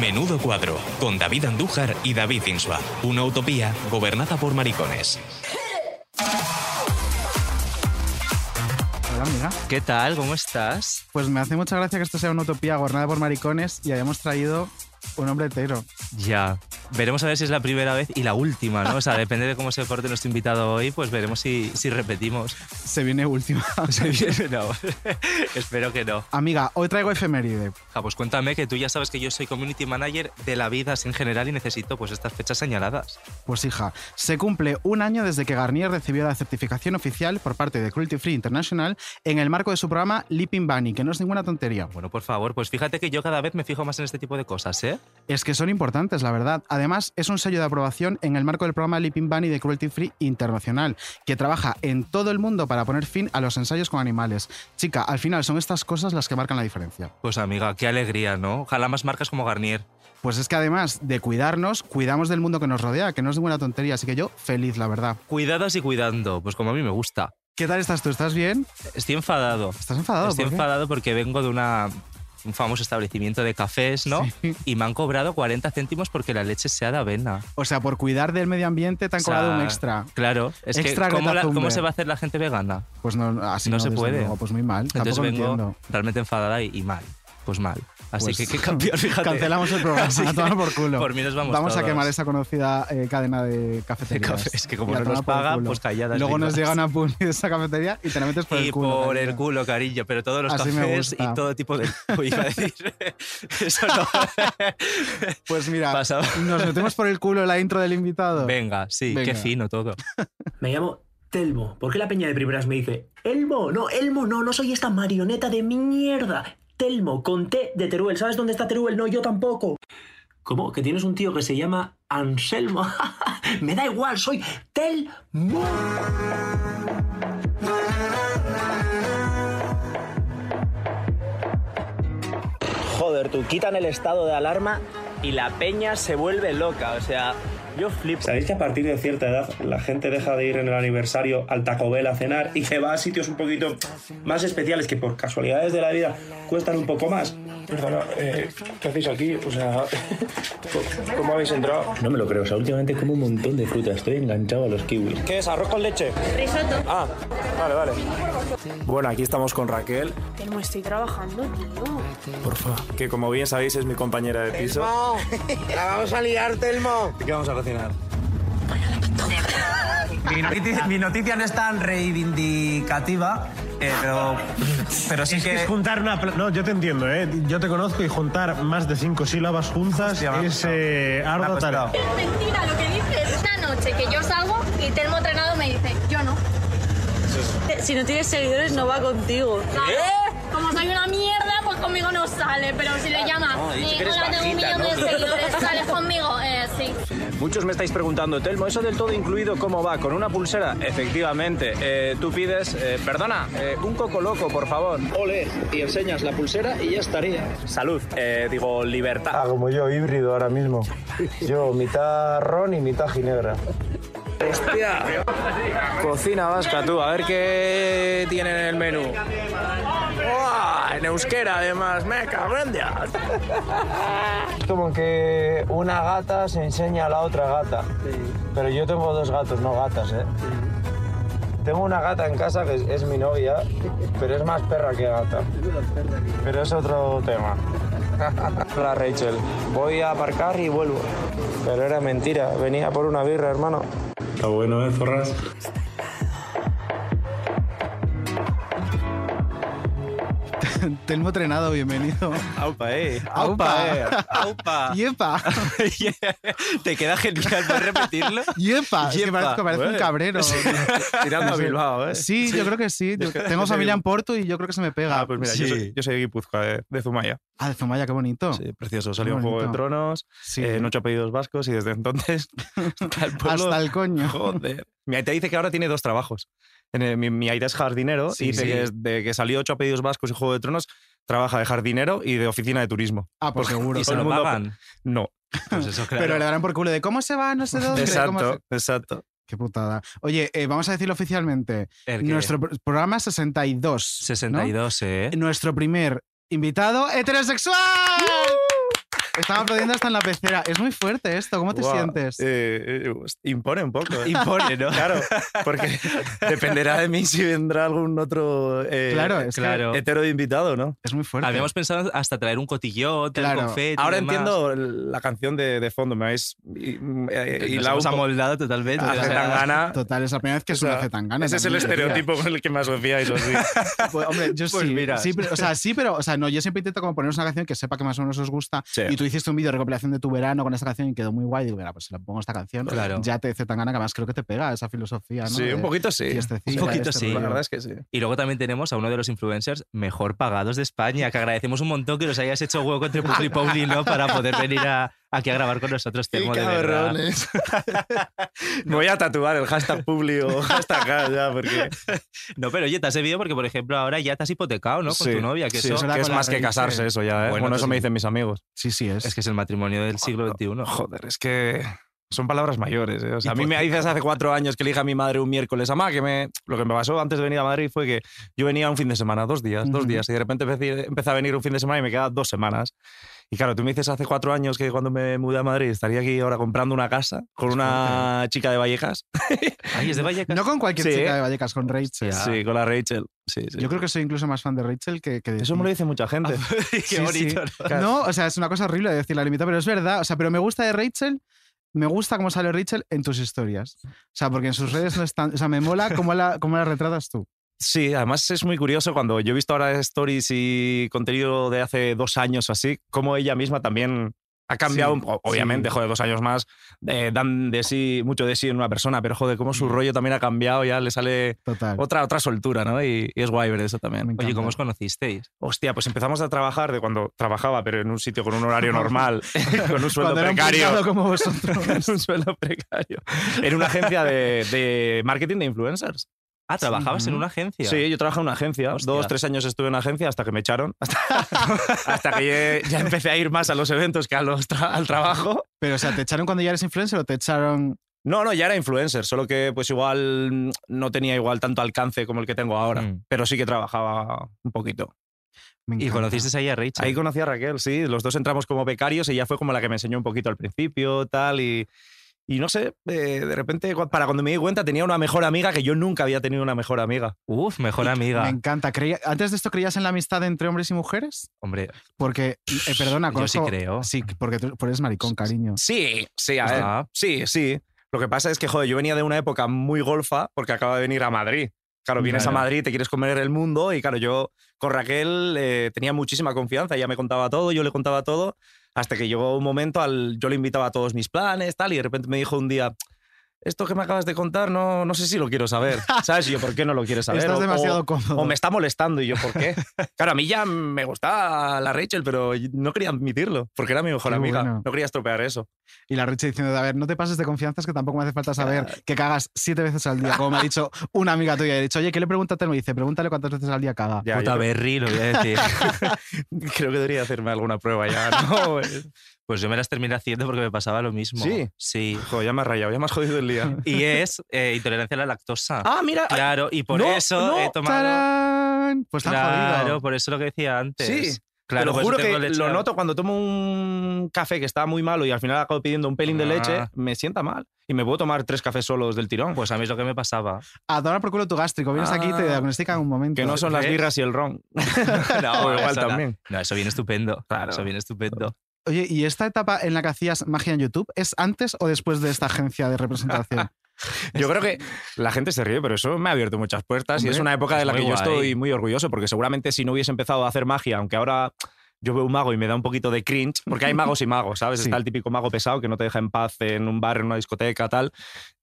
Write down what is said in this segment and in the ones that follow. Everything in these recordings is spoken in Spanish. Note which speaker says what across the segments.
Speaker 1: Menudo cuadro, con David Andújar y David Insua. Una utopía gobernada por maricones.
Speaker 2: Hola, amiga.
Speaker 3: ¿Qué tal? ¿Cómo estás?
Speaker 2: Pues me hace mucha gracia que esto sea una utopía gobernada por maricones y hayamos traído un hombre hetero.
Speaker 3: Ya. Veremos a ver si es la primera vez y la última, ¿no? O sea, depende de cómo se porte nuestro invitado hoy, pues veremos si, si repetimos.
Speaker 2: Se viene última.
Speaker 3: Se Pues viene, no. Espero que no.
Speaker 2: Amiga, hoy traigo efeméride.
Speaker 3: Ja, pues cuéntame que tú ya sabes que yo soy community manager de la vida así en general y necesito pues estas fechas señaladas.
Speaker 2: Pues hija, se cumple un año desde que Garnier recibió la certificación oficial por parte de Cruelty Free International en el marco de su programa Leaping Bunny, que no es ninguna tontería.
Speaker 3: Bueno, por favor, pues fíjate que yo cada vez me fijo más en este tipo de cosas, ¿eh?
Speaker 2: Es que son importantes, la verdad. Además, es un sello de aprobación en el marco del programa Leaping Bunny de Cruelty Free Internacional, que trabaja en todo el mundo para poner fin a los ensayos con animales. Chica, al final son estas cosas las que marcan la diferencia.
Speaker 3: Pues amiga, qué alegría, ¿no? Ojalá más marcas como Garnier.
Speaker 2: Pues es que además de cuidarnos, cuidamos del mundo que nos rodea, que no es ninguna tontería, así que yo feliz, la verdad.
Speaker 3: Cuidadas y cuidando, pues como a mí me gusta.
Speaker 2: ¿Qué tal estás tú? ¿Estás bien?
Speaker 3: Estoy enfadado.
Speaker 2: ¿Estás enfadado?
Speaker 3: Estoy
Speaker 2: Ah, ¿Por qué?
Speaker 3: enfadado porque vengo de una, un famoso establecimiento de cafés, ¿no?
Speaker 2: Sí.
Speaker 3: Y me han cobrado 40 céntimos porque la leche sea de avena.
Speaker 2: O sea, por cuidar del medio ambiente te han
Speaker 3: O sea,
Speaker 2: cobrado un extra.
Speaker 3: Claro. Es
Speaker 2: Extra
Speaker 3: que, ¿cómo,
Speaker 2: Greta
Speaker 3: la- ¿cómo
Speaker 2: Thunberg.
Speaker 3: se va a hacer la gente vegana?
Speaker 2: Pues no, así
Speaker 3: No
Speaker 2: no,
Speaker 3: se
Speaker 2: desde
Speaker 3: puede.
Speaker 2: luego, pues muy mal.
Speaker 3: Entonces
Speaker 2: Tampoco lo
Speaker 3: vengo
Speaker 2: entiendo.
Speaker 3: realmente enfadada y, y mal. Pues mal. Así
Speaker 2: Pues
Speaker 3: que hay que cambiar, fíjate.
Speaker 2: Cancelamos el programa,
Speaker 3: Así
Speaker 2: a
Speaker 3: que
Speaker 2: tomar por culo.
Speaker 3: Por mí nos vamos
Speaker 2: a
Speaker 3: todos.
Speaker 2: quemar esa conocida eh, cadena de
Speaker 3: de
Speaker 2: cafeterías.
Speaker 3: cafés, que
Speaker 2: Y
Speaker 3: como
Speaker 2: a
Speaker 3: no
Speaker 2: tomar
Speaker 3: nos
Speaker 2: por el
Speaker 3: pagan,
Speaker 2: culo.
Speaker 3: pues calladas.
Speaker 2: Luego nos
Speaker 3: vivas.
Speaker 2: llegan a pulir de esa cafetería y te la metes por
Speaker 3: y
Speaker 2: el culo.
Speaker 3: por el
Speaker 2: cariño.
Speaker 3: culo, cariño, pero todos los
Speaker 2: Así me
Speaker 3: cafés
Speaker 2: gusta.
Speaker 3: y todo tipo de... Uy, iba a decir... Eso no.
Speaker 2: Pues mira,
Speaker 3: Pasaba.
Speaker 2: nos metemos por el culo la intro del invitado.
Speaker 3: Venga, sí, qué
Speaker 2: Venga.
Speaker 3: fino todo.
Speaker 4: Me llamo Telmo. ¿Por qué la peña de primeras me dice Elmo? No, Elmo, no, no soy esta marioneta de mierda. Telmo, con T de Teruel. ¿Sabes dónde está Teruel? No, yo tampoco. ¿Cómo? ¿Que tienes un tío que se llama Anselmo? me da igual, soy Telmo.
Speaker 5: Joder, tú quitan el estado de alarma y la peña se vuelve loca. O sea, yo flipo.
Speaker 6: ¿Sabéis que a partir de cierta edad la gente deja de ir en el aniversario al Taco Bell a cenar y que va a sitios un poquito más especiales que por casualidades de la vida cuestan un poco más?
Speaker 7: Perdona, eh, ¿qué hacéis aquí? O sea, ¿cómo habéis entrado?
Speaker 8: No me lo creo, o sea, últimamente como un montón de fruta, estoy enganchado a los kiwis.
Speaker 7: ¿Qué es? ¿Arroz con leche? Risotto. Ah, vale, vale. Bueno, aquí estamos con Raquel,
Speaker 9: Telmo, estoy trabajando, tío.
Speaker 7: porfa, que como bien sabéis es mi compañera de piso.
Speaker 8: ¡La vamos a liar, Telmo!
Speaker 7: ¿Qué vamos a cocinar?
Speaker 5: Mi noticia, no es tan reivindicativa, pero, pero sí que...
Speaker 7: Juntar una... pla- No, yo te entiendo, ¿eh? Yo te conozco y juntar más de cinco sílabas juntas es eh, arduo tarea.
Speaker 9: Es mentira lo que dices. Esta noche que yo salgo y Telmo entrenado me dice, yo no. Si no tienes seguidores, no va contigo. Como soy una mierda, pues conmigo no sale. Pero si le llamas, Nicolás, tengo un millón de seguidores, sales conmigo, eh, sí.
Speaker 8: Muchos me estáis preguntando, Telmo, ¿eso del todo incluido cómo va? ¿Con una pulsera? Efectivamente, eh, tú pides, eh, perdona, eh, un coco loco, por favor. Ole, y enseñas la pulsera y ya estaría. Salud, eh, digo, libertad.
Speaker 7: Ah, como yo, híbrido ahora mismo. Yo, mitad ron y mitad ginebra.
Speaker 8: Cocina vasca, tú, a ver qué tienen en el menú. ¡Uah! En euskera, además, me cago en Dios.
Speaker 7: Es como que una gata se enseña a la otra gata. Pero yo tengo dos gatos, no gatas, ¿eh? Tengo una gata en casa que es, es mi novia, pero es más perra que gata. Pero es otro tema. Hola Rachel, voy a aparcar y vuelvo. Pero era mentira, venía por una birra, hermano.
Speaker 6: Está bueno, ¿eh, zorras?
Speaker 2: Telmo Trenado, bienvenido.
Speaker 10: Aupa, eh.
Speaker 2: Aupa.
Speaker 10: Aupa, eh.
Speaker 3: Ah.
Speaker 10: Aupa.
Speaker 2: Yepa.
Speaker 10: Te queda genial, ¿puedes repetirlo?
Speaker 2: Yepa. Es que
Speaker 10: Yepa.
Speaker 2: parezco, parezco un
Speaker 10: Bueno.
Speaker 2: cabrero.
Speaker 10: Tirando a Bilbao, ¿eh?
Speaker 2: Sí, yo creo que sí. Yo-
Speaker 10: Es que-
Speaker 2: tengo familia en Porto y yo creo que se me pega.
Speaker 10: Ah, pues mira, yo, soy, yo soy de Guipúzcoa, de, de Zumaya.
Speaker 2: Ah, de Zumaya, qué bonito.
Speaker 10: Sí, precioso. Salió un
Speaker 2: Qué
Speaker 10: Juego de
Speaker 2: bonito.
Speaker 10: Tronos, eh, en ocho apellidos vascos y desde entonces... hasta el pueblo-
Speaker 2: Hasta el coño.
Speaker 10: Joder. Mi aita dice que ahora tiene dos trabajos. En el- mi, mi aita es jardinero
Speaker 2: Sí,
Speaker 10: y dice
Speaker 2: sí.
Speaker 10: que desde que salió ocho apellidos vascos y Juego de Tronos, trabaja de jardinero y de oficina de turismo.
Speaker 2: Ah, pues
Speaker 10: Porque
Speaker 2: seguro.
Speaker 10: todo el mundo- No. Pues eso,
Speaker 2: Pero le darán por culo de cómo se va, no sé dónde. cómo
Speaker 10: Exacto,
Speaker 2: se-
Speaker 10: exacto.
Speaker 2: Qué putada. Oye, eh, vamos a decirlo oficialmente.
Speaker 3: ¿El qué?
Speaker 2: Nuestro pro- programa 62.
Speaker 3: 62, ¿eh?
Speaker 2: Nuestro primer invitado heterosexual. Estaba aplaudiendo hasta en la pecera. Es muy fuerte esto. ¿Cómo te
Speaker 10: Guau,
Speaker 2: sientes?
Speaker 10: eh, eh, pues, impone un poco. ¿eh?
Speaker 2: Impone, ¿no?
Speaker 10: Claro, porque dependerá de mí si vendrá algún otro eh,
Speaker 2: Claro, es que-
Speaker 3: Claro.
Speaker 10: hetero de invitado, ¿no?
Speaker 2: Es muy fuerte.
Speaker 3: Habíamos pensado hasta traer un cotillote, el confeti. y
Speaker 10: Ahora
Speaker 3: demás.
Speaker 10: entiendo la canción de, de fondo, me habéis y,
Speaker 3: Nos hemos amoldado totalmente.
Speaker 10: a
Speaker 3: o sea,
Speaker 10: Zetangana.
Speaker 2: Total, Ah, es la primera vez que
Speaker 10: O
Speaker 2: suena
Speaker 10: sea,
Speaker 2: Zetangana.
Speaker 10: Ese es el
Speaker 2: también, tío.
Speaker 10: estereotipo con el que me asociáis, o sí.
Speaker 2: Pues, hombre, yo
Speaker 10: Pues
Speaker 2: sí.
Speaker 10: mira.
Speaker 2: sí pero, o sea, sí, pero, o sea, no, yo siempre intento como poneros una canción que sepa que más o menos os gusta.
Speaker 10: Sí.
Speaker 2: Y tú hiciste un vídeo de recopilación de tu verano con esta canción y quedó muy guay. Digo, mira, pues si la pongo esta canción,
Speaker 3: Claro.
Speaker 2: ya te tan gana que además creo que te pega esa filosofía, ¿no?
Speaker 10: Sí,
Speaker 2: De
Speaker 10: un poquito sí.
Speaker 2: fiestecilla,
Speaker 3: Un poquito
Speaker 2: este
Speaker 3: sí.
Speaker 2: rollo.
Speaker 10: La verdad es que sí.
Speaker 3: Y luego también tenemos a uno de los influencers mejor pagados de España, que agradecemos un montón que nos hayas hecho hueco entre Putri y Paulino para poder venir a, aquí a grabar con nosotros. Telmo, de verdad.
Speaker 10: Me voy a tatuar el hashtag Publi o hashtag A ya, porque
Speaker 3: No, pero oye, te has debido porque, por ejemplo, ahora ya te has hipotecado, ¿no? Con
Speaker 10: Sí,
Speaker 3: tu novia, que
Speaker 10: sí,
Speaker 3: eso...
Speaker 10: es,
Speaker 2: verdad,
Speaker 10: que es
Speaker 2: con la
Speaker 10: más que
Speaker 2: revista.
Speaker 10: casarse eso ya, ¿eh?
Speaker 3: Bueno,
Speaker 10: Bueno, eso
Speaker 3: sí.
Speaker 10: me dicen mis amigos.
Speaker 2: Sí, sí, es.
Speaker 3: Es que es el matrimonio del siglo XXI.
Speaker 10: Joder, es que son palabras mayores. ¿eh? O sea,
Speaker 3: Y
Speaker 10: a mí
Speaker 3: por-
Speaker 10: me dices hace cuatro años que elija a mi madre un miércoles. Amá, que me... lo que me pasó antes de venir a Madrid fue que yo venía un fin de semana, dos días, dos
Speaker 2: Ujú.
Speaker 10: días, y de repente empecé, empecé a venir un fin de semana y me queda dos semanas. Y claro, tú me dices hace cuatro años que cuando me mudé a Madrid estaría aquí ahora comprando una casa con una chica de Vallejas.
Speaker 3: Ay, es de Vallecas.
Speaker 2: No con cualquier
Speaker 10: Sí,
Speaker 2: chica
Speaker 10: ¿eh?
Speaker 2: de Vallecas, con Rachel.
Speaker 10: Sí, con la Rachel. Sí, sí.
Speaker 2: Yo creo que soy incluso más fan de Rachel que, que de
Speaker 10: Eso
Speaker 2: ti.
Speaker 10: me lo dice mucha gente.
Speaker 3: Qué
Speaker 2: Sí, sí.
Speaker 3: bonito. ¿no?
Speaker 2: No, o sea, es una cosa horrible de decir la limita, pero es verdad. O sea, pero me gusta de Rachel, me gusta cómo sale Rachel en tus historias. O sea, porque en sus redes no están. O sea, me mola cómo la, cómo la retratas tú.
Speaker 10: Sí, además es muy curioso cuando yo he visto ahora stories y contenido de hace dos años o así, cómo ella misma también ha cambiado,
Speaker 2: Sí,
Speaker 10: un- o- obviamente,
Speaker 2: sí.
Speaker 10: joder, dos años más, eh, dan de sí, mucho de sí en una persona, pero joder, cómo su rollo también ha cambiado, ya le sale
Speaker 2: Total.
Speaker 10: otra, otra soltura, ¿no? Y, y es guay ver eso
Speaker 2: Me
Speaker 10: también.
Speaker 3: Oye,
Speaker 2: encanta.
Speaker 3: ¿cómo os conocisteis?
Speaker 10: Hostia, pues empezamos a trabajar de cuando trabajaba, pero en un sitio con un horario normal, con un sueldo
Speaker 2: Cuando era un
Speaker 10: precario.
Speaker 2: pringado como vosotros.
Speaker 10: con un sueldo precario. En una agencia de- de marketing de influencers.
Speaker 3: Ah, trabajabas en una agencia.
Speaker 10: Sí, yo trabajé en una agencia.
Speaker 3: Hostia.
Speaker 10: Dos, tres años estuve en una agencia hasta que me echaron. Hasta, hasta que ya, ya empecé a ir más a los eventos que a los tra- al trabajo.
Speaker 2: Pero, o sea, ¿te echaron cuando ya eres influencer o te echaron
Speaker 10: No, no, ya era influencer, solo que pues igual mm, no tenía igual tanto alcance como el que tengo ahora,
Speaker 3: Mm.
Speaker 10: pero sí que trabajaba un poquito.
Speaker 2: Me
Speaker 3: Y
Speaker 2: encanta.
Speaker 3: conocisteis ahí a Rachel.
Speaker 10: Ahí conocí a Raquel, sí, los dos entramos como becarios y ella fue como la que me enseñó un poquito al principio, tal, y, y no sé, eh, de repente cu- para cuando me di cuenta tenía una mejor amiga que yo nunca había tenido una mejor amiga.
Speaker 3: Uf, mejor
Speaker 2: Me
Speaker 3: amiga.
Speaker 2: encanta. Creía- Antes de esto, ¿creías en la amistad entre hombres y mujeres?
Speaker 3: Hombre,
Speaker 2: Porque, eh, perdona,
Speaker 3: yo sí
Speaker 2: conozco-
Speaker 3: creo.
Speaker 2: Sí, porque tú porque eres maricón, cariño.
Speaker 10: Sí, sí, a ver,
Speaker 3: Ah,
Speaker 10: Sí, sí. Lo que pasa es que, joder, yo venía de una época muy golfa porque acaba de venir a Madrid. Claro, vienes
Speaker 3: Claro.
Speaker 10: a Madrid, te quieres comer el mundo y claro, yo con Raquel eh, tenía muchísima confianza, ella me contaba todo, yo le contaba todo, hasta que llegó un momento, al, yo le invitaba a todos mis planes, tal, y de repente me dijo un día, esto que me acabas de contar, no, no sé si lo quiero saber, ¿sabes? Y yo, ¿por qué no lo quieres saber?
Speaker 2: Estás
Speaker 10: O- o-
Speaker 2: demasiado cómodo.
Speaker 10: o me está molestando y yo, ¿por qué? Claro, a mí ya me gustaba la Rachel, pero no quería admitirlo, porque era mi mejor
Speaker 2: Qué
Speaker 10: amiga,
Speaker 2: bueno.
Speaker 10: no quería estropear eso.
Speaker 2: Y la Richa diciendo, a ver, no te pases de confianzas que tampoco me hace falta saber que cagas siete veces al día, como me ha dicho una amiga tuya. Y he dicho, oye, ¿qué le pregunta a Telmo? Y dice, pregúntale cuántas veces al día caga.
Speaker 10: Ya,
Speaker 3: puta
Speaker 10: yo-
Speaker 3: berry, lo voy a decir.
Speaker 10: Creo que debería hacerme alguna prueba ya, ¿no? eh.
Speaker 3: Pues yo me las terminé haciendo porque me pasaba lo mismo.
Speaker 10: ¿Sí?
Speaker 3: Sí.
Speaker 10: Joder, ya me has rayado, ya me has jodido el día.
Speaker 3: Y es eh, intolerancia a la lactosa.
Speaker 10: Ah, mira. ay,
Speaker 3: claro, y por
Speaker 10: no,
Speaker 3: eso
Speaker 10: no,
Speaker 3: he tomado.
Speaker 2: ¡Tarán! Pues tan
Speaker 3: claro,
Speaker 2: jodido.
Speaker 3: por eso lo que decía antes.
Speaker 10: Sí,
Speaker 3: claro, por
Speaker 10: te lo
Speaker 3: eso
Speaker 10: juro que
Speaker 3: tengo leche
Speaker 10: lo
Speaker 3: al-
Speaker 10: noto cuando tomo un café que está muy malo y al final acabo pidiendo un pelín de
Speaker 3: Ah.
Speaker 10: leche, me sienta mal. Y me puedo tomar tres cafés solos del tirón.
Speaker 3: Pues a mí es lo que me pasaba.
Speaker 2: A tomar por culo tu gástrico. Vienes aquí y te
Speaker 10: Ah.
Speaker 2: diagnostican un momento.
Speaker 10: que no son las
Speaker 3: ¿ves?
Speaker 10: birras y el ron.
Speaker 3: no,
Speaker 10: igual
Speaker 3: eso no.
Speaker 10: también.
Speaker 3: No, eso viene estupendo.
Speaker 10: Claro.
Speaker 3: Eso viene estupendo.
Speaker 2: Oye, ¿y esta etapa en la que hacías magia en YouTube es antes o después de esta agencia de representación?
Speaker 7: Yo creo que la gente se ríe, pero eso me ha abierto muchas puertas y
Speaker 10: Este. Hombre,
Speaker 7: es una época
Speaker 10: es
Speaker 7: de la
Speaker 10: muy
Speaker 7: que yo
Speaker 10: guay.
Speaker 7: estoy muy orgulloso, porque seguramente si no hubiese empezado a hacer magia, aunque ahora yo veo un mago y me da un poquito de cringe, porque hay magos y magos, ¿sabes?
Speaker 10: Sí.
Speaker 7: Está el típico mago pesado que no te deja en paz en un bar, en una discoteca, tal.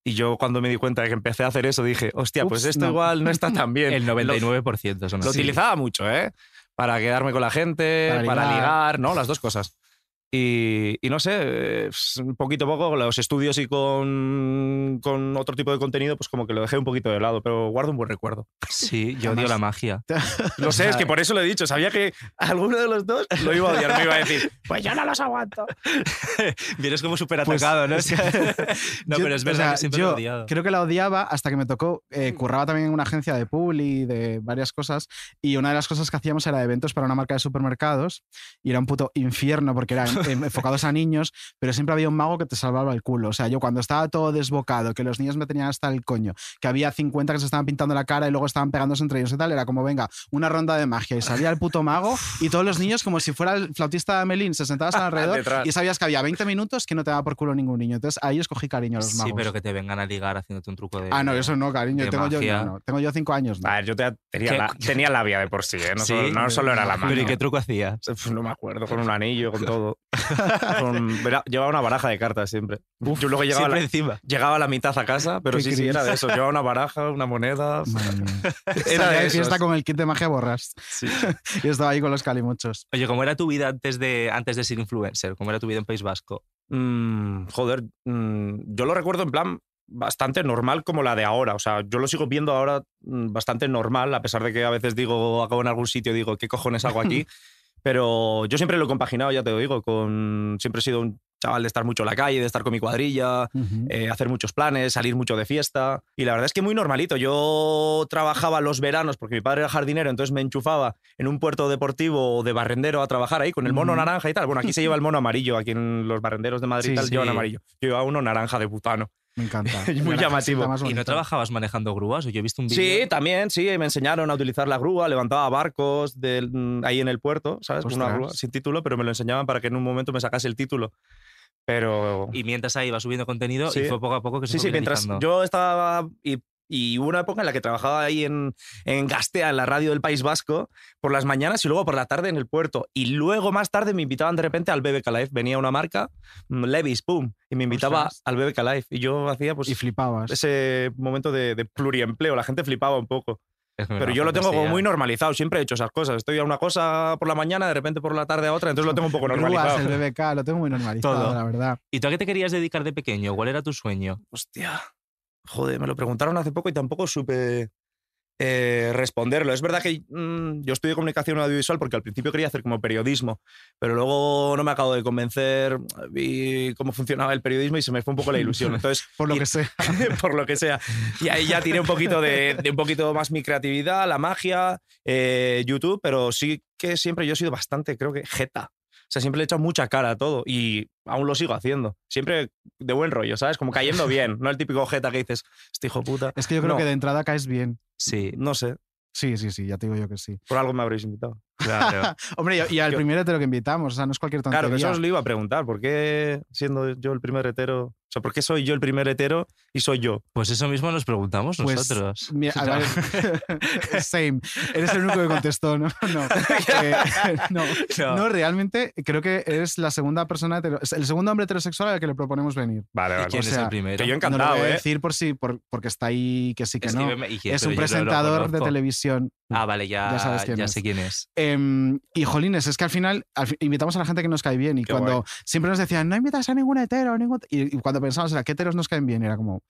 Speaker 7: Y yo cuando me di cuenta de que empecé a hacer eso, dije, hostia, pues
Speaker 10: Ups,
Speaker 7: esto
Speaker 10: no.
Speaker 7: igual no está tan bien.
Speaker 10: El 99% son
Speaker 7: Lo
Speaker 10: así.
Speaker 7: utilizaba mucho, ¿eh? Para quedarme con la gente,
Speaker 10: Para
Speaker 7: para ligar,
Speaker 10: ligar.
Speaker 7: ¿no? Las dos cosas. Y, y no sé, eh, s- poquito a poco con los estudios y con, con otro tipo de contenido, pues como que lo dejé un poquito de lado, pero guardo un buen recuerdo.
Speaker 3: Sí, yo odio
Speaker 7: Además-
Speaker 3: la magia.
Speaker 7: Lo sé, es que por eso lo he dicho. Sabía que alguno de los dos lo iba a odiar, me iba a decir.
Speaker 10: Pues yo no los aguanto.
Speaker 3: Vienes como súper
Speaker 2: Pues,
Speaker 3: atacado, ¿no?
Speaker 2: o sea,
Speaker 3: no,
Speaker 2: Yo-
Speaker 3: pero es
Speaker 2: o
Speaker 3: verdad
Speaker 2: sea,
Speaker 3: que siempre
Speaker 2: yo
Speaker 3: lo he odiado. Hmm.
Speaker 2: Creo que la odiaba hasta que me tocó. eh, curraba también en una agencia de publi, de varias cosas. Y una de las cosas que hacíamos era eventos para una marca de supermercados. Y era un puto infierno porque eran eh, enfocados a niños, pero siempre había un mago que te salvaba el culo. O sea, yo cuando estaba todo desbocado, que los niños me tenían hasta el coño, que había 50 que se estaban pintando la cara y luego estaban pegándose entre ellos y tal, era como, venga, una ronda de magia. Y salía el puto mago y todos los niños, como si fuera el flautista de Melín, se sentabas alrededor
Speaker 3: Detrás.
Speaker 2: y sabías que había 20 minutos que no te daba por culo ningún niño. Entonces ahí escogí cariño a los magos.
Speaker 3: Sí, pero que te vengan a ligar haciéndote un truco de.
Speaker 2: Ah, no, eso no, cariño.
Speaker 3: de
Speaker 2: Tengo yo,
Speaker 3: magia.
Speaker 2: no, no, tengo yo cinco años. ¿no?
Speaker 7: yo tenía,
Speaker 3: ¿Qué?
Speaker 7: la- tenía labia de por sí, ¿eh? No,
Speaker 3: Sí,
Speaker 7: solo, no solo era la mano.
Speaker 3: Pero ¿y qué truco hacías?
Speaker 7: pues, No me acuerdo, con un anillo, con todo. Con- verá, llevaba una baraja de cartas siempre. Yo luego llegaba, a
Speaker 3: siempre
Speaker 7: la,
Speaker 3: encima.
Speaker 7: llegaba a la mitad a casa, pero
Speaker 2: Qué
Speaker 7: sí, sí, era de
Speaker 2: cringe.
Speaker 7: eso. Llevaba una baraja, una moneda.
Speaker 2: Salía
Speaker 7: Era de
Speaker 2: de fiesta
Speaker 7: esos.
Speaker 2: con el kit de magia borras.
Speaker 7: Sí.
Speaker 2: y estaba ahí con los calimuchos.
Speaker 3: Oye, ¿cómo era tu vida antes de, antes de ser influencer? ¿Cómo era tu vida en País Vasco?
Speaker 7: Mm, joder, mm, yo lo recuerdo en plan bastante normal como la de ahora. O sea, yo lo sigo viendo ahora mm, bastante normal, a pesar de que a veces digo, acabo en algún sitio y digo, ¿qué cojones hago aquí? Pero yo siempre lo he compaginado, ya te lo digo, con... Siempre he sido un chaval de estar mucho en la calle, de estar con mi cuadrilla, eh, hacer muchos planes, salir mucho de fiesta. Y la verdad es que muy normalito. Yo trabajaba los veranos porque mi padre era jardinero, entonces me enchufaba en un puerto deportivo de barrendero a trabajar ahí con el mono
Speaker 2: Ujú.
Speaker 7: naranja y tal. Bueno, aquí se lleva el mono amarillo, aquí en los barrenderos de Madrid
Speaker 2: Sí,
Speaker 7: y tal
Speaker 2: sí.
Speaker 7: llevan amarillo. Yo llevaba uno naranja de butano.
Speaker 2: Me encanta.
Speaker 7: Muy
Speaker 2: Naranjita
Speaker 7: llamativo.
Speaker 2: más
Speaker 3: ¿Y no
Speaker 2: bonita.
Speaker 3: trabajabas manejando grúas? ¿O yo he visto un vídeo?
Speaker 7: Sí, también, sí, me enseñaron a utilizar la grúa, levantaba barcos del- mm, ahí en el puerto, ¿sabes? Con Una
Speaker 2: Ostras.
Speaker 7: grúa sin título, pero me lo enseñaban para que en un momento me sacase el título. Pero
Speaker 3: Y mientras ahí iba subiendo contenido
Speaker 7: Sí.
Speaker 3: y fue poco a poco que se
Speaker 7: Sí,
Speaker 3: fue
Speaker 7: sí, mientras
Speaker 3: viralizando.
Speaker 7: yo estaba. Y, y hubo una época en la que trabajaba ahí en, en Gastea, en la radio del País Vasco, por las mañanas y luego por la tarde en el puerto. Y luego más tarde me invitaban de repente al BBK Live. Venía una marca, mm, Levis, pum, y me invitaba
Speaker 2: Ostras.
Speaker 7: al BBK Live. Y yo hacía pues
Speaker 2: Y flipabas.
Speaker 7: ese momento de, de pluriempleo. La gente flipaba un poco.
Speaker 3: Es que me
Speaker 7: Pero
Speaker 3: lo
Speaker 7: yo lo tengo como
Speaker 2: ¿eh?
Speaker 3: fantasía.
Speaker 7: muy normalizado. Siempre he hecho esas cosas. Estoy a una cosa por la mañana, de repente por la tarde a otra. Entonces lo tengo un poco
Speaker 2: Grúas,
Speaker 7: normalizado.
Speaker 2: el BBK, lo tengo muy normalizado,
Speaker 7: Todo.
Speaker 2: la verdad.
Speaker 3: ¿Y tú a qué te querías dedicar de pequeño? ¿Cuál era tu sueño?
Speaker 7: Hostia. Joder, me lo preguntaron hace poco y tampoco supe eh, responderlo. Es verdad que mm, yo estudié comunicación audiovisual porque al principio quería hacer como periodismo, pero luego no me acabo de convencer, mm, vi cómo funcionaba el periodismo y se me fue un poco la ilusión. Entonces,
Speaker 2: Por lo
Speaker 7: y-
Speaker 2: que sé.
Speaker 7: por lo que sea. Y ahí ya tiré un poquito de, de un poquito más mi creatividad, la magia, eh, YouTube, pero sí que siempre yo he sido bastante, creo que, jeta. O sea, siempre le he echado mucha cara a todo y aún lo sigo haciendo. Siempre de buen rollo, ¿sabes? Como cayendo bien, no el típico jeta que dices, este hijo puta.
Speaker 2: Es que yo creo
Speaker 7: No.
Speaker 2: que de entrada caes bien.
Speaker 3: Sí.
Speaker 7: No sé,
Speaker 2: Sí, sí, sí, ya te digo yo que sí.
Speaker 7: por algo me habréis invitado.
Speaker 3: Claro.
Speaker 2: Hombre, y- y al
Speaker 7: Yo-
Speaker 2: primer hetero que invitamos, o sea, no es cualquier tontería.
Speaker 7: Claro, que eso os lo iba a preguntar. ¿Por qué siendo yo el primer hetero? O sea, ¿por qué soy yo el primer hetero y soy yo?
Speaker 3: Pues eso mismo nos preguntamos
Speaker 2: Pues,
Speaker 3: nosotros.
Speaker 2: Mira, a ver, same. Eres el único que contestó, ¿no? No, eh, no,
Speaker 3: No.
Speaker 2: No, realmente creo que eres la segunda persona, hetero- el segundo hombre heterosexual al que le proponemos venir.
Speaker 7: Vale,
Speaker 3: ¿Y
Speaker 7: vale.
Speaker 3: quién
Speaker 2: o
Speaker 3: es
Speaker 2: sea,
Speaker 3: el primero?
Speaker 7: Que yo
Speaker 2: No lo
Speaker 7: encantado,
Speaker 2: voy a
Speaker 7: ¿eh?
Speaker 2: decir por sí, por, porque está ahí que sí que no.
Speaker 3: Escríbeme, ¿y quién?
Speaker 2: Es
Speaker 3: Pero
Speaker 2: un
Speaker 3: yo no lo
Speaker 2: presentador de
Speaker 3: conozco.
Speaker 2: televisión.
Speaker 3: Ah, vale, ya,
Speaker 2: Ya sabes quién
Speaker 3: ya
Speaker 2: es.
Speaker 3: sé quién es.
Speaker 2: Em, y jolines, es que al final al fi- invitamos a la gente que nos cae bien. Y
Speaker 7: Qué
Speaker 2: cuando
Speaker 7: guay.
Speaker 2: siempre nos decían, no invitas a ningún hetero, ningún... t-". Y, y cuando pensábamos, "¿A ¿qué heteros nos caen bien? Era como,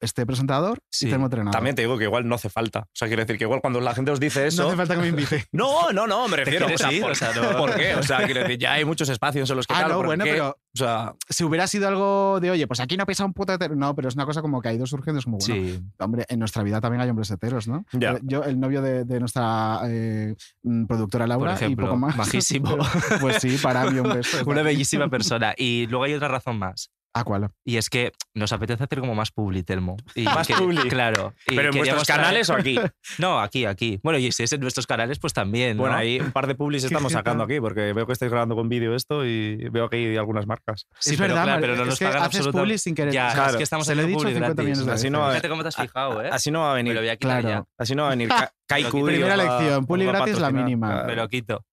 Speaker 2: este presentador
Speaker 3: Sí,
Speaker 2: y Telmo Trenado.
Speaker 7: También te digo que igual no hace falta. O sea, quiero decir que igual cuando la gente os dice
Speaker 2: Ah. No
Speaker 7: eso.
Speaker 2: hace falta que me invite.
Speaker 7: No, no, no, me refiero.
Speaker 3: quieres
Speaker 7: o sea,
Speaker 3: ir?
Speaker 7: ¿por,
Speaker 3: O sea, no.
Speaker 7: ¿por qué? O sea, quiero decir, ya hay muchos espacios en los que
Speaker 2: ah,
Speaker 7: tal,
Speaker 2: no,
Speaker 7: ¿por
Speaker 2: bueno,
Speaker 7: qué?
Speaker 2: pero
Speaker 7: O sea,
Speaker 2: si hubiera sido algo de, oye, pues aquí no pesa un puto hetero. No, pero es una cosa como que ha ido surgiendo. Es como, bueno,
Speaker 3: Sí.
Speaker 2: hombre, en nuestra vida también hay hombres heteros, ¿no?
Speaker 7: Ya.
Speaker 2: Eh, Yo, el novio de, de nuestra eh, mm, productora Laura
Speaker 3: ejemplo,
Speaker 2: y poco más.
Speaker 3: majísimo.
Speaker 2: Pero, pues sí, para mí, Ah, un beso.
Speaker 3: Una bellísima persona. Y luego hay otra razón más.
Speaker 2: Aqualab.
Speaker 3: Y es que nos apetece hacer como más publi, Telmo. Y
Speaker 10: Más
Speaker 3: que-
Speaker 10: publi.
Speaker 3: Claro. y
Speaker 10: ¿Pero en
Speaker 3: queríamos
Speaker 10: vuestros canales o aquí?
Speaker 3: No, aquí, aquí. Bueno, y si es en nuestros canales, pues también.
Speaker 10: Bueno,
Speaker 3: ¿no?
Speaker 10: ahí un par de publis estamos sacando aquí, porque veo que estáis grabando con vídeo esto y veo que hay algunas marcas.
Speaker 3: Sí, pero claro, pero no nos pagan absoluta- Ya, es que estamos haciendo publi gratis.
Speaker 10: Así no, va,
Speaker 3: Fíjate cómo te has fijado, ¿eh?
Speaker 10: así no va a
Speaker 3: Me
Speaker 10: venir.
Speaker 3: lo voy a quitar
Speaker 10: Claro.
Speaker 3: ya.
Speaker 10: Así no va a venir Ka- Kaiku. y
Speaker 2: Primera
Speaker 10: os va-
Speaker 2: lección, publi
Speaker 10: os va a
Speaker 2: gratis la
Speaker 10: patrocinar.
Speaker 2: mínima.
Speaker 10: Ah,
Speaker 3: Me lo quito.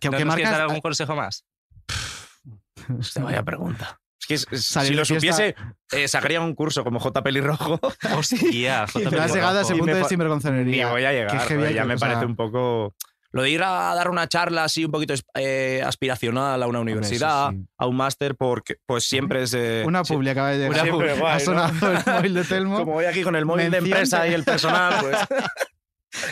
Speaker 2: Que
Speaker 3: ¿No
Speaker 2: aunque
Speaker 3: nos quieres
Speaker 2: marcas-
Speaker 3: dar algún consejo más?
Speaker 10: vaya pregunta. Es que es- es-
Speaker 2: Salir
Speaker 10: si
Speaker 2: de
Speaker 10: lo supiese,
Speaker 2: fiesta-
Speaker 10: eh, sacaría un curso como J. Pelirrojo.
Speaker 3: Hostia,
Speaker 2: Pero has llegado a ese punto de sinvergonzonería.
Speaker 10: Y voy a llegar,
Speaker 2: Qué heavy
Speaker 10: pero
Speaker 2: hay
Speaker 10: ya
Speaker 2: que-
Speaker 10: me
Speaker 2: o sea,
Speaker 10: parece un poco... Lo de ir a dar una charla así un poquito eh, aspiracional a una universidad, a un máster, porque pues siempre es... eh,
Speaker 2: Una
Speaker 10: sí-
Speaker 2: publi acaba de llegar.
Speaker 10: Una publi, guay,
Speaker 2: ha
Speaker 10: ¿no?
Speaker 2: sonado el móvil de Telmo.
Speaker 10: Como voy aquí con el móvil de
Speaker 2: Mención
Speaker 10: empresa
Speaker 2: de-
Speaker 10: y el personal, pues...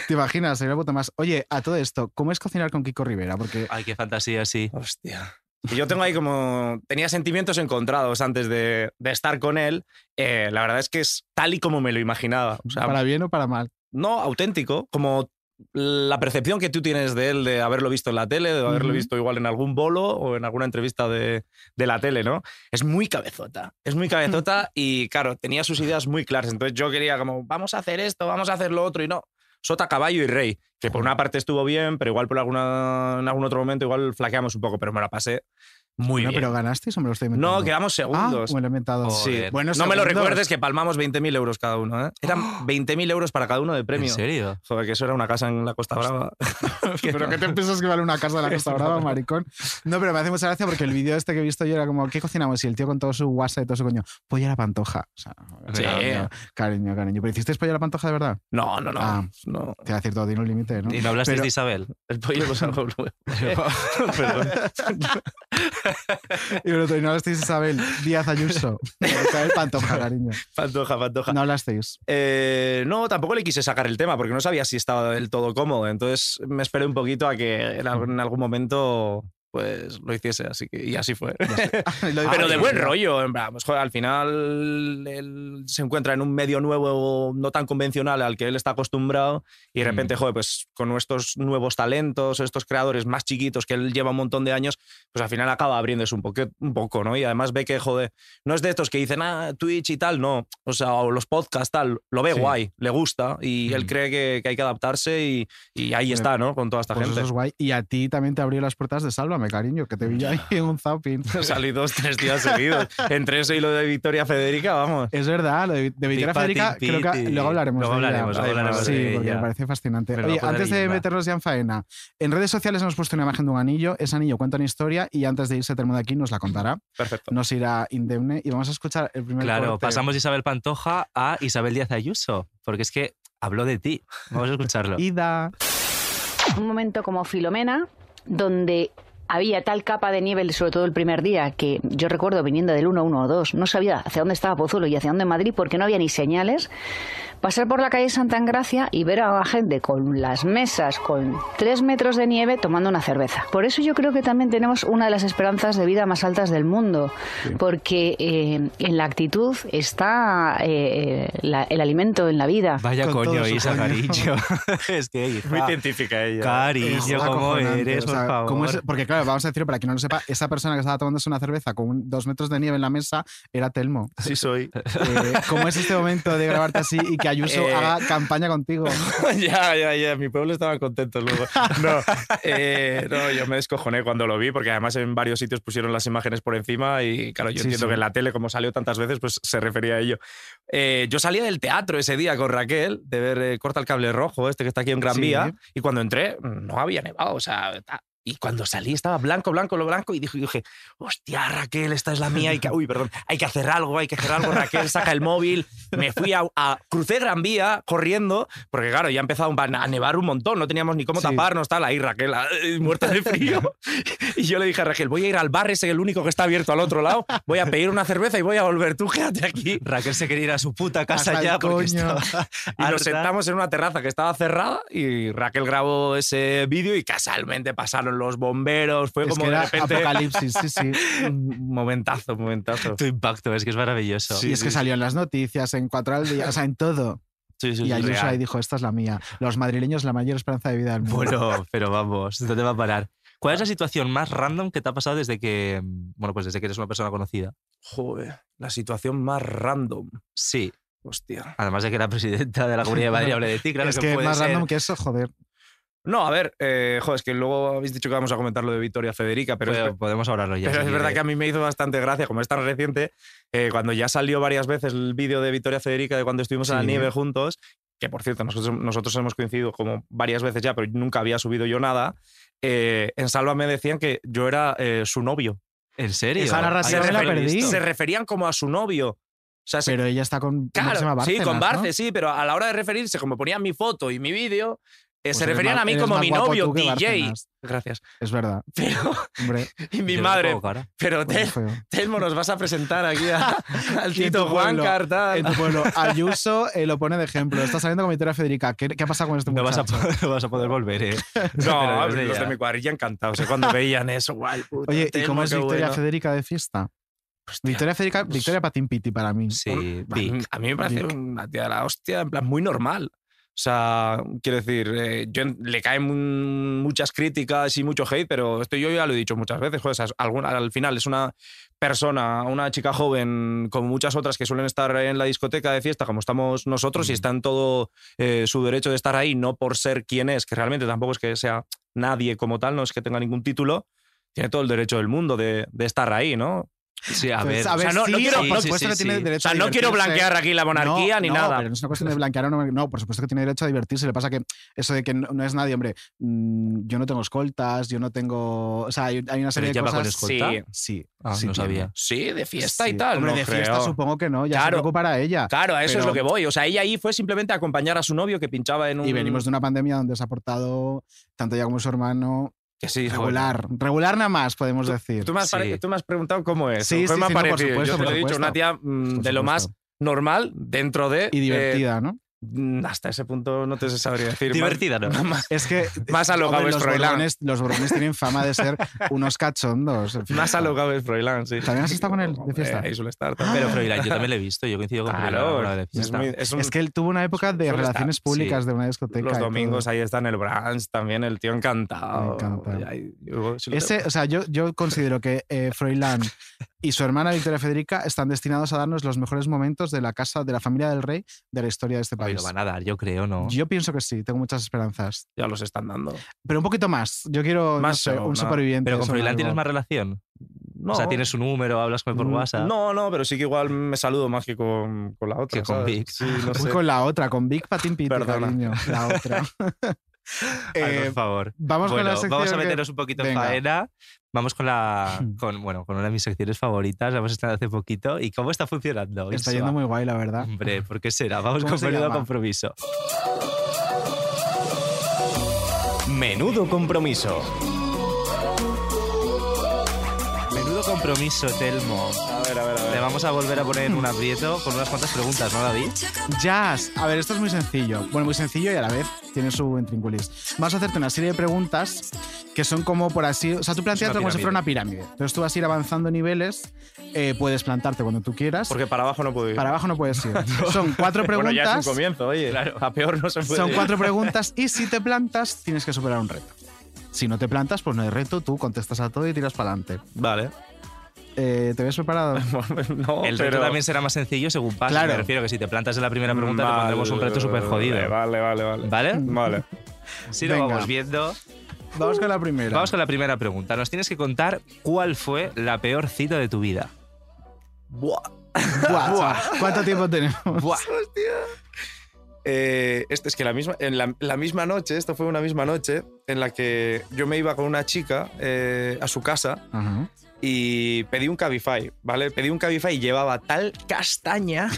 Speaker 2: Te imaginas, sería la puta más. Oye, a todo esto, ¿cómo es cocinar con Kiko Rivera? Porque
Speaker 3: Ay, qué fantasía, sí.
Speaker 10: Hostia. Y yo tengo ahí como... Tenía sentimientos encontrados antes de, de estar con él. Eh, la verdad es que es tal y como me lo imaginaba. O sea,
Speaker 2: para bien o para mal.
Speaker 10: no auténtico, como la percepción que tú tienes de él de haberlo visto en la tele, de haberlo
Speaker 2: Ujú.
Speaker 10: visto igual en algún bolo o en alguna entrevista de, de la tele, ¿no? Es muy cabezota, es muy cabezota y claro, tenía sus ideas muy claras, entonces yo quería como, vamos a hacer esto, vamos a hacer lo otro y no. Sota, caballo y rey, que por una parte estuvo bien, pero igual por alguna, en algún otro momento igual flaqueamos un poco, pero me la pasé muy
Speaker 2: no,
Speaker 10: bien.
Speaker 2: pero ganasteis o me lo estoy inventando.
Speaker 10: No, quedamos
Speaker 2: Ah,
Speaker 10: segundos.
Speaker 2: me lo he inventado.
Speaker 10: Sí.
Speaker 2: Bueno,
Speaker 10: no me lo
Speaker 2: segundos.
Speaker 10: recuerdes que palmamos 20.000 euros cada uno. ¿eh? Eran 20.000 euros para cada uno de premio.
Speaker 3: ¿En serio?
Speaker 10: Joder, que eso era una casa en la Costa Brava.
Speaker 2: ¿Pero qué te piensas que vale una casa de la Costa Brava, maricón? No, pero me hace mucha gracia porque el vídeo este que he visto yo era como, ¿qué cocinamos? Y el tío con todo su WhatsApp y todo su coño, pollo a la pantoja. O sea,
Speaker 10: Sí.
Speaker 2: cariño, cariño, cariño. ¿Pero hicisteis pollo a la pantoja de verdad?
Speaker 10: No, no, no.
Speaker 2: Ah.
Speaker 10: no.
Speaker 2: Te va a decir todo, tiene un límite, ¿no?
Speaker 3: ¿Y no hablasteis
Speaker 2: Pero-
Speaker 3: de Isabel?
Speaker 10: El pollo lo salgo luego. Perdón.
Speaker 2: Y el otro, y no hablasteis de Isabel Díaz Ayuso. Isabel Pantoja, cariño.
Speaker 10: Pantoja, pantoja.
Speaker 2: No hablasteis.
Speaker 10: Eh, no, tampoco le quise sacar el tema porque no sabía si estaba del todo cómodo. Entonces me esperé un poquito a que en algún, en algún momento pues lo hiciese así que y así fue
Speaker 2: Ah,
Speaker 10: pero de buen rollo en plan, pues, joder, al final él se encuentra en un medio nuevo no tan convencional al que él está acostumbrado y
Speaker 2: Mm.
Speaker 10: de repente joder pues con estos nuevos talentos estos creadores más chiquitos que él lleva un montón de años pues al final acaba abriéndose un, poque- un poco no y además ve que joder no es de estos que dicen ah Twitch y tal no o sea o los podcasts tal lo ve
Speaker 2: Sí. Mm.
Speaker 10: guay le gusta y él cree que, que hay que adaptarse y, y ahí
Speaker 2: Hombre,
Speaker 10: está no con toda esta
Speaker 2: Pues
Speaker 10: gente
Speaker 2: eso es guay. Y a ti también te abrió las puertas de Sálvame, cariño, que te vi yo ahí en un zapping.
Speaker 10: Salí dos, tres días seguidos. Entre eso y lo de Victoria Federica, vamos.
Speaker 2: Es verdad, lo de, de Victoria
Speaker 10: Ti, pa,
Speaker 2: Federica,
Speaker 10: ti,
Speaker 2: creo que
Speaker 10: ti, ti.
Speaker 2: luego hablaremos
Speaker 10: Luego
Speaker 2: de ella.
Speaker 10: hablaremos, luego hablaremos
Speaker 2: Sí,
Speaker 10: de
Speaker 2: porque
Speaker 10: ella.
Speaker 2: me parece fascinante.
Speaker 10: Pero
Speaker 2: Oye,
Speaker 10: vamos a
Speaker 2: antes de
Speaker 10: Limba.
Speaker 2: meternos ya en faena, en redes sociales hemos puesto una imagen de un anillo, ese anillo cuenta una historia y antes de irse Termo de aquí nos la contará,
Speaker 10: Perfecto.
Speaker 2: nos irá indemne y vamos a escuchar el primer
Speaker 3: Claro,
Speaker 2: corte.
Speaker 3: pasamos de Isabel Pantoja a Isabel Díaz Ayuso, porque es que habló de ti. Vamos a escucharlo.
Speaker 2: Ida.
Speaker 11: un momento como Filomena, donde había tal capa de nieve, sobre todo el primer día, que yo recuerdo viniendo del 1 1 o 2, no sabía hacia dónde estaba Pozuelo y hacia dónde Madrid porque no había ni señales. Pasar por la calle Santa Engracia y ver a la gente con las mesas, con tres metros de nieve tomando una cerveza. Por eso yo creo que también tenemos una de las esperanzas de vida más altas del mundo, porque eh, en la actitud está eh, eh, la- el alimento en la vida.
Speaker 3: Vaya
Speaker 2: Con todo
Speaker 3: coño,
Speaker 2: su
Speaker 3: Isa,
Speaker 2: coño.
Speaker 3: cariño. es que, hija,
Speaker 2: Ah,
Speaker 10: Muy científica ella.
Speaker 3: Cariño,
Speaker 2: Es
Speaker 3: ¿cómo
Speaker 2: acojonante,
Speaker 3: eres,
Speaker 2: o sea,
Speaker 3: por favor?
Speaker 2: ¿cómo es? Porque claro, vamos a decirlo para quien no lo sepa, esa persona que estaba tomándose una cerveza con un- dos metros de nieve en la mesa era Telmo.
Speaker 10: Sí, soy.
Speaker 2: Eh, ¿Cómo es este momento de grabarte así y que Ayuso
Speaker 10: Eh.
Speaker 2: haga campaña contigo?
Speaker 10: ya, ya, ya. Mi pueblo estaba contento luego. No, eh, no, yo me descojoné cuando lo vi, porque además en varios sitios pusieron las imágenes por encima y, claro,
Speaker 2: Sí,
Speaker 10: yo entiendo
Speaker 2: sí.
Speaker 10: que en la tele, como salió tantas veces, pues se refería a ello. Eh, yo salía del teatro ese día con Raquel de ver eh, Corta el Cable Rojo, este que está aquí en Gran
Speaker 2: Sí.
Speaker 10: Vía, y cuando entré no había nevado, o sea... ta- Y cuando salí estaba blanco, blanco, lo blanco, y dije, dije, hostia, Raquel, esta es la mía, hay que, uy, perdón, hay que hacer algo, hay que hacer algo, Raquel, saca el móvil, me fui a, a- crucé Gran Vía corriendo, porque claro, ya empezaba un- a nevar un montón, no teníamos ni cómo
Speaker 2: Sí.
Speaker 10: taparnos, tal, ahí Raquel, ah, muerta de frío, y yo le dije a Raquel, voy a ir al bar ese, el único que está abierto al otro lado, voy a pedir una cerveza y voy a volver, tú quédate aquí.
Speaker 3: Raquel se quería ir a su puta casa
Speaker 2: Hasta el
Speaker 3: ya porque
Speaker 2: coño.
Speaker 3: estaba
Speaker 10: Y nos
Speaker 3: harta.
Speaker 10: sentamos en una terraza que estaba cerrada y Raquel grabó ese vídeo y casualmente pasaron los bomberos. Fue
Speaker 2: Es
Speaker 10: como
Speaker 2: que
Speaker 10: de
Speaker 2: era
Speaker 10: repente.
Speaker 2: apocalipsis, sí, sí.
Speaker 10: Un momentazo, un momentazo.
Speaker 3: Tu impacto, es que es maravilloso.
Speaker 2: y es que salió en las noticias, en cuatro al día, o sea, en todo.
Speaker 10: Sí, sí,
Speaker 2: Y
Speaker 10: sí,
Speaker 2: Ayuso
Speaker 10: real.
Speaker 2: ahí dijo, esta es la mía. Los madrileños, la mayor esperanza de vida del mundo.
Speaker 3: Bueno, pero vamos, ¿dónde va a parar? ¿Cuál es la situación más random que te ha pasado desde que, bueno, pues desde que eres una persona conocida?
Speaker 10: Joder, la situación más random.
Speaker 3: Sí.
Speaker 10: Hostia.
Speaker 3: Además de que la presidenta de la Comunidad de Madrid hable de ti, claro
Speaker 2: es
Speaker 3: que,
Speaker 2: que
Speaker 3: puede
Speaker 2: más
Speaker 3: ser.
Speaker 2: random que eso, joder.
Speaker 10: No, a ver, eh, joder, es que luego habéis dicho que vamos a comentar lo de Victoria Federica, pero,
Speaker 3: Pero
Speaker 10: es, ver-
Speaker 3: podemos hablarlo ya.
Speaker 10: pero
Speaker 3: si
Speaker 10: es verdad
Speaker 3: quieres.
Speaker 10: que a mí me hizo bastante gracia, como es tan reciente, eh, cuando ya salió varias veces el vídeo de Victoria Federica de cuando estuvimos en la
Speaker 3: Sí.
Speaker 10: nieve juntos, que por cierto, nosotros, nosotros hemos coincidido como varias veces ya, pero nunca había subido yo nada, eh, en Salva me decían que yo era eh, su novio.
Speaker 3: ¿En serio? Ah,
Speaker 2: Esa narración
Speaker 10: se,
Speaker 2: me la
Speaker 10: refer-
Speaker 2: perdí.
Speaker 10: se referían como a su novio. O sea, se-
Speaker 2: Pero ella está con. ¿cómo
Speaker 10: Claro,
Speaker 2: se llama?
Speaker 10: sí, con
Speaker 2: Bárcenas,
Speaker 10: Barce,
Speaker 2: ¿no?
Speaker 10: sí, pero a la hora de referirse, como ponían mi foto y mi vídeo, eh,
Speaker 2: Pues
Speaker 10: se
Speaker 2: eres
Speaker 10: referían
Speaker 2: más-
Speaker 10: a mí
Speaker 2: eres
Speaker 10: como
Speaker 2: más
Speaker 10: mi
Speaker 2: guapo tú
Speaker 10: novio,
Speaker 2: que
Speaker 10: DJ.
Speaker 2: Bárcenas.
Speaker 10: Gracias.
Speaker 2: Es verdad.
Speaker 10: Pero,
Speaker 2: Hombre.
Speaker 10: y mi
Speaker 3: Yo no
Speaker 10: madre.
Speaker 3: puedo, cara.
Speaker 10: Pero
Speaker 2: Bueno,
Speaker 10: Tel-
Speaker 2: feo.
Speaker 10: Telmo, nos vas a presentar aquí a- al
Speaker 2: Y en
Speaker 10: Tito
Speaker 2: tu pueblo,
Speaker 10: Juan Cartal.
Speaker 2: En tu pueblo. Ayuso eh, lo pone de ejemplo. Está saliendo con Victoria Federica. ¿Qué, qué ha pasado con este
Speaker 3: No vas, a
Speaker 2: muchacho?
Speaker 3: poder, no vas a poder volver, ¿eh? Pero
Speaker 10: No,
Speaker 3: desde
Speaker 10: los
Speaker 3: ya.
Speaker 10: de mi cuadrilla encantados. ¿eh? Cuando veían eso, guay, puta,
Speaker 2: Oye, ¿y
Speaker 10: Telmo,
Speaker 2: cómo es
Speaker 10: qué
Speaker 2: Victoria
Speaker 10: bueno. Pues
Speaker 2: Federica de fiesta? Victoria Federica, Victoria Patín Piti para mí.
Speaker 3: Sí,
Speaker 10: A mí-
Speaker 3: Vic.
Speaker 10: A mí me parece
Speaker 2: Dick.
Speaker 10: una tía de la hostia, en plan, muy normal. O sea, quiero decir, eh, yo en- le caen un- muchas críticas y mucho hate, pero esto yo ya lo he dicho muchas veces. joder, o sea, es alguna- al final es una persona, una chica joven, como muchas otras que suelen estar en la discoteca de fiesta, como estamos nosotros,
Speaker 3: Mm.
Speaker 10: y está en todo eh, su derecho de estar ahí, no por ser quien es, que realmente tampoco es que sea nadie como tal, no es que tenga ningún título, tiene todo el derecho del mundo de, de estar ahí, ¿no?
Speaker 3: Sí, a
Speaker 2: Pues,
Speaker 3: ver.
Speaker 2: a
Speaker 10: o sea,
Speaker 2: ver,
Speaker 10: no- no
Speaker 2: sí,
Speaker 10: quiero-
Speaker 2: por
Speaker 3: sí, sí,
Speaker 2: supuesto que tiene
Speaker 3: sí.
Speaker 2: derecho
Speaker 10: O sea,
Speaker 2: a
Speaker 10: no quiero
Speaker 2: divertirse.
Speaker 10: blanquear aquí la monarquía
Speaker 2: No,
Speaker 10: ni
Speaker 2: no,
Speaker 10: nada.
Speaker 2: pero no es una cuestión de blanquear o no. No, por supuesto que tiene derecho a divertirse. Le pasa que eso de que no, no es nadie, hombre, mm, yo no tengo escoltas, yo no tengo. O sea, hay, hay una serie
Speaker 3: ya
Speaker 2: de
Speaker 3: va con
Speaker 2: cosas.
Speaker 3: escolta?
Speaker 10: Sí.
Speaker 2: Sí,
Speaker 3: Ah,
Speaker 2: sí
Speaker 3: no
Speaker 2: tiene.
Speaker 3: sabía.
Speaker 10: Sí, de fiesta y
Speaker 2: Sí.
Speaker 10: tal.
Speaker 2: Hombre,
Speaker 10: no
Speaker 2: de
Speaker 10: creo.
Speaker 2: fiesta supongo que no, ya
Speaker 10: Claro.
Speaker 2: se preocupará ella.
Speaker 10: Claro, a eso es
Speaker 2: Pero-
Speaker 10: lo que voy. O sea, ella ahí fue simplemente a acompañar a su novio que pinchaba en un.
Speaker 2: Y venimos de una pandemia donde se ha portado tanto ella como su hermano
Speaker 10: Que sí, joder.
Speaker 2: regular. Regular nada más, podemos decir.
Speaker 10: Tú me, has
Speaker 3: Sí.
Speaker 10: pare- tú me has preguntado cómo es.
Speaker 2: Sí,
Speaker 10: ¿Cómo
Speaker 2: sí,
Speaker 10: me ha
Speaker 2: sí, no, por
Speaker 10: parecido?
Speaker 2: supuesto,
Speaker 10: Yo te
Speaker 2: por
Speaker 10: lo he dicho,
Speaker 2: supuesto.
Speaker 10: una tía mm, de
Speaker 2: Por
Speaker 10: lo más
Speaker 2: supuesto.
Speaker 10: normal dentro de.
Speaker 2: Y
Speaker 10: eh,
Speaker 2: divertida, ¿no?
Speaker 10: mm, hasta ese punto no te sabría decir.
Speaker 3: Divertida, ¿no?
Speaker 10: Más,
Speaker 2: Es que
Speaker 10: más alocado
Speaker 2: hombre,
Speaker 10: es
Speaker 2: los,
Speaker 10: Froilán.
Speaker 2: borbones, los borbones tienen fama de ser unos cachondos. en fin.
Speaker 10: Más alocado es Froilán, sí.
Speaker 2: ¿También has estado con él de
Speaker 10: Hombre,
Speaker 2: fiesta? Ah.
Speaker 10: Ahí suele estar.
Speaker 3: Pero Froilán, yo también lo he visto. Yo coincido con Froilán alguna
Speaker 10: Claro,
Speaker 3: vez.
Speaker 10: es, muy- es un-
Speaker 2: Es que él tuvo una época de
Speaker 10: Suele
Speaker 2: relaciones
Speaker 10: estar, sí.
Speaker 2: públicas de una discoteca. y
Speaker 10: los
Speaker 2: todo.
Speaker 10: domingos ahí está en el brunch también, el tío encantado.
Speaker 2: Me encanta.
Speaker 10: Y ahí- yo- si lo
Speaker 2: Ese, o sea, yo, yo considero que eh, Froilán y su hermana Victoria Federica están destinados a darnos los mejores momentos de la casa de la familia del rey de la historia de este
Speaker 3: Ay,
Speaker 2: país.
Speaker 3: lo van a dar, yo creo, ¿no?
Speaker 2: Yo pienso que sí, tengo muchas esperanzas.
Speaker 10: ya los están dando.
Speaker 2: Pero un poquito más. Yo quiero no
Speaker 10: Más
Speaker 2: sé,
Speaker 10: show,
Speaker 2: un
Speaker 10: ¿no?
Speaker 2: superviviente.
Speaker 3: Pero con
Speaker 2: sobre
Speaker 3: Froilán
Speaker 2: algo.
Speaker 3: tienes más relación.
Speaker 10: No.
Speaker 3: O sea, tienes su número, hablas con él por
Speaker 10: Mm,
Speaker 3: WhatsApp.
Speaker 10: No, no, pero sí que igual me saludo más que con, con la otra.
Speaker 3: Que con
Speaker 10: ¿sabes?
Speaker 3: Vic.
Speaker 10: Sí, no
Speaker 2: Voy
Speaker 10: sé.
Speaker 2: con la otra, con Big Patin Piti,
Speaker 10: Perdona.
Speaker 2: cariño. La otra.
Speaker 3: Ay,
Speaker 2: Eh,
Speaker 3: por favor.
Speaker 2: Vamos
Speaker 3: Bueno,
Speaker 2: con la sección.
Speaker 3: vamos a
Speaker 2: que-
Speaker 3: meternos un poquito
Speaker 2: Venga.
Speaker 3: en faena. Vamos con la con, bueno, con una de mis secciones favoritas. La hemos estado hace poquito. ¿Y cómo está funcionando?
Speaker 2: Está
Speaker 3: Insua?
Speaker 2: yendo muy guay, la verdad.
Speaker 3: Hombre, ¿por qué será? Vamos
Speaker 2: ¿Cómo
Speaker 3: con
Speaker 2: se
Speaker 3: menudo
Speaker 2: llama?
Speaker 3: compromiso.
Speaker 1: Menudo compromiso.
Speaker 3: Menudo compromiso, Telmo.
Speaker 10: A ver, a ver, a
Speaker 3: Le
Speaker 10: ver.
Speaker 3: vamos a volver a poner en un aprieto con unas cuantas preguntas, ¿no, David?
Speaker 2: Jazz. A ver, esto es muy sencillo. Bueno, muy sencillo y a la vez tiene su intrínculis. Vas a hacerte una serie de preguntas que son como por así. O sea, tú planteas como si fuera una pirámide. Entonces tú vas a ir avanzando niveles. eh, puedes plantarte cuando tú quieras.
Speaker 10: Porque para abajo no puedo ir.
Speaker 2: Para abajo no puedes ir. Son cuatro
Speaker 10: bueno,
Speaker 2: preguntas.
Speaker 10: ya es un comienzo, oye. A peor no se puede
Speaker 2: Son
Speaker 10: ir.
Speaker 2: cuatro preguntas y si te plantas, tienes que superar un reto. Si no te plantas, pues no hay reto, tú contestas a todo y tiras para adelante.
Speaker 10: Vale.
Speaker 2: Eh, ¿Te ves preparado?
Speaker 10: no,
Speaker 3: El reto
Speaker 10: pero-
Speaker 3: también será más sencillo según pase.
Speaker 2: Claro.
Speaker 3: Me refiero que si te plantas en la primera pregunta te pondremos un reto súper jodido.
Speaker 10: Vale, vale, vale.
Speaker 3: ¿Vale?
Speaker 10: Vale.
Speaker 3: Sí, lo
Speaker 2: Mm. Venga.
Speaker 3: vamos viendo.
Speaker 2: Vamos con la primera.
Speaker 3: Vamos con la primera pregunta. Nos tienes que contar cuál fue la peor cita de tu vida.
Speaker 2: Buah, ¿Cuánto tiempo tenemos?
Speaker 10: Eh, este es que la misma, en la, la misma noche, esto fue una misma noche en la que yo me iba con una chica eh, a su casa
Speaker 2: Ajá.
Speaker 10: y pedí un Cabify, ¿vale? Pedí un Cabify y llevaba tal castaña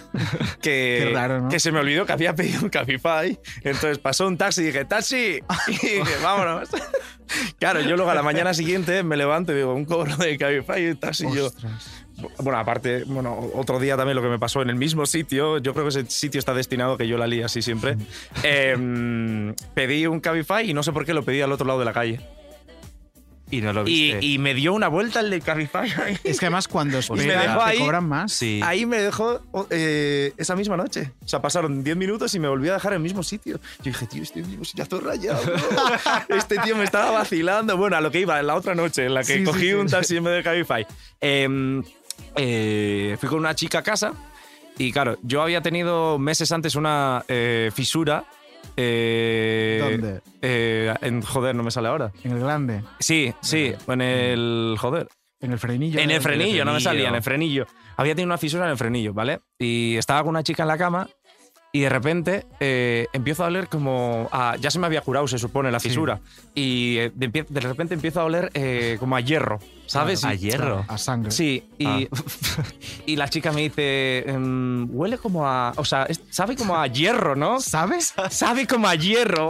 Speaker 10: que,
Speaker 2: Qué raro, ¿no?
Speaker 10: que se me olvidó que había pedido un Cabify. Entonces pasó un taxi y dije, ¡Taxi! Y dije, vámonos. Claro, yo luego a la mañana siguiente me levanto y digo, un cobro de Cabify y un taxi. Y yo,
Speaker 2: Ostras.
Speaker 10: bueno, aparte, bueno, otro día también lo que me pasó en el mismo sitio, yo creo que ese sitio está destinado a que yo la líe así siempre. Em, pedí un Cabify y no sé por qué lo pedí al otro lado de la calle.
Speaker 3: Y no lo
Speaker 10: Y,
Speaker 3: viste.
Speaker 10: y me dio una vuelta el de Cabify.
Speaker 2: Es que además cuando es
Speaker 10: me dejó Pues ahí,
Speaker 2: más.
Speaker 10: Ahí me dejó eh, esa misma noche. O sea, pasaron 10 minutos y me volví a dejar en el mismo sitio. Yo dije, tío, este tío ya todo rayado. este tío me estaba vacilando. Bueno, a lo que iba, la otra noche, en la que
Speaker 8: Sí, sí,
Speaker 10: cogí
Speaker 8: sí.
Speaker 10: un taxi en vez de Cabify. Eh, eh, fui con una chica a casa y claro, yo había tenido meses antes una eh, fisura. eh,
Speaker 2: ¿Dónde?
Speaker 10: eh, en, joder, no me sale ahora.
Speaker 2: En el grande.
Speaker 10: Sí, sí, en el. Joder.
Speaker 2: En el frenillo.
Speaker 10: En el frenillo, no me salía, en el
Speaker 2: frenillo.
Speaker 10: frenillo. Había tenido una fisura en el frenillo, ¿vale? Y estaba con una chica en la cama y de repente eh, empiezo a oler como. a- ya se me había curado, se supone, la fisura. Y eh, de, empie- de repente empiezo a oler eh, como a hierro, ¿sabes?
Speaker 3: Claro.
Speaker 10: Y-
Speaker 3: A hierro.
Speaker 2: A sangre.
Speaker 10: Sí, y,
Speaker 3: Ah.
Speaker 10: y la chica me dice. em, huele como a. O sea, es- sabe como a hierro, ¿no?
Speaker 2: ¿Sabes?
Speaker 10: Sabe como a hierro.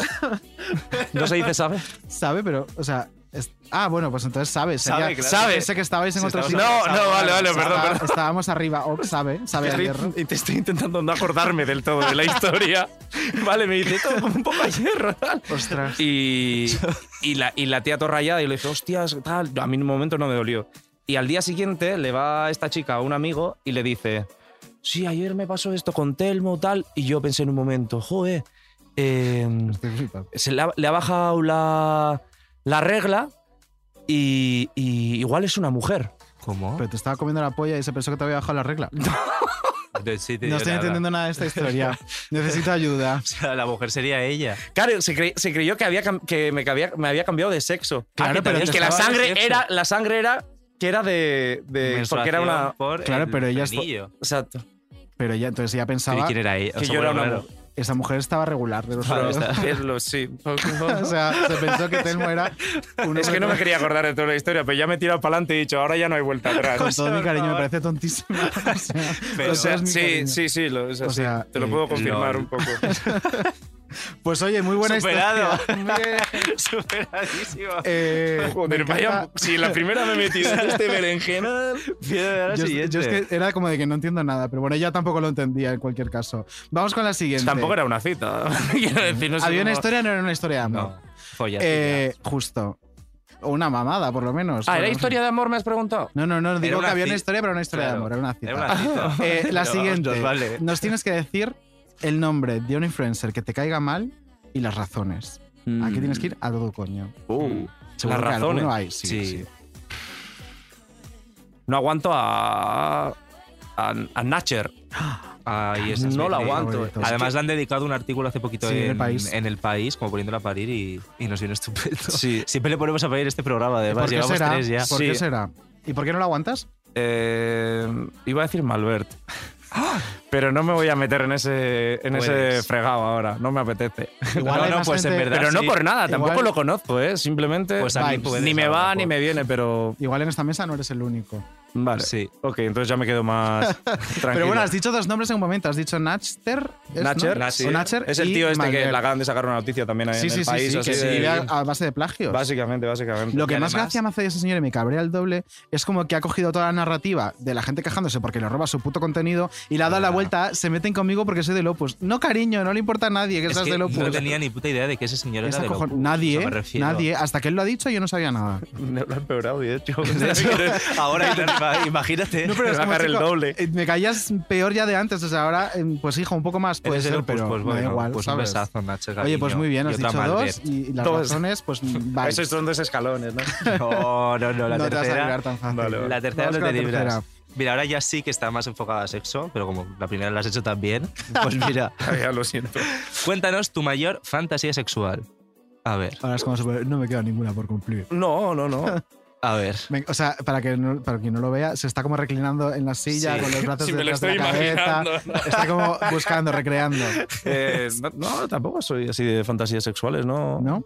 Speaker 10: No se dice sabe.
Speaker 2: Sabe, pero, o o sea, es- ah, bueno, pues entonces sabe. sería-
Speaker 10: Sabe, claro. Sabe.
Speaker 2: Pensé que estabais en
Speaker 10: Sí,
Speaker 2: otro
Speaker 10: estamos
Speaker 2: sitio.
Speaker 10: hablando de No, no, sabe, oh, vale, vale,
Speaker 2: Estaba-
Speaker 10: perdón, perdón.
Speaker 2: Estábamos arriba, o sabe, sabe a
Speaker 10: Estoy-
Speaker 2: hierro.
Speaker 10: y Te estoy intentando no acordarme del todo de la historia. Vale, me dice, toma un poco a hierro. tal".
Speaker 2: Ostras.
Speaker 10: Y, y la, y la tía todo rayada y le dije, hostias, tal. A mí en un momento no me dolió. Y al día siguiente le va esta chica a un amigo y le dice, sí, ayer me pasó esto con Telmo, tal. Y yo pensé en un momento, joder, eh, se le, ha, le ha bajado la, la regla y, y igual es una mujer.
Speaker 3: ¿Cómo?
Speaker 2: Pero te estaba comiendo la polla y se pensó que te había bajado la regla.
Speaker 3: Sí, te digo
Speaker 2: No estoy
Speaker 3: nada.
Speaker 2: entendiendo nada de esta historia. Necesito ayuda.
Speaker 3: O sea, la mujer sería ella.
Speaker 10: Claro, se, cre- se creyó que, había cam- que me, había, me había cambiado de sexo.
Speaker 2: Claro,
Speaker 10: Ah, que
Speaker 2: pero
Speaker 10: también-
Speaker 2: te
Speaker 10: que la
Speaker 2: estaba de
Speaker 10: sangre
Speaker 2: sexo.
Speaker 10: era la sangre era que era de, de-
Speaker 2: Menstruación
Speaker 10: porque era una
Speaker 2: por Claro, el pero ella es- frenillo.
Speaker 10: Exacto.
Speaker 2: Pero ya, entonces ya pensaba.
Speaker 10: ¿Y quién era ella? O Que sea, yo era bueno, una claro.
Speaker 2: Esa mujer estaba regular de los
Speaker 10: Claro,
Speaker 2: suelos.
Speaker 10: está- es lo- sí.
Speaker 2: O sea, se pensó que Telmo era. un
Speaker 10: Es que no
Speaker 2: hombre-
Speaker 10: me quería acordar de toda la historia, pero ya me he tirado para adelante y he dicho, ahora ya no hay vuelta atrás.
Speaker 2: Con todo mi cariño, me parece tontísimo. O sea,
Speaker 10: Pero-
Speaker 2: con
Speaker 10: o sea,
Speaker 2: todo mi
Speaker 10: sí,
Speaker 2: cariño.
Speaker 10: sí, sí, lo- o sea,
Speaker 2: O
Speaker 10: sí,
Speaker 2: sea,
Speaker 10: te lo
Speaker 2: eh,
Speaker 10: puedo confirmar
Speaker 2: lol.
Speaker 10: un poco.
Speaker 2: Pues oye, muy buena
Speaker 10: Superado.
Speaker 2: historia. Muy bien.
Speaker 10: Superadísimo.
Speaker 2: Eh,
Speaker 10: Joder,
Speaker 2: me
Speaker 10: vaya-
Speaker 2: encanta.
Speaker 10: si la primera me he metido en este berenjenal, piedra la
Speaker 2: Yo,
Speaker 10: siguiente.
Speaker 2: yo es que era como de que no entiendo nada, pero bueno, ella tampoco lo entendía en cualquier caso. Vamos con la siguiente.
Speaker 10: Tampoco era una cita. Quiero decir, no sé
Speaker 2: Había una
Speaker 10: cómo-
Speaker 2: historia, no era una historia de amor.
Speaker 3: Follas,
Speaker 2: Eh, justo. O una mamada, por lo menos.
Speaker 10: Ah,
Speaker 2: Bueno,
Speaker 10: ¿era
Speaker 2: no sé.
Speaker 10: historia de amor me has preguntado?
Speaker 2: No, no, no, digo
Speaker 10: una
Speaker 2: que había
Speaker 10: ci-
Speaker 2: una historia, pero era una historia de
Speaker 10: Claro,
Speaker 2: amor, era una cita.
Speaker 10: era una cita.
Speaker 2: Eh, la
Speaker 10: Pero
Speaker 2: siguiente.
Speaker 10: nos
Speaker 2: Nos,
Speaker 10: vale.
Speaker 2: tienes que decir el nombre de un influencer que te caiga mal y las razones. Aquí tienes que ir a todo coño.
Speaker 10: Uh,
Speaker 2: Seguro
Speaker 10: Mm. las
Speaker 2: que
Speaker 10: razones.
Speaker 2: alguno hay, sí, sí.
Speaker 10: No aguanto a. a, a Natcher.
Speaker 3: Ay, esa es
Speaker 10: No
Speaker 3: mi
Speaker 10: la
Speaker 3: ley.
Speaker 10: aguanto.
Speaker 3: Además,
Speaker 10: Es
Speaker 3: le han dedicado un artículo hace poquito
Speaker 10: Sí, en
Speaker 3: en,
Speaker 10: El
Speaker 3: en el país.
Speaker 10: País.
Speaker 3: como poniéndola a parir y, y nos viene estupendo. Siempre le ponemos a parir este programa,
Speaker 2: ¿Por
Speaker 3: además.
Speaker 2: qué
Speaker 3: Llevamos
Speaker 2: será?
Speaker 3: tres ya.
Speaker 2: ¿Por qué será? ¿Y por qué no lo aguantas?
Speaker 10: Eh, iba a decir Malbert. Pero no me voy a meter en ese, en ese
Speaker 3: Puedes.
Speaker 10: fregado ahora. No me apetece.
Speaker 3: Igual No, hay no, más pues en gente- verdad
Speaker 10: Pero no
Speaker 3: sí.
Speaker 10: por nada, tampoco
Speaker 3: Igual-
Speaker 10: lo conozco, ¿eh? Simplemente.
Speaker 3: Pues a mí puedes,
Speaker 10: ni me
Speaker 3: a lo
Speaker 10: va
Speaker 3: mejor.
Speaker 10: ni me viene, pero.
Speaker 2: Igual en esta mesa no eres el único.
Speaker 10: Vale. Sí. Ok, entonces ya me quedo más tranquilo.
Speaker 2: Pero bueno, has dicho dos nombres en un momento. Has dicho Natcher. ¿es,
Speaker 10: Nacher,
Speaker 2: no?
Speaker 10: sí.
Speaker 2: O Natcher
Speaker 10: es el
Speaker 2: y
Speaker 10: tío este que
Speaker 2: Malver.
Speaker 10: le acaban de sacar una noticia también ahí
Speaker 2: Sí,
Speaker 10: en
Speaker 2: sí,
Speaker 10: el
Speaker 2: sí,
Speaker 10: país.
Speaker 2: sí,
Speaker 10: así
Speaker 2: que se
Speaker 10: de-
Speaker 2: vive a, a base de plagios.
Speaker 10: Básicamente, básicamente.
Speaker 2: Lo que más gracia me hace de ese señor y me cabrea el doble es como que ha cogido toda la narrativa de la gente quejándose porque le roba su puto contenido y le ha dado la vuelta, a, se meten conmigo porque soy de Opus. No, cariño, no le importa a nadie que
Speaker 3: Es
Speaker 2: seas
Speaker 3: que
Speaker 2: de Opus.
Speaker 3: no tenía ni puta idea de que ese señor
Speaker 2: Es
Speaker 3: era de
Speaker 2: acojo-
Speaker 3: Opus, o
Speaker 2: nadie,
Speaker 3: sea, me
Speaker 2: eh,
Speaker 3: refiero.
Speaker 2: nadie. Hasta que él lo ha dicho, yo no sabía nada.
Speaker 10: Lo ha empeorado, de hecho.
Speaker 3: Ahora, imag- imagínate.
Speaker 2: No, pero es
Speaker 3: Va a
Speaker 2: como,
Speaker 3: caer
Speaker 2: chico, eh, Me callas peor ya de antes. O sea, ahora, eh, pues hijo, un poco más puede
Speaker 3: Eres de
Speaker 2: ser,
Speaker 3: Opus,
Speaker 2: pero
Speaker 3: pues
Speaker 2: me da
Speaker 3: bueno,
Speaker 2: igual,
Speaker 3: pues un
Speaker 2: ¿sabes?
Speaker 3: besazo, Nacho,
Speaker 2: Oye, pues
Speaker 3: cariño,
Speaker 2: muy bien,
Speaker 3: y
Speaker 2: has
Speaker 3: otra
Speaker 2: dicho
Speaker 3: Malbert.
Speaker 2: dos y, y las
Speaker 3: Dos.
Speaker 2: razones, pues vale.
Speaker 10: Esos son dos escalones, ¿no?
Speaker 3: No, no, no. La
Speaker 2: No te vas a
Speaker 3: tercera.
Speaker 2: librar tan fácil.
Speaker 3: Vale, vale. La tercera
Speaker 2: Vamos
Speaker 3: no
Speaker 2: con
Speaker 3: te
Speaker 2: la
Speaker 3: libras.
Speaker 2: tercera.
Speaker 3: Mira, ahora ya sí que está más enfocada a sexo, pero como la primera la has hecho también, pues mira.
Speaker 10: ya lo siento.
Speaker 3: Cuéntanos tu mayor fantasía sexual. A ver.
Speaker 2: Ahora es como super- no me queda ninguna por cumplir.
Speaker 10: No, no, no.
Speaker 3: A ver.
Speaker 2: Me- O sea, para, que no- para quien no lo vea, se está como reclinando en la silla
Speaker 10: Sí.
Speaker 2: con los brazos
Speaker 10: Sí, me lo
Speaker 2: detrás de la
Speaker 10: estoy
Speaker 2: cabeza.
Speaker 10: imaginando.
Speaker 2: Está como buscando, recreando.
Speaker 10: Eh, no, no, tampoco soy así de fantasías sexuales, ¿no?
Speaker 2: ¿No?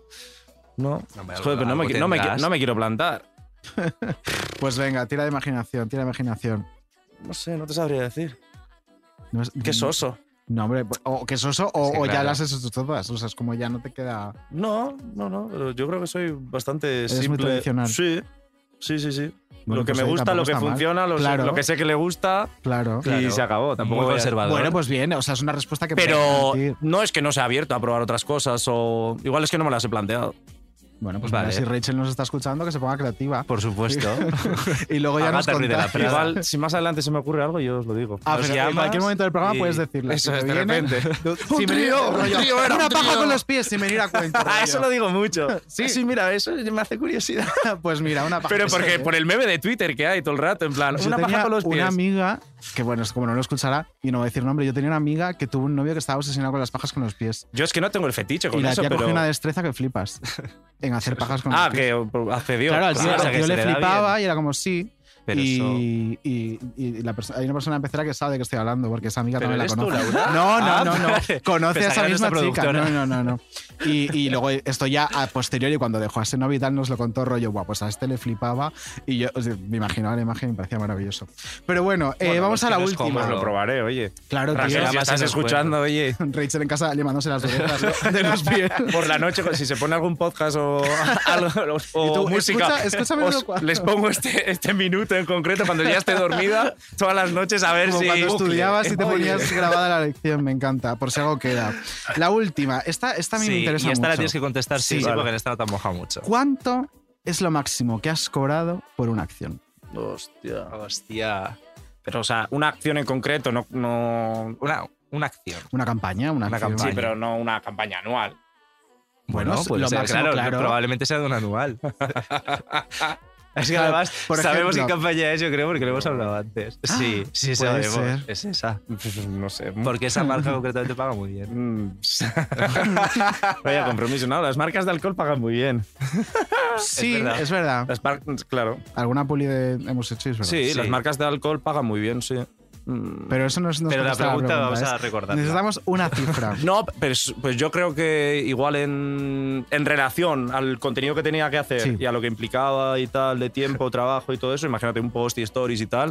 Speaker 10: No.
Speaker 3: Hombre,
Speaker 10: Joder, pero no me,
Speaker 3: algo
Speaker 10: qui- no me qui-
Speaker 3: tendrás.
Speaker 10: no me quiero plantar.
Speaker 2: Pues venga, tira de imaginación, tira de imaginación.
Speaker 10: No sé, no te sabría decir.
Speaker 2: No es-
Speaker 10: Qué soso.
Speaker 2: No, hombre, pues, o que soso o,
Speaker 10: Sí,
Speaker 2: o ya
Speaker 10: claro.
Speaker 2: las has hecho todas. O sea, es como ya no te queda.
Speaker 10: No, no, no. pero Yo creo que soy bastante
Speaker 2: Eres muy
Speaker 10: simple.
Speaker 2: tradicional.
Speaker 10: Sí, sí, sí, sí.
Speaker 2: Bueno,
Speaker 10: lo que
Speaker 2: pues
Speaker 10: me
Speaker 2: ahí
Speaker 10: gusta,
Speaker 2: tampoco
Speaker 10: lo que
Speaker 2: está mal.
Speaker 10: funciona, lo, sé-
Speaker 2: Claro.
Speaker 10: lo que sé que le gusta.
Speaker 2: Claro.
Speaker 10: Y se acabó. Tampoco voy a-
Speaker 2: Bueno, pues bien, o sea, es una respuesta que.
Speaker 10: Pero
Speaker 2: puedes
Speaker 10: no es que no sea abierto a probar otras cosas o igual es que no me las he planteado.
Speaker 2: Bueno, pues
Speaker 10: Vale.
Speaker 2: mira, si Rachel nos está escuchando, que se ponga creativa. Por
Speaker 10: supuesto.
Speaker 2: y luego ya nos
Speaker 10: Agatha Ruiz de la
Speaker 2: contáis.
Speaker 10: Prada. Igual, si más adelante se me ocurre algo, yo os lo digo.
Speaker 2: Ah,
Speaker 10: Nos
Speaker 2: pero en
Speaker 10: llamas
Speaker 2: cualquier momento del programa
Speaker 10: y-
Speaker 2: puedes decirle.
Speaker 10: Eso
Speaker 2: Si
Speaker 10: es,
Speaker 2: te
Speaker 10: de
Speaker 2: vienen-
Speaker 10: repente.
Speaker 2: Si me- rollo, Una paja con los pies sin venir a cuento.
Speaker 10: Ah, eso lo digo mucho.
Speaker 2: Sí.
Speaker 10: Sí, mira, eso me hace curiosidad.
Speaker 2: pues mira, una paja.
Speaker 10: Pero
Speaker 2: que
Speaker 10: porque
Speaker 2: se- Pues
Speaker 10: por el meme de Twitter que hay todo el rato, en plan,
Speaker 2: Yo
Speaker 10: una
Speaker 2: tenía
Speaker 10: paja con los pies.
Speaker 2: Una amiga, que bueno, es como no lo escuchará y no voy a decir nombre, yo tenía una amiga que tuvo un novio que estaba obsesionado con las pajas con los pies.
Speaker 10: Yo es que no tengo el fetiche
Speaker 2: Y
Speaker 10: con
Speaker 2: la
Speaker 10: eso,
Speaker 2: tía
Speaker 10: pero...
Speaker 2: cogió una destreza que flipas en hacer pajas con
Speaker 10: Ah,
Speaker 2: los pies.
Speaker 10: que accedió.
Speaker 2: Claro, al tío-
Speaker 10: o sea, que
Speaker 2: yo
Speaker 10: se
Speaker 2: le
Speaker 10: da bien.
Speaker 2: flipaba y era como sí.
Speaker 10: Pero
Speaker 2: y,
Speaker 10: eso-
Speaker 2: y- y la perso- hay una persona en pecera que sabe de qué estoy hablando, porque esa amiga
Speaker 10: ¿Pero
Speaker 2: también la
Speaker 10: eres tú,
Speaker 2: conoce.
Speaker 10: Laura?
Speaker 2: No, no,
Speaker 10: Ah,
Speaker 2: no, no.
Speaker 10: vale.
Speaker 2: Conoce a
Speaker 10: Pensaba
Speaker 2: esa
Speaker 10: que era
Speaker 2: misma
Speaker 10: nuestra
Speaker 2: chica. No, no,
Speaker 10: productora.
Speaker 2: no, no. Y, y luego esto ya a posteriori, cuando dejó a ese novio y tal, nos lo contó rollo, Buah, pues a este le flipaba. Y yo o sea, me imaginaba la imagen y me parecía maravilloso. Pero bueno, eh,
Speaker 10: Bueno,
Speaker 2: vamos
Speaker 10: pues
Speaker 2: a la
Speaker 10: tienes como,
Speaker 2: última.
Speaker 10: Lo probaré, oye.
Speaker 2: Claro, tío.
Speaker 10: Raquel, si estás escuchando, oye.
Speaker 2: Rachel en casa llamándose las orejas ¿no? de los pies.
Speaker 10: Por la noche, si se pone algún podcast o, algo- o
Speaker 2: Y tú,
Speaker 10: música,
Speaker 2: escucha- escúchame
Speaker 10: os-
Speaker 2: uno cuando-
Speaker 10: les pongo este, este minuto en concreto cuando ya esté dormida todas las noches a ver
Speaker 2: Como
Speaker 10: si.
Speaker 2: cuando estudiabas y te
Speaker 10: Oye.
Speaker 2: ponías grabada la lección, me encanta, por si algo queda. La última, esta, esta a mí me
Speaker 3: Sí, y
Speaker 2: interesa
Speaker 3: esta la
Speaker 2: mucho.
Speaker 3: tienes que contestar sí, sí,
Speaker 2: Vale.
Speaker 3: porque en esta no te han mojado mucho.
Speaker 2: ¿Cuánto es lo máximo que has cobrado por una acción?
Speaker 10: Hostia. Hostia. Pero, o sea, una acción en concreto, no. no... Una, una acción.
Speaker 2: Una campaña, una,
Speaker 10: Una
Speaker 2: acción.
Speaker 10: campaña. Sí, pero no una campaña anual.
Speaker 2: Bueno,
Speaker 3: No, puede
Speaker 2: lo
Speaker 3: ser,
Speaker 2: máximo,
Speaker 3: pues claro,
Speaker 2: claro.
Speaker 3: probablemente sea de un anual. es que
Speaker 2: Claro,
Speaker 3: además
Speaker 2: por
Speaker 3: sabemos qué
Speaker 2: ejemplo-
Speaker 3: campaña es, yo creo, porque lo hemos hablado antes. Sí, sí
Speaker 10: puede
Speaker 3: sabemos.
Speaker 10: ser. Mm.
Speaker 3: Es esa.
Speaker 10: No sé.
Speaker 3: Porque esa marca concretamente paga muy bien.
Speaker 10: Vaya compromiso, ¿no? Las marcas de alcohol pagan muy bien.
Speaker 2: Sí, es verdad.
Speaker 10: Las par- claro.
Speaker 2: Alguna puli de- hemos hecho y es verdad.
Speaker 10: Sí, las marcas de alcohol pagan muy bien, sí. Mm.
Speaker 2: Pero eso no es no es
Speaker 10: Pero la
Speaker 2: contestar
Speaker 10: pregunta vamos a
Speaker 2: ¿eh?
Speaker 10: recordarla.
Speaker 2: Necesitamos una cifra.
Speaker 10: No, pues, pues yo creo que igual en, en relación al contenido que tenía que hacer
Speaker 2: Sí.
Speaker 10: y a lo que implicaba y tal, de tiempo, trabajo y todo eso, imagínate un post y stories y tal.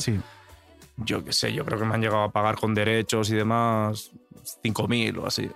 Speaker 10: Yo qué sé, yo creo que me han llegado a pagar con derechos y demás 5.000 o así.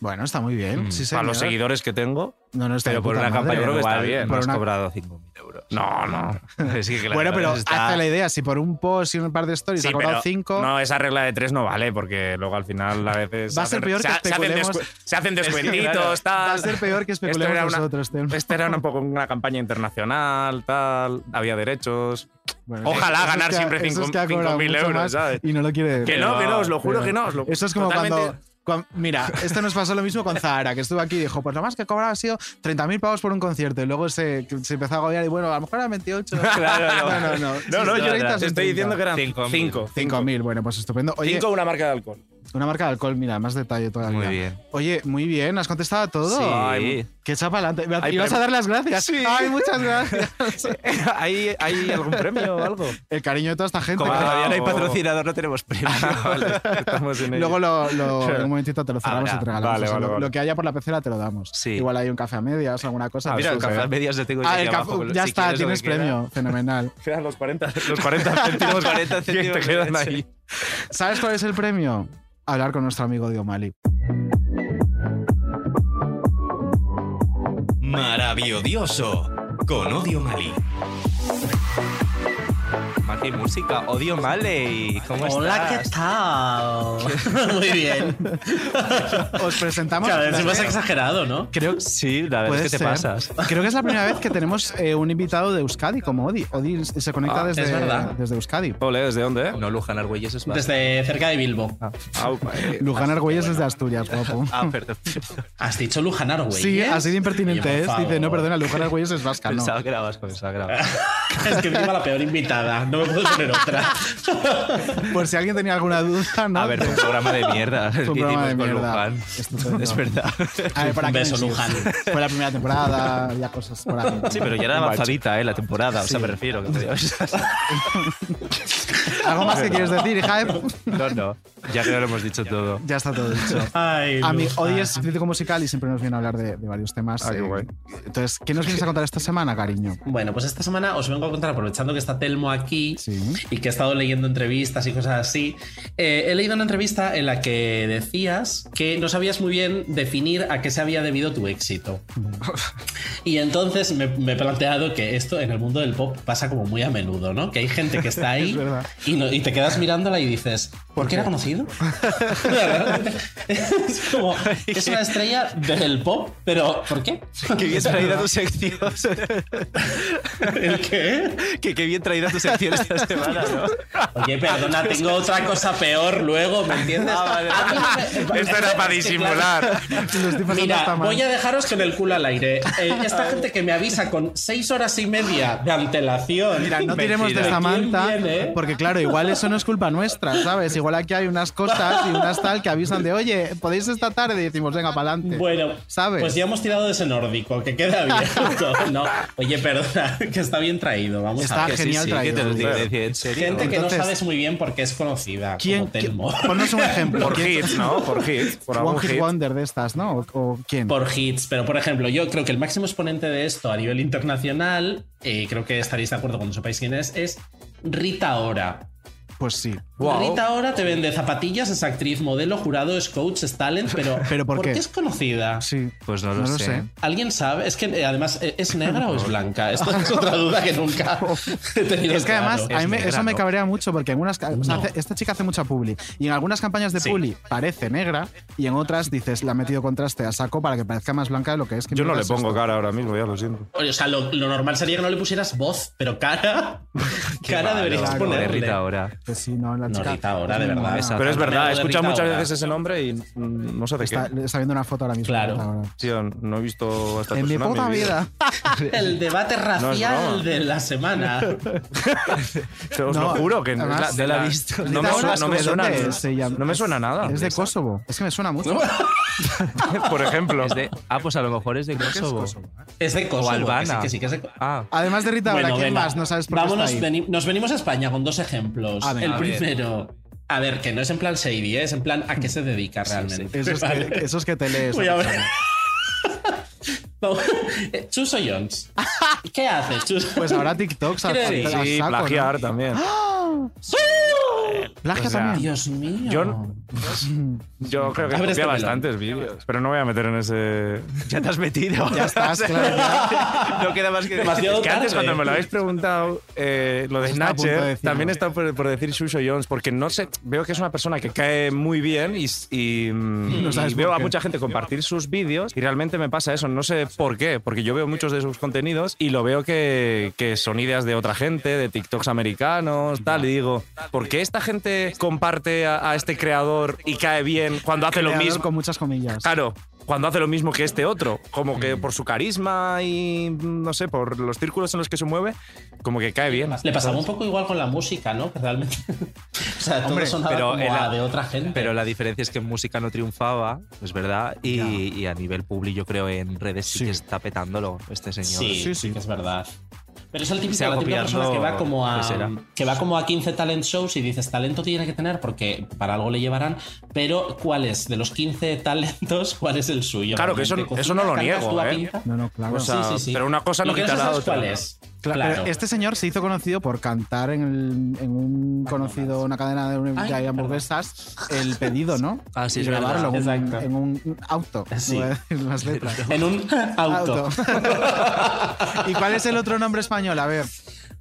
Speaker 2: Bueno, está muy bien. Sí,
Speaker 10: Mm, Para los
Speaker 2: señor.
Speaker 10: seguidores que tengo.
Speaker 2: No, no está
Speaker 10: pero
Speaker 2: de
Speaker 10: por
Speaker 2: puta
Speaker 10: una campaña
Speaker 2: madre.
Speaker 10: creo que está
Speaker 2: Igual,
Speaker 10: bien.
Speaker 2: por una-
Speaker 10: cobrado 5.000 euros. No, no. Es que claro,
Speaker 2: bueno, pero
Speaker 10: está-
Speaker 2: hace la idea. Si por un post y un par de stories
Speaker 10: Sí,
Speaker 2: ha cobrado
Speaker 10: pero
Speaker 2: cinco.
Speaker 10: No, esa regla de tres no vale, porque luego al final a veces.
Speaker 2: Va a ser
Speaker 10: hacen-
Speaker 2: peor que
Speaker 10: ha- hacen
Speaker 2: especulemos.
Speaker 10: descu- Se hacen
Speaker 2: Es que, claro,
Speaker 10: descuentitos, tal.
Speaker 2: va a ser peor que
Speaker 10: Esto
Speaker 2: especulemos
Speaker 10: era una-
Speaker 2: nosotros, Telmo.
Speaker 10: Esta era un poco una campaña internacional, tal. Había derechos.
Speaker 2: Bueno,
Speaker 10: Ojalá
Speaker 2: eso es
Speaker 10: ganar
Speaker 2: que ha-
Speaker 10: siempre
Speaker 2: eso es
Speaker 10: cinco-
Speaker 2: que ha cobrado
Speaker 10: 5.000
Speaker 2: mucho
Speaker 10: euros,
Speaker 2: más
Speaker 10: ¿sabes?
Speaker 2: Y no lo quiere decir.
Speaker 10: Que no, que no, os lo juro que no, os lo-
Speaker 2: Eso es como
Speaker 10: totalmente-
Speaker 2: cuando, cuan- Mira, esto nos pasó lo mismo con Zahara, que estuvo aquí y dijo: Pues lo más que he cobrado ha sido 30.000 pavos por un concierto. Y luego se, que se empezó a agobiar y bueno, a lo mejor eran 28.
Speaker 10: Claro,
Speaker 2: no, no.
Speaker 10: no. No, no, yo
Speaker 2: ahorita
Speaker 10: te estoy diciendo que eran 5.000. 5.
Speaker 2: 5.000, bueno, pues estupendo. Oye,
Speaker 10: 5 una marca de alcohol.
Speaker 2: una marca de alcohol, mira, más detalle todavía.
Speaker 10: Muy bien.
Speaker 2: Oye, muy bien, has contestado a todo.
Speaker 10: Sí.
Speaker 2: Ay, Qué chapa adelante.
Speaker 10: Hay
Speaker 2: Y vas a
Speaker 10: premio.
Speaker 2: dar las gracias.
Speaker 10: Sí.
Speaker 2: Ay, muchas gracias.
Speaker 10: ¿Hay, ¿Hay algún premio o algo?
Speaker 2: El cariño de toda esta gente.
Speaker 3: Como
Speaker 2: que-
Speaker 3: todavía no hay patrocinador, no tenemos premio.
Speaker 10: Estamos en ello.
Speaker 2: Luego lo, lo- en un momentito te lo cerramos
Speaker 3: Habrá.
Speaker 2: y te regalamos.
Speaker 3: Vale,
Speaker 2: O sea,
Speaker 3: vale,
Speaker 2: lo,
Speaker 3: vale.
Speaker 2: lo que haya por la pecera te lo damos. Igual hay un café a medias o alguna cosa.
Speaker 3: Ah, mira, el café a medias lo tengo yo
Speaker 2: Ah,
Speaker 3: aquí
Speaker 2: el café-
Speaker 3: abajo,
Speaker 2: ya
Speaker 3: si
Speaker 2: está,
Speaker 3: quieres lo
Speaker 2: tienes
Speaker 3: que queda.
Speaker 2: premio. Fenomenal.
Speaker 10: Quedan los 40, los 40 céntimos.
Speaker 3: 40
Speaker 10: que
Speaker 3: céntimos
Speaker 10: te quedan
Speaker 3: de
Speaker 10: ahí.
Speaker 2: ¿Sabes cuál es el premio? Hablar con nuestro amigo Diomali.
Speaker 1: Maravilloso con Odio Mali.
Speaker 3: Mati, música, odio Maley. ¿Cómo
Speaker 12: Hola, ¿qué
Speaker 3: estás?
Speaker 12: tal? Muy bien.
Speaker 2: Os presentamos.
Speaker 12: Cada vez
Speaker 2: la-
Speaker 12: es más exagerado, ¿no?
Speaker 3: Creo sí, la verdad
Speaker 2: Puede
Speaker 3: es que te
Speaker 2: ser.
Speaker 3: pasas.
Speaker 2: Creo que es la primera vez que tenemos eh, un invitado de Euskadi como Odi. Odi se conecta
Speaker 3: Ah, es
Speaker 2: desde,
Speaker 3: verdad.
Speaker 2: desde Euskadi.
Speaker 10: Ole, ¿desde dónde?
Speaker 3: No, Luján Argüelles es vasco.
Speaker 12: Desde cerca de Bilbo.
Speaker 10: Ah.
Speaker 2: Luján Argüelles es de Asturias, guapo.
Speaker 3: Ah, perdón.
Speaker 12: Has dicho Luján Argüelles.
Speaker 2: Sí, así de impertinente
Speaker 12: Oye,
Speaker 2: es.
Speaker 12: por
Speaker 2: Dice, no,
Speaker 12: favor.
Speaker 2: perdona, Luján Argüelles es vasca, no.
Speaker 3: Pensaba que era vasco, pensaba que era vasco.
Speaker 12: Es que encima la peor invitada. No me puedo poner otra.
Speaker 2: Por si alguien tenía alguna duda, ¿no?
Speaker 3: A ver, fue un programa de mierda.
Speaker 2: Fue
Speaker 3: El
Speaker 2: un
Speaker 3: que
Speaker 2: programa de
Speaker 3: hicimos con
Speaker 2: mierda.
Speaker 3: Luján.
Speaker 2: Estupendo.
Speaker 3: Es verdad.
Speaker 2: A ver, para
Speaker 12: Un
Speaker 2: qué
Speaker 12: beso,
Speaker 2: decís?
Speaker 12: Luján.
Speaker 2: Fue la primera temporada, había cosas por ahí.
Speaker 3: Sí, pero ya era avanzadita, ¿eh? La temporada, o sea, me refiero. Que podía haber-
Speaker 2: ¿Algo más que quieres decir, Jaime?
Speaker 3: no, no. Ya creo que lo hemos dicho todo.
Speaker 2: Ya está todo dicho.
Speaker 12: Ay,
Speaker 2: A mí,
Speaker 12: Luján.
Speaker 2: Odi es crítico musical y siempre nos viene a hablar de, de varios temas. eh, Entonces, ¿qué nos vienes a contar esta semana, cariño?
Speaker 12: Bueno, pues esta semana os vengo a contar, aprovechando que está Telmo aquí y que he estado leyendo entrevistas y cosas así, eh, he leído una entrevista en la que decías que no sabías muy bien definir a qué se había debido tu éxito. Y entonces me, me he planteado que esto en el mundo del pop pasa como muy a menudo, ¿no? Que hay gente que está ahí
Speaker 2: Es verdad.
Speaker 10: Y, no- y te quedas mirándola y dices, ¿por qué era conocido? es como, es una estrella del pop, pero ¿por qué?
Speaker 7: Qué bien traída tu sección.
Speaker 10: ¿El qué?
Speaker 7: Que qué bien traída tu sección esta semana, ¿no?
Speaker 10: Oye, perdona, tengo otra cosa peor luego, ¿me entiendes?
Speaker 2: Ah,
Speaker 10: A mí no me-
Speaker 7: Esto era para disimular.
Speaker 10: Mira,
Speaker 7: hasta mal.
Speaker 10: voy a dejaros con el culo al aire. Eh, esta gente que me avisa con seis horas y media de antelación.
Speaker 2: Mira, no tiremos de
Speaker 10: ¿Quién
Speaker 2: Samantha,
Speaker 10: viene?
Speaker 2: porque claro, igual eso no es culpa nuestra, ¿sabes? Igual aquí hay unas cosas y unas tal que avisan de, oye, podéis esta tarde y decimos, venga, para adelante.
Speaker 10: Bueno,
Speaker 2: ¿sabes?
Speaker 10: Pues ya hemos tirado de ese nórdico, que queda bien. No, oye, perdona, que está bien traído. Vamos
Speaker 2: Está
Speaker 10: a ver.
Speaker 2: genial traído.
Speaker 10: Gente que no
Speaker 2: Entonces-
Speaker 10: sabes muy bien por qué es conocida como Telmo.
Speaker 2: Ponnos un ejemplo.
Speaker 10: Por
Speaker 2: ¿Quién-
Speaker 10: hits, ¿no? Por hits, por algún
Speaker 2: One hit,
Speaker 10: hit.
Speaker 2: Wonder de estas, ¿no? ¿O, o quién?
Speaker 7: Pues
Speaker 10: Por hits, pero por ejemplo, yo creo que el máximo exponente de esto a nivel internacional, eh, creo que estaréis de acuerdo cuando sepáis quién es, es Rita Ora.
Speaker 2: Pues sí.
Speaker 10: Rita Ora te vende zapatillas, es actriz, modelo, jurado, es coach, es talent, pero,
Speaker 2: ¿Pero por qué?
Speaker 10: es conocida?
Speaker 2: Sí.
Speaker 3: Pues
Speaker 2: no lo No lo sé. sé.
Speaker 10: ¿Alguien sabe? Es que eh, además, eh, ¿es negra o es blanca? Esta es otra duda que nunca he tenido.
Speaker 2: Es que además,
Speaker 10: claro.
Speaker 2: a mí me- eso me cabrea mucho porque en unas, ca- o sea, hace- esta chica hace mucha publi y en algunas campañas de publi parece negra y en otras dices, le ha metido contraste a saco para que parezca más blanca de lo que es. que
Speaker 7: Yo no
Speaker 2: mierda
Speaker 7: le
Speaker 2: es
Speaker 7: pongo
Speaker 2: esto?
Speaker 7: cara ahora mismo, ya lo siento.
Speaker 10: Oye, O sea, lo, lo normal sería que no le pusieras voz, pero cara. cara
Speaker 7: malo,
Speaker 10: deberías
Speaker 7: pobre
Speaker 10: ponerle.
Speaker 7: Rita
Speaker 3: ahora.
Speaker 2: Pues sí, no, la
Speaker 10: No,
Speaker 2: chica.
Speaker 10: Rita Ora, de
Speaker 2: es muy
Speaker 10: verdad.
Speaker 2: mala.
Speaker 10: Esa-
Speaker 7: Pero es verdad, he
Speaker 10: Hablando de
Speaker 7: escuchado
Speaker 10: Rita
Speaker 7: muchas
Speaker 10: Ora.
Speaker 7: veces ese nombre y mm, no sé de
Speaker 2: Está,
Speaker 7: qué.
Speaker 2: está viendo una foto ahora mismo.
Speaker 7: Claro.
Speaker 2: Rita Ora.
Speaker 7: Sí, no he visto hasta
Speaker 2: En mi puta vida.
Speaker 10: El debate racial
Speaker 7: broma.
Speaker 10: de la semana.
Speaker 7: Te os
Speaker 2: No,
Speaker 7: lo juro que no,
Speaker 2: además-
Speaker 7: la-
Speaker 2: Yo la he
Speaker 7: la-
Speaker 2: visto.
Speaker 7: No me,
Speaker 2: Rita
Speaker 7: suena,
Speaker 2: Ora es
Speaker 7: no me
Speaker 2: como de
Speaker 7: suena,
Speaker 2: dónde es, se llama.
Speaker 7: no me suena nada.
Speaker 2: Es de Kosovo. Es que me suena mucho.
Speaker 7: Por ejemplo.
Speaker 3: ah, pues a lo mejor es de
Speaker 2: Creo que es
Speaker 3: Kosovo.
Speaker 2: Kosovo,
Speaker 10: Es de Kosovo,
Speaker 3: O
Speaker 10: que
Speaker 3: Albana.
Speaker 10: sí, que sí, que es de-
Speaker 3: Ah.
Speaker 2: Además de Rita Ora,
Speaker 10: Bueno,
Speaker 2: ¿quién
Speaker 10: venga.
Speaker 2: más? No sabes por qué
Speaker 10: Vámonos,
Speaker 2: está ahí.
Speaker 10: veni- nos venimos a España con dos ejemplos.
Speaker 2: A ver,
Speaker 10: el
Speaker 2: a ver.
Speaker 10: primero, a ver, que no es en plan shady, ¿eh? es en plan a qué se dedica realmente.
Speaker 2: Eso es,
Speaker 10: Vale.
Speaker 2: que, eso es que te lees.
Speaker 10: Voy a ver. Vamos. Eh, Chuso Jones. ¿Qué haces, Chuso?
Speaker 2: Pues ahora TikToks a,
Speaker 10: Quiero
Speaker 2: a-
Speaker 10: decir-
Speaker 2: a
Speaker 10: Sí,
Speaker 2: saco, ¿no? ¡Ah!
Speaker 7: plagiar también.
Speaker 10: ¡Sí!
Speaker 2: Plagia
Speaker 7: O sea,
Speaker 2: también.
Speaker 10: Dios mío.
Speaker 7: Yo, yo creo que
Speaker 10: Abre este
Speaker 7: copia
Speaker 10: melón.
Speaker 7: bastantes vídeos, pero no me voy a meter en ese. Ya te has metido.
Speaker 2: Ya estás, claro.
Speaker 3: No queda más que
Speaker 7: Es que antes, cuando me lo habéis preguntado, eh, lo de
Speaker 2: Está a punto de
Speaker 7: Snatcher
Speaker 2: decirlo.
Speaker 7: también está por, por decir Shusho Jones, porque no sé, veo que es una persona que cae muy bien y, s- y, mm,
Speaker 2: No
Speaker 7: y
Speaker 2: sabes
Speaker 7: veo
Speaker 2: por
Speaker 7: a
Speaker 2: qué.
Speaker 7: mucha gente compartir sus vídeos y realmente me pasa eso. No sé por qué, porque yo veo muchos de sus contenidos y lo veo que, que son ideas de otra gente, de TikToks americanos, tal, y digo, ¿por qué esta gente comparte a, a este creador y cae bien cuando hace lo
Speaker 2: Creador
Speaker 7: mismo?
Speaker 2: Con muchas comillas.
Speaker 7: Claro, cuando hace lo mismo que este otro, como que por su carisma y mm, no sé, por los círculos en los que se mueve, como que cae bien.
Speaker 10: Le pasaba un poco igual con la música, ¿no? Que realmente. o sea, todo
Speaker 3: Hombre,
Speaker 10: sonaba
Speaker 3: pero
Speaker 10: como
Speaker 3: en la-
Speaker 10: a de otra gente.
Speaker 3: Pero la diferencia es que en música no triunfaba, es verdad, y, y a nivel público yo creo en redes sí, que está petándolo este señor.
Speaker 10: Sí, sí, que es verdad. Pero es el típico,
Speaker 3: Se ha
Speaker 10: la típica
Speaker 3: copiado,
Speaker 10: persona que va como a
Speaker 3: pues era.
Speaker 10: que va como a 15 talent shows y dices talento tiene que tener porque para algo le llevarán, pero ¿cuál es de los 15 talentos cuál es el suyo?
Speaker 7: Claro, que eso-
Speaker 10: Realmente,
Speaker 7: eso no lo
Speaker 10: cocinas, cantas,
Speaker 7: niego,
Speaker 10: tú a
Speaker 7: ¿eh?
Speaker 10: pinta.
Speaker 2: No, no, claro.
Speaker 7: O sea,
Speaker 10: Sí, sí, sí.
Speaker 7: pero una cosa no
Speaker 10: Lo que no
Speaker 7: quita la
Speaker 10: sabes
Speaker 7: otra.
Speaker 10: cuál es.
Speaker 2: Claro,
Speaker 10: Claro.
Speaker 2: pero Este señor se hizo conocido por cantar en, el- en un conocido, una cadena de, un-
Speaker 10: Ay,
Speaker 2: de hamburguesas, el pedido, ¿no?
Speaker 3: Ah, sí,
Speaker 2: y
Speaker 3: es
Speaker 2: grabarlo en
Speaker 3: verdad.
Speaker 2: un, en un auto.
Speaker 10: Sí.
Speaker 2: no voy a decir las letras.
Speaker 10: En un auto.
Speaker 2: ¿Y cuál es el otro nombre español? A ver.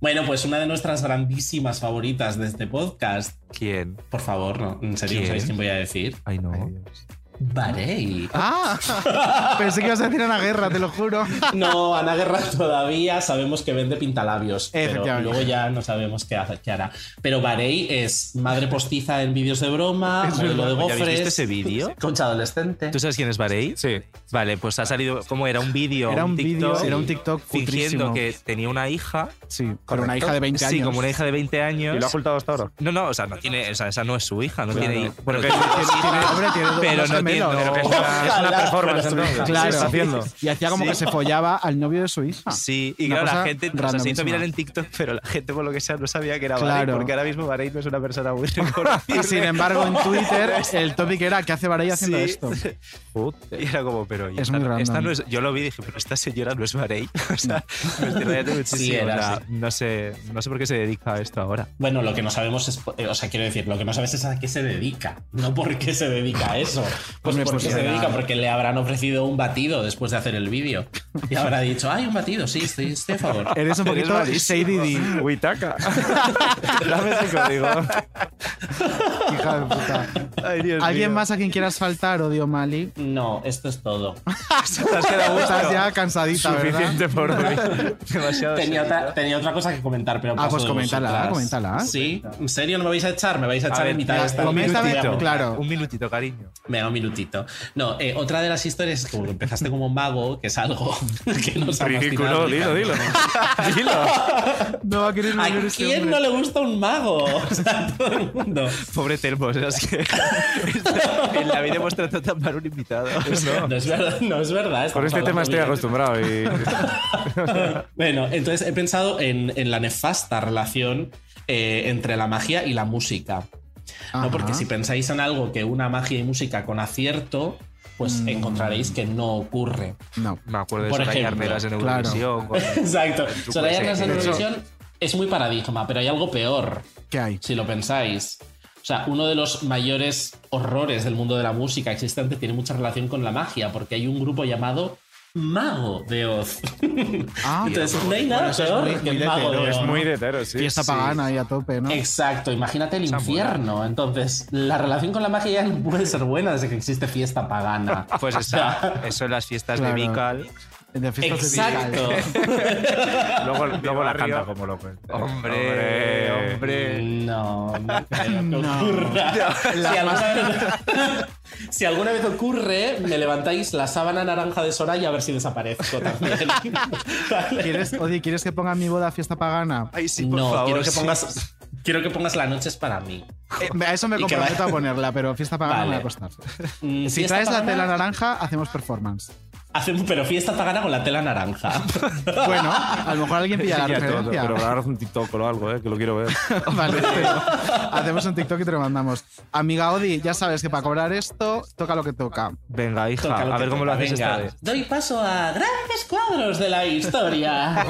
Speaker 10: Bueno, pues una de nuestras grandísimas favoritas de este podcast.
Speaker 3: ¿Quién?
Speaker 10: Por favor, no, en serio,
Speaker 3: ¿Quién?
Speaker 10: ¿no sabéis quién voy a decir?
Speaker 3: Ay, no.
Speaker 10: Varey.
Speaker 2: ¡Ah! Pensé que ibas a decir una guerra, te lo juro.
Speaker 10: No, Ana Guerra todavía sabemos que vende pintalabios, pero
Speaker 2: Efectivamente.
Speaker 10: luego ya no sabemos qué, hace, qué hará. Pero Barey es madre postiza en vídeos de broma,
Speaker 3: Es
Speaker 10: modelo
Speaker 3: verdad.
Speaker 10: de
Speaker 3: ¿Ya
Speaker 10: gofres.
Speaker 3: viste ese vídeo?
Speaker 10: Concha adolescente.
Speaker 3: ¿Tú sabes quién es Barey?
Speaker 7: Sí.
Speaker 3: Vale, pues ha salido como era un vídeo,
Speaker 2: Era un vídeo,
Speaker 3: TikTok,
Speaker 2: era un TikTok
Speaker 3: fingiendo
Speaker 2: cutrísimo.
Speaker 3: que tenía una hija.
Speaker 2: Sí, pero una hija de 20 años.
Speaker 3: Sí, como una hija de 20 años.
Speaker 7: ¿Y lo ha ocultado hasta ahora?
Speaker 3: No, no, o sea, no tiene, o sea, esa no es su hija, no
Speaker 7: Claro.
Speaker 3: tiene. Bueno,
Speaker 7: Pero que-
Speaker 3: tiene dos
Speaker 7: tiene-
Speaker 3: hijas,
Speaker 7: hombre, tiene dos
Speaker 3: pero no tiene. no-
Speaker 2: gemelos.
Speaker 7: Pero que es una- es una
Speaker 10: Ojalá
Speaker 7: performance,
Speaker 10: fuera su
Speaker 7: entonces.
Speaker 10: hija.
Speaker 7: ¿Qué
Speaker 2: Claro.
Speaker 7: está haciendo?
Speaker 2: Y hacía como
Speaker 3: Sí.
Speaker 2: que se follaba al novio de su hija.
Speaker 3: Sí, y
Speaker 2: Una
Speaker 3: claro,
Speaker 2: cosa
Speaker 3: la gente o sea, se hizo
Speaker 2: randomísima.
Speaker 3: viral en TikTok, pero la gente por lo que sea no sabía que era Barey,
Speaker 2: Claro.
Speaker 3: porque ahora mismo Barey no es una persona muy reconocida.
Speaker 2: Y Ah, sin embargo, en Twitter el topic era ¿qué hace Varey haciendo
Speaker 3: Sí.
Speaker 2: esto?
Speaker 3: Y era como, pero oye,
Speaker 2: Es
Speaker 3: esta,
Speaker 2: muy
Speaker 3: no- esta
Speaker 2: random.
Speaker 3: no es, yo lo vi y dije, pero esta señora no es Barey. O sea, me estoy rayando muchísimo.
Speaker 10: Sí, era,
Speaker 3: O sea,
Speaker 10: sí.
Speaker 3: no, sé, no sé por qué se dedica a esto ahora.
Speaker 10: Bueno, lo que no sabemos es, eh, o sea, quiero decir, lo que no sabes es a qué se dedica, no por qué se dedica a eso. Pues
Speaker 2: Hombre,
Speaker 10: por
Speaker 2: pues
Speaker 10: qué se
Speaker 2: será-
Speaker 10: dedica, porque le habrán ofrecido un batido después de hacer el vídeo.
Speaker 12: Y habrá dicho, hay un batido, sí, estoy, estoy a favor.
Speaker 2: Eres un poquito shady
Speaker 10: Huitaca. Dame ese código.
Speaker 2: Hija de puta. ¿Alguien más a quien quieras faltar, odio Mali?
Speaker 12: No, esto es todo.
Speaker 10: Te has quedado
Speaker 2: Estás ya cansadita, ¿verdad?
Speaker 10: Suficiente por hoy. Demasiado serio.
Speaker 12: Tenía otra, tenía otra cosa que comentar, pero.
Speaker 2: Ah,
Speaker 12: paso
Speaker 2: pues
Speaker 12: de
Speaker 2: coméntala,
Speaker 12: vosotras.
Speaker 2: coméntala.
Speaker 12: Sí, ¿en serio no me vais a echar? Me vais a
Speaker 2: A
Speaker 12: echar
Speaker 2: ver,
Speaker 12: en mitad de
Speaker 2: ya,
Speaker 12: esta
Speaker 2: un minutito,
Speaker 12: claro.
Speaker 3: Un minutito, cariño.
Speaker 12: Me da un minutito. No, eh, otra de las historias es como que empezaste como un mago, que es algo que nos ha
Speaker 10: Ridículo,
Speaker 2: Oh,
Speaker 12: fascinado,
Speaker 10: dilo, dilo. Dilo.
Speaker 2: No va a querer
Speaker 12: ¿A quién no le gusta un mago? O sea, todo el mundo.
Speaker 13: Pobre Telmo, o sea, es que en la vida hemos tratado tan mal un invitado.
Speaker 12: No. es verdad, no es verdad.
Speaker 10: Por
Speaker 12: estamos
Speaker 10: este tema
Speaker 12: hablando
Speaker 10: estoy
Speaker 12: bien.
Speaker 10: acostumbrado y.
Speaker 12: Bueno, entonces he pensado en, en la nefasta relación eh, entre la magia y la música.
Speaker 2: Ajá.
Speaker 12: ¿no? Porque si pensáis en algo que una magia y música con acierto, pues
Speaker 3: Mm.
Speaker 12: encontraréis que no ocurre.
Speaker 2: No.
Speaker 3: Me acuerdo de
Speaker 12: Por
Speaker 3: Soraya
Speaker 12: ejemplo.
Speaker 3: Arnelas en
Speaker 12: Claro.
Speaker 3: Eurovisión. con-
Speaker 12: Exacto.
Speaker 3: Tú
Speaker 12: Soraya
Speaker 3: puedes,
Speaker 12: Arnelas en
Speaker 3: eh, eso.
Speaker 12: Eurovisión es muy paradigma, pero hay algo peor.
Speaker 2: ¿Qué hay?
Speaker 12: Si lo pensáis. O sea, uno de los mayores horrores del mundo de la música existente tiene mucha relación con la magia, porque hay un grupo llamado Mago de Oz.
Speaker 2: Ah,
Speaker 12: Entonces, no hay
Speaker 10: Bueno,
Speaker 12: nada
Speaker 10: eso es
Speaker 12: peor
Speaker 10: muy-
Speaker 12: que
Speaker 10: muy
Speaker 12: el
Speaker 10: de
Speaker 12: Mago de
Speaker 10: hetero,
Speaker 12: Oz.
Speaker 10: Es muy de hetero, sí.
Speaker 2: Fiesta
Speaker 10: Sí.
Speaker 2: pagana ahí a tope, ¿no?
Speaker 12: Exacto, imagínate el
Speaker 10: Samurái.
Speaker 12: infierno. Entonces, la relación con la magia ya no puede ser buena desde que existe fiesta pagana.
Speaker 3: Pues
Speaker 12: O sea,
Speaker 3: esa, eso en las fiestas
Speaker 2: Claro.
Speaker 3: de Vical.
Speaker 2: De fiestas de
Speaker 12: Exacto.
Speaker 10: Luego, luego la
Speaker 3: barrio.
Speaker 10: canta como loco.
Speaker 3: Hombre, hombre.
Speaker 12: No, no creo que
Speaker 2: No.
Speaker 12: ocurra.
Speaker 2: La
Speaker 12: Si, alguna vez, si alguna vez ocurre, me levantáis la sábana naranja de Soraya a ver si desaparezco también. Vale.
Speaker 2: ¿Quieres, oye, ¿quieres que ponga en mi boda fiesta pagana?
Speaker 10: Ay, sí,
Speaker 12: no, quiero que pongas. Quiero que pongas la noche es para mí.
Speaker 2: Eh, a eso me
Speaker 12: Y que
Speaker 2: comprometo
Speaker 12: vaya-
Speaker 2: a ponerla, pero fiesta pagana
Speaker 12: Vale.
Speaker 2: me va a costar. Si
Speaker 12: Mm, fiesta
Speaker 2: traes la
Speaker 12: pagana-
Speaker 2: tela naranja, hacemos performance.
Speaker 12: hacemos- pero fiesta pagana con la tela naranja.
Speaker 2: Bueno, a lo mejor alguien pilla la
Speaker 10: Ya todo,
Speaker 2: referencia.
Speaker 10: pero haz un TikTok o algo, eh, que lo quiero ver.
Speaker 2: Vale, pero hacemos un TikTok y te lo mandamos. Amiga Odi, ya sabes que para cobrar esto, toca lo que toca.
Speaker 3: Venga, hija,
Speaker 12: Toca lo
Speaker 3: a
Speaker 12: que
Speaker 3: ver cómo lo
Speaker 12: toca,
Speaker 3: haces
Speaker 12: venga.
Speaker 3: esta vez.
Speaker 12: Doy paso a grandes cuadros de la historia.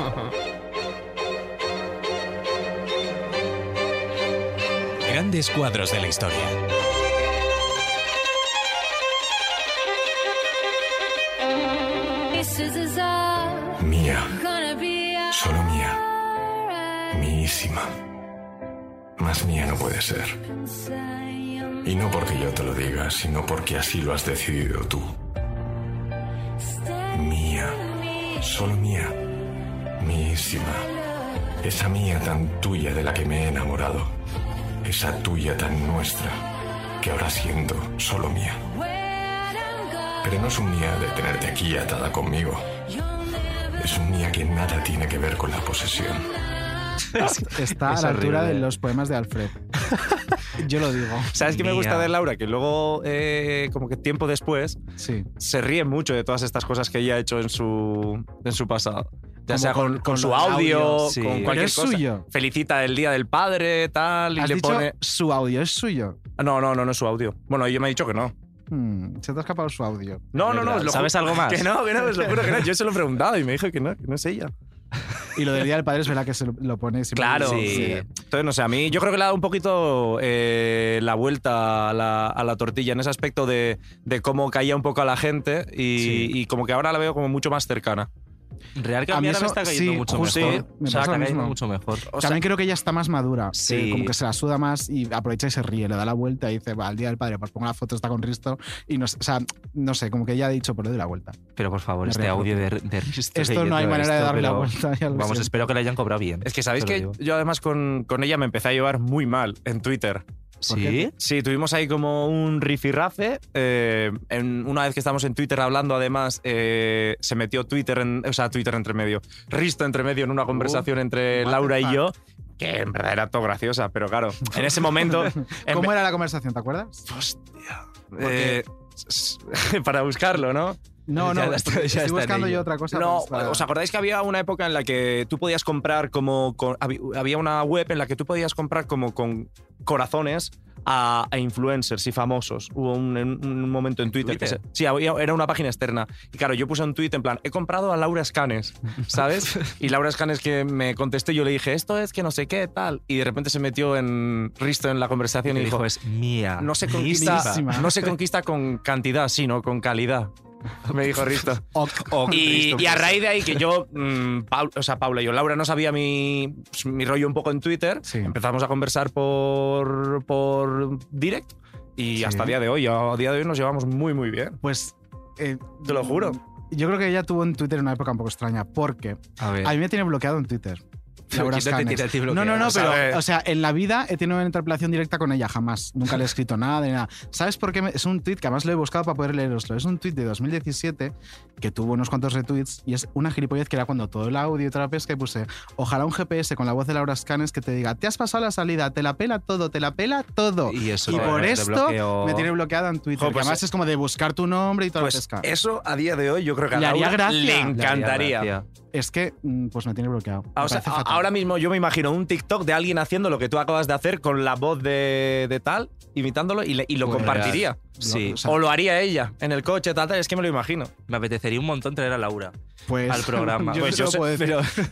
Speaker 1: Grandes cuadros de la historia.
Speaker 14: Mía, solo mía, míísima. Más mía no puede ser. Y no porque yo te lo diga, sino porque así lo has decidido tú. Mía, solo mía, míísima. Esa mía tan tuya de la que me he enamorado. Esa tuya tan nuestra, que ahora siento solo mía. Pero no es un mía de tenerte aquí atada conmigo. Es un mía que nada tiene que ver con la posesión.
Speaker 2: Está a
Speaker 10: Es
Speaker 2: la altura de
Speaker 10: horrible.
Speaker 2: los poemas de Alfred. Yo lo digo.
Speaker 10: ¿Sabes qué me
Speaker 3: Mía.
Speaker 10: gusta de Laura? Que luego, eh, como que tiempo después,
Speaker 2: Sí.
Speaker 10: se ríe mucho de todas estas cosas que ella ha hecho en su, en su pasado. Ya
Speaker 2: Como
Speaker 10: sea con,
Speaker 2: con-
Speaker 10: con
Speaker 2: con
Speaker 10: su
Speaker 2: lo del
Speaker 10: audio,
Speaker 2: audio, sí.
Speaker 10: con
Speaker 2: Pero
Speaker 10: cualquier
Speaker 2: es
Speaker 10: cosa.
Speaker 2: suyo.
Speaker 10: Felicita el Día del Padre, tal, y
Speaker 2: Has
Speaker 10: le
Speaker 2: dicho
Speaker 10: pone...
Speaker 2: su audio, es suyo.
Speaker 10: No, no, no, no es su audio. Bueno, yo me ha dicho que no.
Speaker 2: Hmm, se te ha escapado su audio.
Speaker 10: No, no, no.
Speaker 3: verdad.
Speaker 10: os lo ju-
Speaker 3: ¿Sabes algo más?
Speaker 10: Que no, que no, os lo juro que no. Yo se lo he preguntado y me dijo que no, que no es ella.
Speaker 2: Y lo del Día del Padre es verdad que se lo- lo pone siempre.
Speaker 10: Claro.
Speaker 2: Sí.
Speaker 10: Entonces, no sé, a mí yo creo que le ha dado un poquito eh, la vuelta a la, a la tortilla en ese aspecto de, de cómo caía un poco a la gente y,
Speaker 3: Sí.
Speaker 10: y como que ahora la veo como mucho más cercana.
Speaker 3: Real
Speaker 2: A mí
Speaker 3: Cambiar
Speaker 2: eso-
Speaker 3: me está cayendo
Speaker 2: sí,
Speaker 3: mucho
Speaker 2: justo,
Speaker 3: mejor.
Speaker 2: me
Speaker 3: o sea,
Speaker 2: pasa
Speaker 3: está
Speaker 2: lo
Speaker 3: cayendo
Speaker 2: mismo.
Speaker 3: mucho mejor.
Speaker 10: O sea,
Speaker 2: También creo que ella está más madura. que
Speaker 3: Sí.
Speaker 2: como que se la suda más y aprovecha y se ríe, le da la vuelta y dice, va, al día del padre, pues pongo la foto, está con Risto. Y no, sé, o sea, no sé, como que ella ha dicho, por le doy la vuelta.
Speaker 3: pero por favor,
Speaker 2: Me
Speaker 3: este
Speaker 2: río.
Speaker 3: audio de, de Risto
Speaker 2: Esto no hay
Speaker 3: leyendo
Speaker 2: manera de
Speaker 3: esto,
Speaker 2: darle la
Speaker 3: pero
Speaker 2: vuelta. ya lo
Speaker 3: Vamos,
Speaker 2: siento.
Speaker 3: espero que le hayan cobrado bien.
Speaker 10: Es que sabéis
Speaker 3: Te lo
Speaker 10: que
Speaker 3: digo.
Speaker 10: yo además con, con ella me empecé a llevar muy mal en Twitter.
Speaker 2: ¿Por qué?
Speaker 3: ¿Sí?
Speaker 10: Sí, tuvimos ahí como un rifirrafe. eh, en, una vez que estábamos en Twitter hablando, además, eh, se metió Twitter, en, o sea, Twitter entre medio, Risto entre medio en una conversación entre
Speaker 2: Uh, what the
Speaker 10: Laura y
Speaker 2: fuck.
Speaker 10: yo, que en verdad era todo graciosa, pero claro, en ese momento... en
Speaker 2: ¿Cómo
Speaker 10: ve-
Speaker 2: era la conversación, te acuerdas?
Speaker 10: eh, para buscarlo, ¿no?
Speaker 2: No, no,
Speaker 3: Ya está-
Speaker 2: porque
Speaker 3: ya está
Speaker 2: estoy
Speaker 3: en
Speaker 2: buscando
Speaker 3: ello.
Speaker 2: yo otra cosa.
Speaker 10: No,
Speaker 2: pues, para-
Speaker 10: ¿os acordáis que había una época en la que tú podías comprar como. con- habi- había una web en la que tú podías comprar como con corazones a, a influencers y famosos. Hubo un, un- un momento en Twitter. que
Speaker 3: Twitter?
Speaker 10: se- sí, había- era una página externa. Y claro, yo puse un tweet en plan: he comprado a Laura Scanes, ¿sabes? y Laura Scanes que me contestó y yo le dije: esto es que no sé qué, tal. Y de repente se metió en Risto en la conversación y,
Speaker 3: Le
Speaker 10: dijo:
Speaker 3: dijo, es mía.
Speaker 10: no se conquista,
Speaker 3: mísima".
Speaker 10: no se conquista con cantidad, sino con calidad. Me dijo Risto. y,
Speaker 13: Risto,
Speaker 10: y a
Speaker 13: pues.
Speaker 10: raíz de ahí que yo, mm, Pau- o sea, Paula y yo, Laura no sabía mi, pues, mi rollo un poco en Twitter, empezamos a conversar por, por direct y hasta día de hoy, a día de hoy nos llevamos muy, muy bien.
Speaker 2: Pues...
Speaker 10: Te lo juro.
Speaker 2: Yo creo que ella tuvo en Twitter una época un poco extraña, porque
Speaker 10: A ver.
Speaker 2: mí me tiene bloqueado en Twitter.
Speaker 10: Pero
Speaker 2: Laura
Speaker 10: ¿quién te
Speaker 2: Escanes.
Speaker 10: tiene a ti
Speaker 2: no, no,
Speaker 10: bloqueado?
Speaker 2: no,
Speaker 10: Vamos a ver.
Speaker 2: pero, o sea, en la vida he tenido una interpelación directa con ella, jamás. Nunca le he escrito nada, ni nada. ¿Sabes por qué? me- es un tweet que además lo he buscado para poder leeroslo. Es un tweet de 2017 que tuvo unos cuantos retweets y es una gilipollez que era cuando todo el audio y toda la pesca y puse, ojalá un GPS con la voz de Laura Escanes que te diga, te has pasado la salida, te la pela todo, te la pela todo.
Speaker 10: Y eso
Speaker 3: eh,
Speaker 10: te-
Speaker 2: por
Speaker 10: te
Speaker 2: esto
Speaker 10: bloqueó.
Speaker 2: me tiene bloqueada en Twitter.
Speaker 10: Jo,
Speaker 2: que
Speaker 10: pues,
Speaker 2: además es como de buscar tu nombre y toda
Speaker 10: Pues
Speaker 2: la pesca.
Speaker 10: eso a día de hoy yo creo que a
Speaker 2: Le haría
Speaker 10: Laura
Speaker 2: gracia.
Speaker 10: le encantaría.
Speaker 2: Es que, mm, pues me tiene bloqueado.
Speaker 10: Ah, o
Speaker 2: Me parece
Speaker 10: sea, a-
Speaker 2: fatal.
Speaker 10: ahora mismo yo me imagino un TikTok de alguien haciendo lo que tú acabas de hacer con la voz de, de tal, imitándolo y, le- y lo
Speaker 3: Pues,
Speaker 10: compartiría.
Speaker 3: sí.
Speaker 10: O, sea, o lo haría ella en el coche, tal, tal, es que me lo imagino.
Speaker 3: Me apetecería un montón traer a Laura
Speaker 2: Pues-
Speaker 3: al programa.
Speaker 2: Yo Pues no yo se lo sé- puedo decir.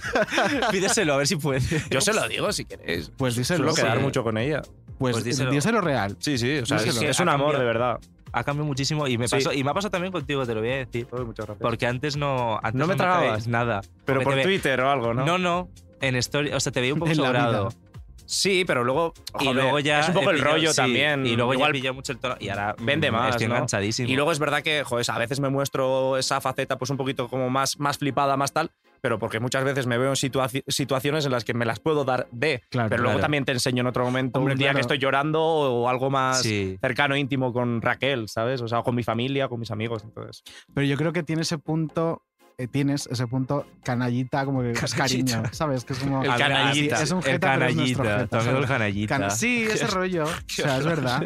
Speaker 3: pídeselo a ver si puede.
Speaker 10: Yo se lo digo si queréis.
Speaker 2: Pues díselo,
Speaker 10: Suelo quedar
Speaker 3: sí.
Speaker 10: mucho con ella.
Speaker 2: Pues,
Speaker 3: Pues díselo.
Speaker 2: díselo. real.
Speaker 10: Sí, sí, o sea,
Speaker 3: Díselo.
Speaker 10: es, que
Speaker 3: Es
Speaker 10: es
Speaker 3: que
Speaker 10: un
Speaker 3: ha
Speaker 10: amor,
Speaker 3: cambiado.
Speaker 10: de verdad.
Speaker 3: Ha cambiado muchísimo y me
Speaker 10: Sí.
Speaker 3: pasó y me ha pasado también contigo, te lo voy a decir.
Speaker 10: muchas gracias.
Speaker 3: Porque antes no antes
Speaker 10: No me tragabas.
Speaker 3: nada.
Speaker 10: Pero
Speaker 3: Hombre,
Speaker 10: por
Speaker 3: te ve-
Speaker 10: Twitter o algo, ¿no?
Speaker 3: No, no, en story, o sea, te veía un poco
Speaker 10: En la
Speaker 3: sobrado.
Speaker 10: vida. Sí, pero luego,
Speaker 3: y
Speaker 10: joder,
Speaker 3: luego ya
Speaker 10: es un poco
Speaker 3: he
Speaker 10: el
Speaker 3: pillado-
Speaker 10: rollo
Speaker 3: sí,
Speaker 10: también.
Speaker 3: Y luego
Speaker 10: Igual
Speaker 3: ya pilla mucho el tono y ahora mm,
Speaker 10: vende más.
Speaker 3: Estoy
Speaker 10: ¿no?
Speaker 3: enganchadísimo.
Speaker 10: Y luego es verdad que, joder, a veces me muestro esa faceta pues un poquito como más, más flipada, más tal, pero porque muchas veces me veo en situaci- situaciones en las que me las puedo dar de,
Speaker 2: Claro,
Speaker 10: pero luego
Speaker 3: claro.
Speaker 10: también te enseño en otro momento,
Speaker 3: Hombre,
Speaker 10: un día
Speaker 3: claro.
Speaker 10: que estoy llorando o algo más
Speaker 3: Sí.
Speaker 10: cercano, íntimo con Raquel, ¿sabes? O sea, con mi familia, con mis amigos, entonces.
Speaker 2: Pero yo creo que tiene ese punto. eh, tienes ese punto canallita, como que es
Speaker 10: Canallita.
Speaker 2: cariño, ¿sabes? Que es como.
Speaker 10: El
Speaker 2: Ah, sí,
Speaker 10: canallita.
Speaker 2: Es un
Speaker 10: El
Speaker 2: jeta, pero es nuestro
Speaker 3: canallita,
Speaker 2: jeta,
Speaker 3: tu amigo el
Speaker 2: ¿sabes?
Speaker 3: canallita.
Speaker 2: sí, ese rollo. O sea, es
Speaker 3: horror.
Speaker 2: verdad.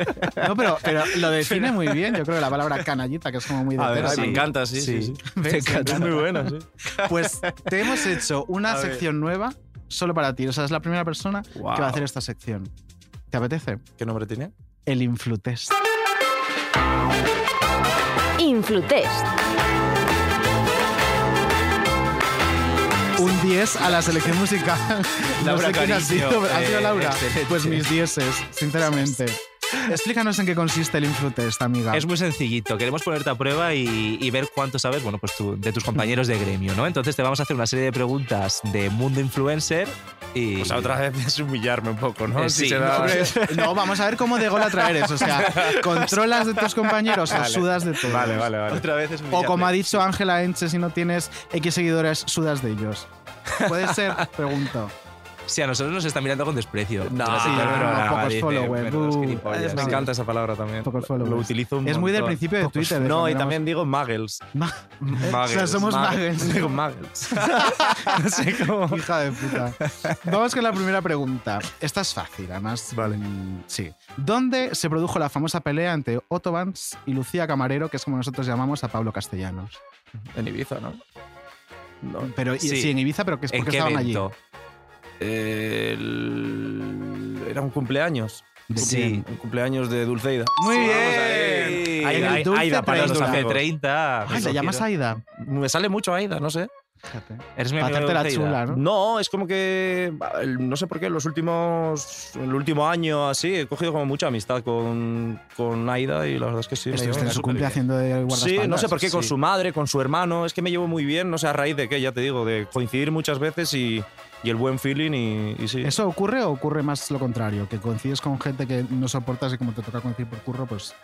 Speaker 2: No, pero, pero lo define muy bien, yo creo, la palabra canallita, que es como muy de
Speaker 10: A ver,
Speaker 2: tela,
Speaker 10: sí,
Speaker 2: ¿no?
Speaker 10: me encanta, sí, sí, sí.
Speaker 2: ¿Ves?
Speaker 10: Me encanta, es muy buena, sí.
Speaker 2: Pues te hemos hecho
Speaker 10: A
Speaker 2: una
Speaker 10: ver.
Speaker 2: sección nueva solo para ti. O sea, es la primera persona que va a hacer esta sección. ¿Te apetece?
Speaker 10: ¿Qué nombre tiene?
Speaker 2: El Influtest.
Speaker 15: Influtest.
Speaker 2: Un 10 a la selección musical. no
Speaker 10: Laura
Speaker 2: sé quién ha
Speaker 10: Cariño,
Speaker 2: sido, pero ha sido
Speaker 10: eh,
Speaker 2: Laura.
Speaker 10: excelente.
Speaker 2: Pues mis 10 sinceramente. Explícanos en qué consiste el Influtest, amiga.
Speaker 3: Es muy sencillito. Queremos ponerte a prueba y, y ver cuánto sabes, bueno, pues tú, de tus compañeros de gremio, ¿no? Entonces te vamos a hacer una serie de preguntas de mundo influencer y.
Speaker 2: Pues
Speaker 10: O sea, otra vez es humillarme un poco, ¿no?
Speaker 3: Eh, sí,
Speaker 10: se
Speaker 3: no,
Speaker 10: da-
Speaker 3: hombre.
Speaker 2: No, vamos a ver cómo de gol atraeres. O sea, controlas de tus compañeros o
Speaker 10: Vale.
Speaker 2: sudas de todos.
Speaker 10: Vale, vale, vale. Otra vez es
Speaker 2: O como ha dicho Ángela Enche, si no tienes X seguidores, sudas de ellos. Puede ser, pregunto.
Speaker 3: Sí, a nosotros nos está mirando con desprecio.
Speaker 10: No,
Speaker 3: Durante
Speaker 10: sí,
Speaker 3: todo el
Speaker 10: no, no,
Speaker 3: programa,
Speaker 10: pocos
Speaker 3: dice,
Speaker 10: followers,
Speaker 3: menudos
Speaker 10: uh,
Speaker 3: gilipollas.
Speaker 10: me encanta esa palabra también. Lo
Speaker 3: pues.
Speaker 10: utilizo un
Speaker 2: Es muy del
Speaker 10: montón.
Speaker 2: principio de
Speaker 10: Pocos-
Speaker 2: Twitter, de
Speaker 10: No,
Speaker 2: cuando
Speaker 10: y
Speaker 2: éramos-
Speaker 10: también digo muggles.
Speaker 2: Ma-
Speaker 10: Muggles,
Speaker 2: O sea, somos
Speaker 10: muggles.
Speaker 2: muggles.
Speaker 10: Digo muggles. no sé cómo.
Speaker 2: Hija de puta. Vamos con la primera pregunta. Esta es fácil, además. Vale. Sí. ¿Dónde se produjo la famosa pelea entre Otto Vance y Lucía Camarero, que es como nosotros llamamos a Pablo Castellanos?
Speaker 10: En Ibiza, ¿no?
Speaker 2: Pero, y- sí. en Ibiza, pero que es
Speaker 10: ¿En
Speaker 2: porque
Speaker 10: qué
Speaker 2: estaban
Speaker 10: evento?
Speaker 2: allí.
Speaker 10: El- Era un cumpleaños.
Speaker 2: ¿De
Speaker 10: Sí,
Speaker 2: quién?
Speaker 10: un cumpleaños de Dulceida.
Speaker 2: Muy bien.
Speaker 10: Vamos a ver.
Speaker 2: En el
Speaker 10: Aida,
Speaker 2: Dulce
Speaker 10: Aida para los
Speaker 2: 30.
Speaker 10: amigos.
Speaker 3: 30.
Speaker 2: Ay, ¿le llamas Aida?
Speaker 10: Me sale mucho Aida, no sé.
Speaker 3: Eres mi amigo
Speaker 10: Para hacerte la
Speaker 3: Dulceida.
Speaker 10: chula, ¿no? No, es como que bah, el- no sé por qué los últimos el último año así he cogido como mucha amistad con, con Aida y la verdad es que sí. me
Speaker 2: Estuviste
Speaker 10: llevo
Speaker 2: en su cumple
Speaker 10: superbién.
Speaker 2: haciendo de
Speaker 10: Sí,
Speaker 2: guardaespaldas.
Speaker 10: no sé por qué, con
Speaker 2: Sí.
Speaker 10: su madre, con su hermano, es que me llevo muy bien, no sé a raíz de qué, ya te digo, de coincidir muchas veces y, y el buen feeling y, y sí.
Speaker 2: ¿Eso ocurre o ocurre más lo contrario? Que coincides con gente que no soportas y como te toca coincidir por curro, pues...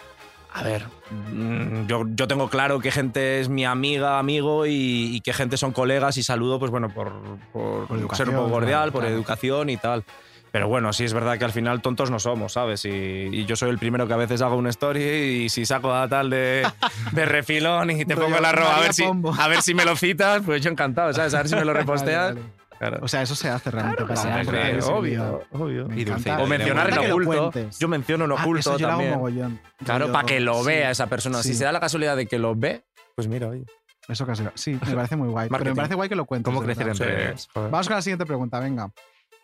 Speaker 10: A ver, mm, yo, yo tengo claro que gente es mi amiga, amigo y, y que gente son colegas y saludo, pues bueno, por, por ser un
Speaker 2: educación,
Speaker 10: poco cordial,
Speaker 2: claro,
Speaker 10: por
Speaker 2: claro.
Speaker 10: educación y tal. Pero bueno, sí es verdad que al final tontos no somos, ¿sabes? Y, y yo soy el primero que a veces hago una story y si saco a tal de, de refilón y te
Speaker 2: Rollo
Speaker 10: pongo la roba a
Speaker 2: María
Speaker 10: ver, si,
Speaker 2: Pombo.
Speaker 10: a ver si me lo citas, pues yo encantado, ¿sabes? A ver si me lo
Speaker 2: Vale,
Speaker 10: reposteas.
Speaker 2: vale.
Speaker 10: Claro.
Speaker 2: O sea, eso se hace realmente para
Speaker 10: sí,
Speaker 2: la
Speaker 10: me
Speaker 2: época
Speaker 10: creo,
Speaker 2: que se
Speaker 10: obvio,
Speaker 2: vivió.
Speaker 10: obvio.
Speaker 2: Me
Speaker 10: Y
Speaker 2: encanta.
Speaker 10: Dulceida. O mencionar
Speaker 2: Me encanta
Speaker 10: el
Speaker 2: que lo
Speaker 10: oculto.
Speaker 2: cuentes.
Speaker 10: Yo menciono el
Speaker 2: Ah,
Speaker 10: oculto
Speaker 2: eso yo lo hago
Speaker 10: también.
Speaker 2: mogollón.
Speaker 10: Claro,
Speaker 2: Yo-
Speaker 10: para que lo
Speaker 2: sí,
Speaker 10: vea esa persona. Si
Speaker 2: sí.
Speaker 10: se da la casualidad de que lo ve, pues mira, oye.
Speaker 2: Eso casi. Sí, me parece muy guay. Pero
Speaker 10: Marketing.
Speaker 2: me parece guay que lo cuentes.
Speaker 3: ¿Cómo
Speaker 2: de
Speaker 3: crecer en
Speaker 2: verdad.
Speaker 3: redes? Joder.
Speaker 2: Vamos con la siguiente pregunta, venga.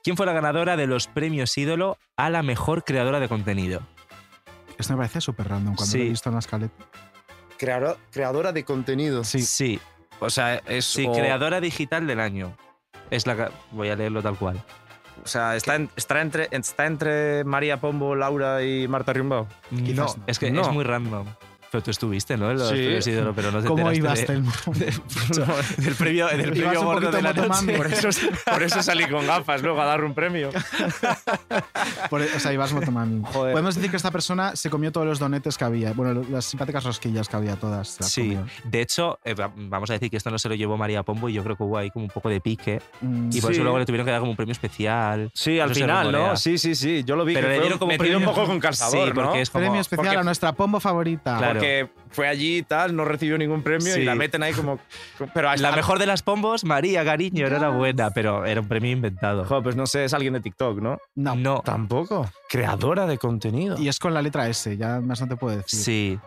Speaker 3: ¿Quién fue la ganadora de los premios ídolo a la mejor creadora de contenido?
Speaker 2: Esto me parece súper random cuando
Speaker 3: Sí.
Speaker 2: lo he visto en la escaleta.
Speaker 13: Pues
Speaker 10: creadora de contenido.
Speaker 2: Sí.
Speaker 3: Sí.
Speaker 10: O sea, es.
Speaker 3: Sí,
Speaker 10: o-
Speaker 3: creadora digital del año. Es la ca- voy a leerlo tal cual.
Speaker 10: O sea, está, en- está, entre, está entre María Pombo, Laura y Marta Rimbao.
Speaker 3: No, es que es muy random.
Speaker 13: Pero tú estuviste, ¿no? En los
Speaker 10: Sí.
Speaker 13: premios Ídolo, pero no te
Speaker 10: ¿Cómo
Speaker 13: enteraste
Speaker 10: ibas, Telmo?
Speaker 13: de- del premio, del
Speaker 10: Ibas
Speaker 13: premio
Speaker 10: un
Speaker 13: gordo
Speaker 10: poquito
Speaker 13: de la
Speaker 10: motomami.
Speaker 13: noche.
Speaker 10: Por eso, por eso salí con gafas luego a dar un premio.
Speaker 2: Por- o sea, Ibas Motomami. Podemos decir que esta persona se comió todos los donetes que había. Bueno, lo- las simpáticas rosquillas que había todas. se las
Speaker 13: Sí,
Speaker 2: comió.
Speaker 13: de hecho, eh, va- vamos a decir que esto no se lo llevó María Pombo y yo creo que hubo ahí como un poco de pique.
Speaker 2: Mm.
Speaker 13: Y por
Speaker 10: Sí.
Speaker 13: eso luego le tuvieron que dar como un premio especial.
Speaker 10: Sí, al
Speaker 13: Eso se
Speaker 10: final, ¿no?
Speaker 13: rumorea.
Speaker 10: Sí, sí, sí. Yo lo vi.
Speaker 13: Pero
Speaker 10: que
Speaker 13: le
Speaker 10: fue
Speaker 13: dieron
Speaker 10: un-
Speaker 13: como
Speaker 10: metido un
Speaker 13: premio-
Speaker 10: poco con calzador,
Speaker 13: Sí, porque
Speaker 10: ¿no?
Speaker 13: es como-
Speaker 2: Premio especial a nuestra pombo favorita.
Speaker 10: Porque fue allí y tal, no recibió ningún premio
Speaker 13: Sí.
Speaker 10: y la meten ahí como. Pero
Speaker 13: La mejor de las pombos, María Gariño, enhorabuena, pero era un premio inventado.
Speaker 10: pues no sé, es alguien de TikTok, ¿no?
Speaker 2: No.
Speaker 10: Tampoco. Creadora de contenido.
Speaker 2: Y es con la letra S, ya más no te puedo decir.
Speaker 13: Sí.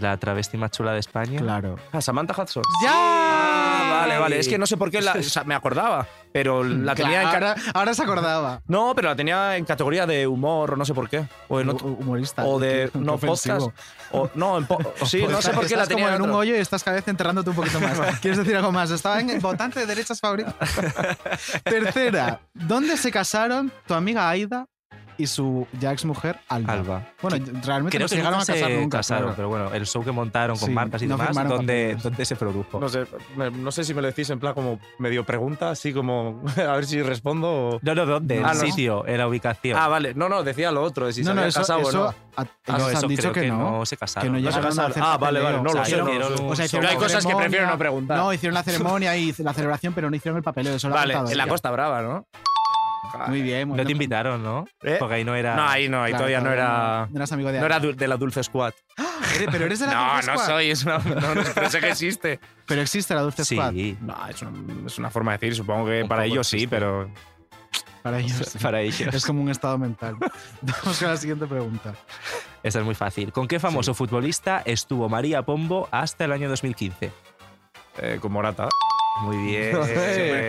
Speaker 13: La travesti más chula de España.
Speaker 2: Claro.
Speaker 10: Ah, Samantha Hudson. Ah,
Speaker 2: ¡Ya!
Speaker 10: Vale, vale. Es que no sé por qué la- o sea, me acordaba, pero la tenía en
Speaker 2: Claro,
Speaker 10: cara.
Speaker 2: ahora, ahora se acordaba.
Speaker 10: No, pero la tenía en categoría de humor o no sé por qué. O en
Speaker 2: Hu-
Speaker 10: otro-
Speaker 2: humorista.
Speaker 10: O de.
Speaker 2: Qué- qué
Speaker 10: No, podcast.
Speaker 2: ofensivo.
Speaker 10: O, no, en po- sí, no sé
Speaker 2: Estás-
Speaker 10: por qué la
Speaker 2: estás
Speaker 10: tenía
Speaker 2: como en un
Speaker 10: otro.
Speaker 2: hoyo y estás cada vez enterrándote un poquito más. ¿Quieres decir algo más? Estaba en el votante de derechas favorito. Tercera. ¿Dónde se casaron tu amiga Aida y su ya exmujer Alba?
Speaker 13: Alba.
Speaker 2: Bueno, realmente
Speaker 13: Creo
Speaker 2: no
Speaker 13: que
Speaker 2: se llegaron
Speaker 13: nunca
Speaker 2: a casar
Speaker 13: se
Speaker 2: nunca.
Speaker 13: casaron,
Speaker 2: claro.
Speaker 13: pero bueno, el show que montaron con
Speaker 2: Sí,
Speaker 13: marcas y
Speaker 2: no
Speaker 13: demás,
Speaker 2: firmaron
Speaker 13: ¿dónde,
Speaker 2: papeles.
Speaker 13: dónde se produjo?
Speaker 10: No sé, me- no sé si me lo decís en plan como medio pregunta, así como a ver si respondo o...
Speaker 13: No, no, ¿dónde? El
Speaker 10: Ah, no.
Speaker 13: sitio, eh, la ubicación.
Speaker 10: Ah, vale. No, no, decía lo otro, de si
Speaker 2: No,
Speaker 10: se
Speaker 2: no,
Speaker 10: había
Speaker 2: eso,
Speaker 10: casado o
Speaker 2: eso
Speaker 10: no.
Speaker 2: a- ellos
Speaker 13: Ah, no,
Speaker 2: han
Speaker 13: eso
Speaker 2: dicho
Speaker 13: creo
Speaker 2: que,
Speaker 13: que
Speaker 2: no.
Speaker 13: no se casaron.
Speaker 2: Que no
Speaker 13: No se
Speaker 2: llegaron a
Speaker 10: casaron.
Speaker 2: hacer
Speaker 10: Ah, vale,
Speaker 2: papeleo.
Speaker 10: vale, no lo
Speaker 2: O sea,
Speaker 10: sé,
Speaker 2: hicieron-
Speaker 10: no lo sé.
Speaker 2: o sea,
Speaker 10: Pero
Speaker 2: hicieron
Speaker 10: hay
Speaker 2: la
Speaker 10: cosas que prefiero no
Speaker 2: ceremonia,
Speaker 10: preguntar.
Speaker 2: No, hicieron la ceremonia y la celebración, pero no hicieron el papeleo. Eso lo ha
Speaker 10: Vale,
Speaker 2: contado
Speaker 10: en la
Speaker 2: ella.
Speaker 10: Costa Brava, ¿no?
Speaker 2: Muy bien. pues, muy
Speaker 13: No te
Speaker 2: bien.
Speaker 13: invitaron, ¿no?
Speaker 10: ¿Eh?
Speaker 13: Porque ahí no era.
Speaker 10: No, ahí no, ahí
Speaker 2: Claro,
Speaker 10: todavía no
Speaker 2: todavía
Speaker 10: era...
Speaker 2: no eras amigo de
Speaker 10: No era du- de la Dulce Squad.
Speaker 2: Eres- Pero eres de la
Speaker 10: No,
Speaker 2: Dulce
Speaker 10: no
Speaker 2: Squad.
Speaker 10: soy, es una... No, no, pero sé que existe.
Speaker 2: Pero existe la Dulce Squad.
Speaker 10: No, es una, es una forma de decir, supongo que para
Speaker 13: poco
Speaker 10: ellos sí, pero...
Speaker 2: Para ellos. sí.
Speaker 13: Para ellos.
Speaker 2: Es como un estado mental. Vamos con la siguiente pregunta.
Speaker 13: Esa es muy fácil. ¿Con qué famoso futbolista estuvo María Pombo hasta el año 2015?
Speaker 10: Eh, con Morata.
Speaker 13: Muy
Speaker 3: Eh,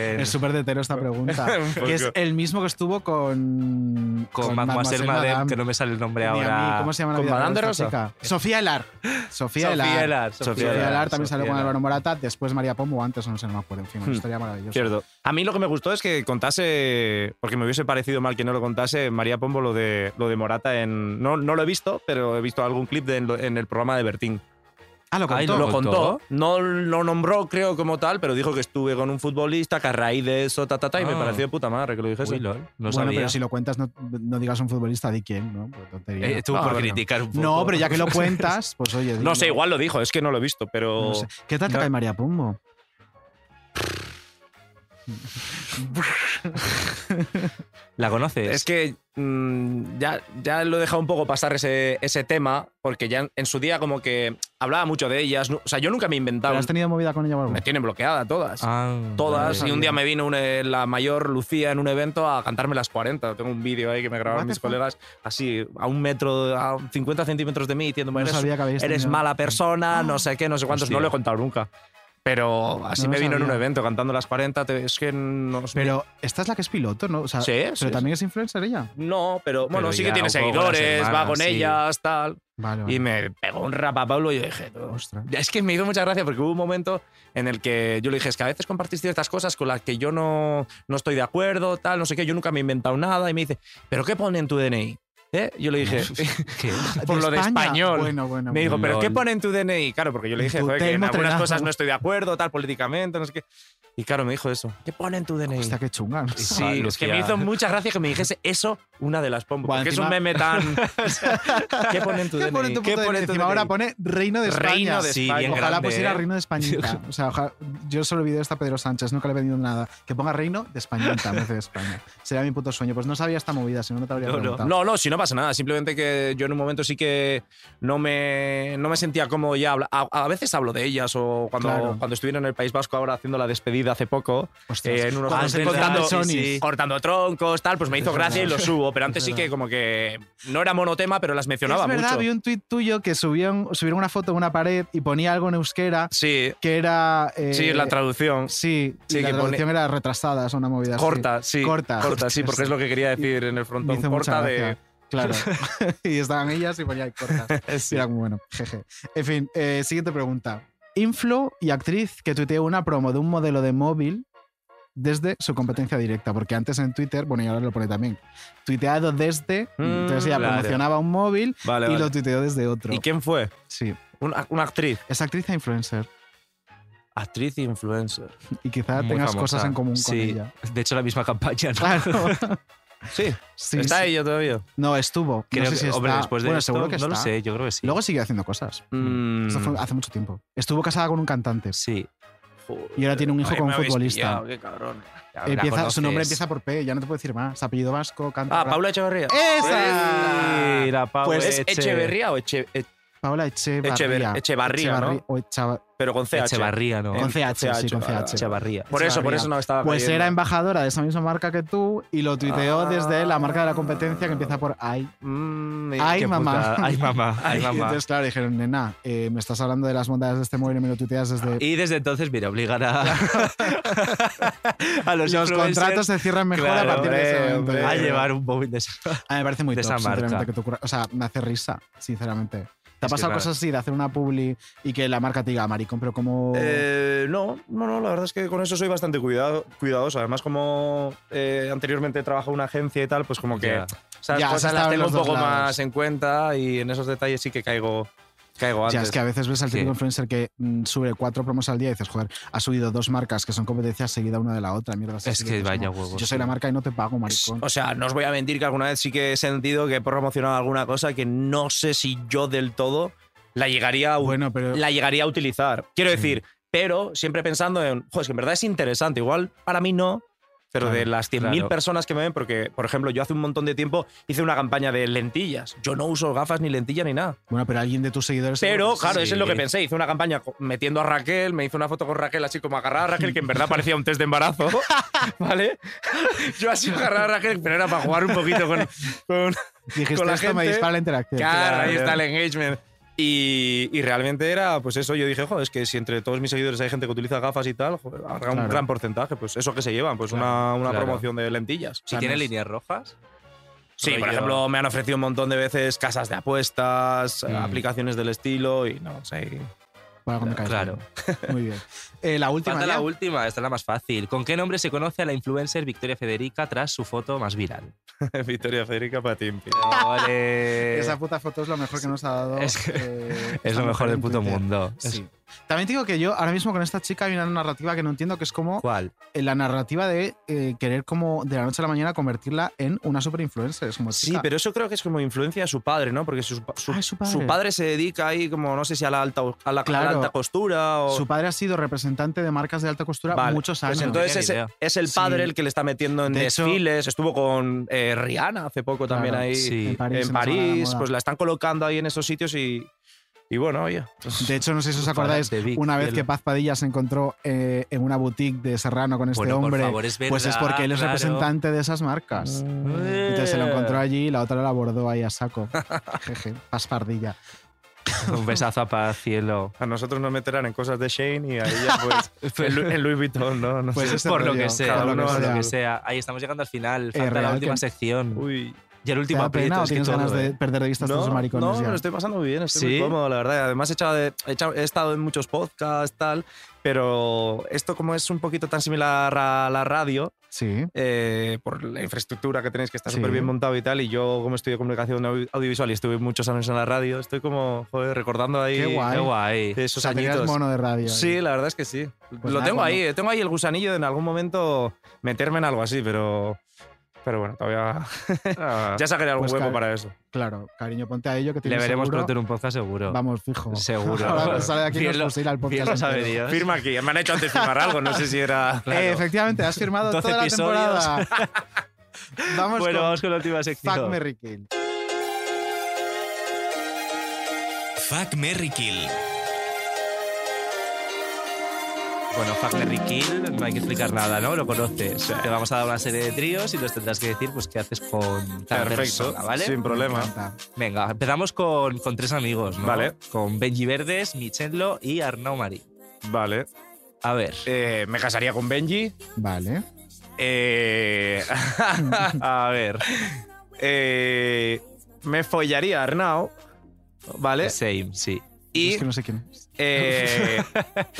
Speaker 13: bien.
Speaker 2: es súper de esta pregunta.
Speaker 13: Un poco.
Speaker 2: que es el mismo que estuvo con.
Speaker 13: Con Mademoiselle Madame, que no me sale el nombre
Speaker 2: Ni a mí,
Speaker 13: ahora.
Speaker 2: ¿Cómo se llama la
Speaker 10: ¿Con
Speaker 2: vida
Speaker 10: Madame
Speaker 2: de
Speaker 10: de
Speaker 2: esta
Speaker 10: Rosa?
Speaker 2: chica? Sofía Elar. Sofía
Speaker 13: Sofía
Speaker 2: Elar.
Speaker 13: Elar,
Speaker 2: Sofía
Speaker 13: Sofía
Speaker 2: Elar
Speaker 13: Elar,
Speaker 2: también salió
Speaker 13: Sofía
Speaker 2: con
Speaker 13: Elar.
Speaker 2: Álvaro Morata, después María Pombo, antes no sé, no me acuerdo. En fin, una
Speaker 10: Hmm.
Speaker 2: historia maravillosa.
Speaker 10: Cierto. A mí lo que me gustó es que contase, porque me hubiese parecido mal que no lo contase, María Pombo lo de, lo de Morata en... No, no lo he visto, pero he visto algún clip de en, lo- en el programa de Bertín.
Speaker 2: Ah, lo
Speaker 10: Ahí
Speaker 2: contó.
Speaker 10: lo contó. No lo nombró, creo, como tal, pero dijo que estuve con un futbolista, que a raíz de eso, ta, ta, ta, y me
Speaker 13: Ah.
Speaker 10: pareció de puta madre que lo dijese.
Speaker 13: Uy, lol, no
Speaker 10: Pues
Speaker 2: bueno,
Speaker 13: sabía.
Speaker 2: pero si lo cuentas, no, no digas un futbolista de quién, ¿no? Por tontería.
Speaker 13: Eh, tú
Speaker 10: Ah,
Speaker 13: por
Speaker 10: bueno.
Speaker 13: criticar un poco.
Speaker 2: no, pero ya que lo cuentas, pues oye.
Speaker 10: No
Speaker 2: dilo.
Speaker 10: sé, igual lo dijo, es que no lo he visto, pero...
Speaker 2: No sé. ¿Qué tal te
Speaker 10: No.
Speaker 2: cae María Pombo?
Speaker 13: ¿La conoces?
Speaker 10: Es que mm, ya, ya lo he dejado un poco pasar ese, ese tema, porque ya en, en su día como que hablaba mucho de ellas. nu- O sea, yo nunca me he inventado...
Speaker 2: ¿Pero ¿Has
Speaker 10: un-
Speaker 2: tenido movida con ella o algo?
Speaker 10: Me tienen bloqueada todas.
Speaker 13: Ah,
Speaker 10: todas.
Speaker 13: vale.
Speaker 10: Y un día me vino una- la mayor Lucía en un evento a cantarme las 40. Tengo un vídeo ahí que me grabaron
Speaker 2: What
Speaker 10: mis
Speaker 2: the fuck?
Speaker 10: colegas así, a un metro, a 50 centímetros de mí, diciéndome,
Speaker 2: No
Speaker 10: eres,
Speaker 2: sabía que habéis
Speaker 10: eres
Speaker 2: tenido-
Speaker 10: mala persona, no sé qué, no sé cuántos.
Speaker 13: Hostia.
Speaker 10: No lo he contado nunca. Pero así
Speaker 2: No lo
Speaker 10: me vino en un
Speaker 2: sabía.
Speaker 10: evento cantando las 40. te- es que no sé.
Speaker 2: Pero esta es la que es piloto, ¿no? O sea,
Speaker 10: Sí,
Speaker 2: pero
Speaker 10: sí,
Speaker 2: también es influencer ella.
Speaker 10: No, pero bueno,
Speaker 13: Pero
Speaker 10: sí que
Speaker 13: ya
Speaker 10: tiene
Speaker 13: un poco las
Speaker 10: seguidores, va
Speaker 13: hermanas,
Speaker 10: con
Speaker 13: sí. Ah.
Speaker 10: ellas, tal.
Speaker 2: Vale, vale.
Speaker 10: Y me pegó un rap a Pablo y yo dije, "No".
Speaker 2: Ostras.
Speaker 10: es que me hizo mucha gracia porque hubo un momento en el que yo le dije, es que a veces compartís ciertas cosas con las que yo no, no estoy de acuerdo, tal, no sé qué, yo nunca me he inventado nada y me dice, ¿pero qué pone en tu DNI? ¿Eh? Yo le dije,
Speaker 13: ¿Qué?
Speaker 10: por lo de español.
Speaker 2: Bueno, bueno.
Speaker 10: me dijo,
Speaker 2: bueno.
Speaker 10: ¿pero
Speaker 13: Lol.
Speaker 10: qué pone en tu DNI? Claro, porque yo le
Speaker 2: En
Speaker 10: dije,
Speaker 2: tu
Speaker 10: joder, que en
Speaker 2: termo
Speaker 10: algunas
Speaker 2: trenazo.
Speaker 10: cosas no estoy de acuerdo, tal, políticamente, no sé qué. Y claro, me dijo eso, ¿qué pone en tu DNI?
Speaker 2: Hostia, qué chunga. ¿no?
Speaker 10: Sí,
Speaker 13: Ah,
Speaker 10: es que
Speaker 13: Lucía.
Speaker 10: me hizo mucha gracia que me dijese eso una de las pombas.
Speaker 2: Bueno,
Speaker 10: porque
Speaker 2: encima-
Speaker 10: es un meme tan. o sea, ¿Qué pone en tu
Speaker 2: ¿Qué
Speaker 10: DNI?
Speaker 2: pone en tu
Speaker 10: ¿Qué
Speaker 2: puto
Speaker 10: pone
Speaker 2: DNI?
Speaker 10: en tu
Speaker 2: Encima
Speaker 10: DNI?
Speaker 2: ahora pone Reino de España.
Speaker 10: Reino de
Speaker 13: Sí,
Speaker 10: España.
Speaker 13: bien
Speaker 2: Ojalá
Speaker 13: grande,
Speaker 2: pusiera
Speaker 13: ¿eh?
Speaker 2: Reino de Españita. O sea, ojalá- yo solo video esta a Pedro Sánchez, nunca le he pedido nada. Que ponga Reino de Españita en vez de España. Sería mi puto sueño. Pues no sabía esta movida, si no, no te habría
Speaker 13: No, no.
Speaker 2: preguntado.
Speaker 10: No, no, si no pasa nada. Simplemente que yo en un momento sí que no me, no me sentía cómodo ya. habla- A, a veces hablo de ellas o cuando,
Speaker 2: Claro.
Speaker 10: cuando estuvieron en el País Vasco ahora haciendo la despedida hace poco,
Speaker 2: Ostras.
Speaker 10: eh, en unos
Speaker 13: Ah, es
Speaker 10: cortando,
Speaker 13: verdad,
Speaker 10: cortando-
Speaker 13: sí, sí.
Speaker 10: cortando troncos, tal, pues me hizo
Speaker 2: Es
Speaker 10: gracia y
Speaker 2: verdad.
Speaker 10: lo subo. Pero
Speaker 2: Es
Speaker 10: antes sí
Speaker 2: verdad.
Speaker 10: que como que no era monotema, pero las mencionaba
Speaker 2: es verdad,
Speaker 10: mucho.
Speaker 2: vi un tuit tuyo que subieron, subieron una foto en una pared y ponía algo en euskera
Speaker 10: Sí,
Speaker 2: que era. eh,
Speaker 10: sí, la traducción.
Speaker 2: Sí, y
Speaker 10: Sí,
Speaker 2: la
Speaker 10: que pone-
Speaker 2: traducción era retrasada, es una movida. así.
Speaker 10: Corta, sí.
Speaker 2: Corta.
Speaker 10: Corta, sí, porque es lo que quería decir en el
Speaker 2: Me
Speaker 10: frontón.
Speaker 2: hizo mucha
Speaker 10: Corta de.
Speaker 2: gracia. Claro. y estaban ellas y ponía ahí cortas.
Speaker 10: Sí.
Speaker 2: Y era como bueno, jeje. En fin, eh, siguiente pregunta. Influ y actriz que tuiteó una promo de un modelo de móvil desde su competencia directa, porque antes en Twitter, bueno, y ahora lo pone también, tuiteado desde,
Speaker 10: Mm,
Speaker 2: entonces ella
Speaker 10: claro.
Speaker 2: promocionaba un móvil
Speaker 10: Vale,
Speaker 2: y
Speaker 10: vale.
Speaker 2: lo tuiteó desde otro.
Speaker 10: ¿Y quién fue?
Speaker 2: Sí.
Speaker 10: Una, una actriz.
Speaker 2: Es actriz e influencer.
Speaker 10: Actriz e influencer.
Speaker 2: Y quizá
Speaker 10: Muy
Speaker 2: tengas
Speaker 10: famosa.
Speaker 2: cosas en común con
Speaker 10: Sí.
Speaker 2: ella.
Speaker 13: De hecho, la misma campaña, ¿no?
Speaker 10: sí.
Speaker 2: Sí,
Speaker 10: ¿Está
Speaker 2: sí.
Speaker 10: ella todavía?
Speaker 2: No, estuvo.
Speaker 10: Creo
Speaker 2: no sé
Speaker 10: que-
Speaker 2: si está.
Speaker 10: hombre, después de
Speaker 2: bueno,
Speaker 10: esto,
Speaker 2: seguro que
Speaker 10: no lo
Speaker 2: está.
Speaker 10: sé, yo creo que sí.
Speaker 2: Luego sigue haciendo cosas.
Speaker 10: Mm.
Speaker 2: Esto fue hace mucho tiempo. Estuvo casada con un cantante.
Speaker 13: Sí.
Speaker 2: Y ahora tiene un hijo
Speaker 10: Ay,
Speaker 2: con un
Speaker 10: me habéis
Speaker 2: futbolista.
Speaker 10: pillado, qué cabrón. Ya la
Speaker 2: Empieza, su nombre
Speaker 10: conoces.
Speaker 2: empieza por P, ya no te puedo decir más. Apellido vasco, canta.
Speaker 10: Ah, Paula Echeverría.
Speaker 2: Pues ¡Esa!
Speaker 10: Sí, la Paula
Speaker 2: Pues-
Speaker 10: ¿Es Echeverría o Eche- e-
Speaker 2: Paula Echevarría.
Speaker 10: Echever- Echevarría, ¿no?
Speaker 2: Echevarri- o Echava-
Speaker 10: Pero con CH.
Speaker 13: Echevarría, ¿no?
Speaker 2: Con CH, sí, con
Speaker 10: vale,
Speaker 2: CH.
Speaker 13: Echevarría.
Speaker 10: Por eso, por eso no estaba
Speaker 2: Pues
Speaker 10: cayendo.
Speaker 2: era embajadora de esa misma marca que tú y lo tuiteó
Speaker 10: Ah.
Speaker 2: desde la marca de la competencia que empieza por ay.
Speaker 10: Mm,
Speaker 2: Ay,
Speaker 10: qué
Speaker 2: mamá.
Speaker 10: putada. Ay, mamá. Ay, mamá.
Speaker 2: Entonces, claro, dijeron, nena, eh, me estás hablando de las bondades de este móvil y me lo tuiteas desde
Speaker 10: Ah,
Speaker 13: Y desde entonces, mira, obligan a, a los,
Speaker 2: Los
Speaker 13: influencers-
Speaker 2: contratos se cierran mejor a
Speaker 13: Claro,
Speaker 2: partir de ese
Speaker 13: hombre,
Speaker 2: momento.
Speaker 13: hombre, A llevar un móvil de esa.
Speaker 2: A mí me parece muy
Speaker 13: de
Speaker 2: top,
Speaker 13: esa marca.
Speaker 2: sinceramente, que te ocurra- O sea, me hace risa, sinceramente. ¿Te ha
Speaker 10: Es que,
Speaker 2: pasado
Speaker 10: claro.
Speaker 2: cosas así de hacer una publi y que la marca te diga, maricón, pero como...
Speaker 10: Eh, no, no, no, la verdad es que con eso soy bastante cuidado, cuidadoso. Además, como eh, anteriormente trabajo en una agencia y tal, pues como que
Speaker 13: Ya.
Speaker 10: esas
Speaker 2: Ya, has
Speaker 10: cosas
Speaker 2: estado
Speaker 10: las
Speaker 2: en
Speaker 10: tengo
Speaker 2: los
Speaker 10: un
Speaker 2: dos
Speaker 10: poco
Speaker 2: lados.
Speaker 10: más en cuenta y en esos detalles sí que caigo, caigo antes.
Speaker 2: Ya, es que a veces ves al
Speaker 10: Sí.
Speaker 2: típico influencer que mm, sube cuatro promos al día y dices, joder, ha subido dos marcas que son competencias seguida una de la otra. Mierda, así
Speaker 10: Es
Speaker 2: sí
Speaker 10: que
Speaker 2: dices,
Speaker 10: vaya
Speaker 2: no,
Speaker 10: huevos,
Speaker 2: Yo soy la
Speaker 10: tío.
Speaker 2: marca y no te pago, maricón.
Speaker 10: O sea, no os voy a mentir que alguna vez sí que he sentido que he promocionado alguna cosa que no sé si yo del todo la llegaría a, u-
Speaker 2: Bueno, pero-
Speaker 10: la llegaría a utilizar. Quiero decir,
Speaker 2: Mm.
Speaker 10: pero siempre pensando en, "Jo, es que en verdad es interesante. Igual para mí no, pero de
Speaker 13: Claro,
Speaker 10: las 100.000
Speaker 13: claro.
Speaker 10: personas que me ven, porque, por ejemplo, yo hace un montón de tiempo hice una campaña de lentillas. Yo no uso gafas ni lentillas ni nada.
Speaker 2: Bueno, pero alguien de tus seguidores...
Speaker 10: Pero, claro,
Speaker 2: Sí.
Speaker 10: eso es lo que pensé. Hice una campaña co- metiendo a Raquel, me hice una foto con Raquel así como agarrada a Raquel, que en verdad parecía un test de embarazo, ¿vale? Yo así agarrada a Raquel, pero era para jugar un poquito con, con,
Speaker 2: Dijiste,
Speaker 10: con la
Speaker 2: esto
Speaker 10: gente.
Speaker 2: me dispara la interacción.
Speaker 10: Claro, ahí
Speaker 2: Claro.
Speaker 10: está el engagement. Y, y realmente era, pues eso, yo dije, joder, es que si entre todos mis seguidores hay gente que utiliza gafas y tal, joder, habrá un
Speaker 13: Claro.
Speaker 10: gran porcentaje, pues eso que se llevan, pues una, una
Speaker 13: Claro.
Speaker 10: promoción de lentillas. O
Speaker 13: ¿Y
Speaker 10: sea,
Speaker 13: tiene
Speaker 10: no es-
Speaker 13: líneas rojas?
Speaker 10: Sí, por
Speaker 13: Rollo-
Speaker 10: ejemplo, me han ofrecido un montón de veces casas de apuestas, aplicaciones del estilo y no sé.
Speaker 2: Para cuando caes
Speaker 13: Claro.
Speaker 2: bien. Muy bien. Eh, la última...
Speaker 13: Falta la
Speaker 2: ya.
Speaker 13: última, esta es la más fácil. ¿Con qué nombre se conoce a la influencer Victoria Federica tras su foto más viral?
Speaker 10: Victoria Federica Patimpi.
Speaker 13: ¡Ole!
Speaker 2: Esa puta foto es lo mejor que nos ha dado.
Speaker 13: Es que-
Speaker 2: eh,
Speaker 13: es
Speaker 2: esta
Speaker 13: lo mejor
Speaker 2: mujer
Speaker 13: del
Speaker 2: en
Speaker 13: puto
Speaker 2: Twitter.
Speaker 13: mundo. Es-
Speaker 2: Sí. También te digo que yo ahora mismo con esta chica hay una narrativa que no entiendo que es como
Speaker 13: ¿Cuál?
Speaker 2: eh, la narrativa de eh, querer como de la noche a la mañana convertirla en una super influencer. Es como,
Speaker 10: Sí,
Speaker 2: chica,
Speaker 10: pero eso creo que es como influencia de su padre, ¿no? Porque su, su-
Speaker 2: Ah, su padre.
Speaker 10: su padre se dedica ahí como, no sé si a la alta, a la, a la
Speaker 2: Claro.
Speaker 10: alta costura o...
Speaker 2: su padre ha sido representante de marcas de alta costura
Speaker 10: Vale,
Speaker 2: muchos
Speaker 10: pues
Speaker 2: años.
Speaker 10: entonces ese- es el
Speaker 2: Sí.
Speaker 10: padre el que le está metiendo en
Speaker 2: De hecho-
Speaker 10: desfiles. Estuvo con eh, Rihanna hace poco también
Speaker 2: Claro,
Speaker 10: ahí
Speaker 2: sí.
Speaker 10: en
Speaker 2: En París,
Speaker 10: París.
Speaker 2: en la Semana de la Moda.
Speaker 10: pues la están colocando ahí en esos sitios y, y bueno, oye. pues-
Speaker 2: De hecho, no sé si os acordáis,
Speaker 10: Adelante, Vic,
Speaker 2: una vez
Speaker 10: cielo.
Speaker 2: que Paz Padilla se encontró eh, en una boutique de Serrano con este
Speaker 13: Bueno, por
Speaker 2: hombre,
Speaker 13: favor, es
Speaker 2: pues es
Speaker 13: verdad,
Speaker 2: porque él es
Speaker 13: claro.
Speaker 2: representante de esas marcas. Entonces se lo encontró allí y la otra la abordó ahí a saco. Jeje, Paz Pardilla.
Speaker 13: Un besazo a paz, cielo.
Speaker 10: A nosotros nos meterán en cosas de Shane y a ella pues en, Lu- en Louis Vuitton, ¿no? No sé.
Speaker 2: ese
Speaker 13: por lo
Speaker 2: Pues este rollo,
Speaker 13: que sea,
Speaker 2: cada
Speaker 13: por
Speaker 2: uno
Speaker 13: lo,
Speaker 2: sea.
Speaker 13: que sea. Ahí estamos llegando al final.
Speaker 2: Eh,
Speaker 13: Falta la
Speaker 2: real
Speaker 13: última
Speaker 2: que-
Speaker 13: sección.
Speaker 10: Uy.
Speaker 13: Y el
Speaker 2: ¿Te
Speaker 13: último
Speaker 2: da
Speaker 13: aprieto.
Speaker 2: pena o
Speaker 13: es que
Speaker 2: tienes
Speaker 13: todo,
Speaker 2: ganas
Speaker 13: eh.
Speaker 2: de perder de vista a estos maricones
Speaker 10: no,
Speaker 2: ya?
Speaker 10: me lo estoy pasando muy bien, estoy
Speaker 13: ¿Sí?
Speaker 10: muy cómodo, la verdad. Además he, echado de- he, echado- he estado en muchos podcasts, tal, pero esto como es un poquito tan similar a la radio,
Speaker 2: Sí.
Speaker 10: eh, por la infraestructura que tenéis que está
Speaker 2: Sí.
Speaker 10: súper bien montado y tal, y yo como estudio comunicación audio- audiovisual y estuve muchos años en la radio, estoy como joder, recordando ahí
Speaker 2: Qué guay. Qué
Speaker 13: guay.
Speaker 10: esos
Speaker 2: O sea, tenías
Speaker 10: añitos.
Speaker 2: mono de radio ahí. Pues
Speaker 10: Sí, la verdad es que sí. lo
Speaker 2: nada,
Speaker 10: tengo
Speaker 2: cuando-
Speaker 10: ahí, eh, tengo ahí el gusanillo de en algún momento meterme en algo así, pero... Pero bueno, todavía... ya sacaré algún
Speaker 2: Pues
Speaker 10: hueco
Speaker 2: claro.
Speaker 10: para eso.
Speaker 2: Claro, cariño, ponte a ello que
Speaker 13: Le
Speaker 2: tienes
Speaker 13: veremos
Speaker 2: seguro.
Speaker 13: pronto en un podcast seguro.
Speaker 2: Vamos, fijo.
Speaker 13: Seguro.
Speaker 2: Ahora que sale de aquí
Speaker 13: Bien
Speaker 2: nos
Speaker 13: lo-
Speaker 2: fusila el podcast
Speaker 13: bien lo sabe
Speaker 2: entero.
Speaker 13: Dios.
Speaker 10: Firma aquí. Me han hecho antes firmar algo. No sé si era.
Speaker 13: Claro.
Speaker 2: Eh, efectivamente, has firmado
Speaker 13: 12
Speaker 2: toda la
Speaker 13: episodios.
Speaker 2: temporada. Vamos
Speaker 13: bueno,
Speaker 2: con
Speaker 13: vamos con la última sección.
Speaker 2: Fuck Merry Kill.
Speaker 1: Fuck Merry Kill.
Speaker 13: Bueno, Fuck Merry Kill, no hay que explicar nada, ¿no? Lo conoces. Te vamos a dar una serie de tríos y los tendrás que decir, pues, qué haces con cada
Speaker 10: Perfecto,
Speaker 13: persona, ¿vale?
Speaker 10: sin problema.
Speaker 13: Venga, empezamos con, con tres amigos, ¿no?
Speaker 10: Vale.
Speaker 13: Con Benji Verdes, Michello y Arnau Marí.
Speaker 10: Vale.
Speaker 13: A ver.
Speaker 10: Eh, me casaría con Benji.
Speaker 2: Vale.
Speaker 10: Eh, a ver. Eh, me follaría a Arnau. ¿Vale?
Speaker 13: Same, sí.
Speaker 10: Y
Speaker 2: Es que no sé quién es.
Speaker 10: eh,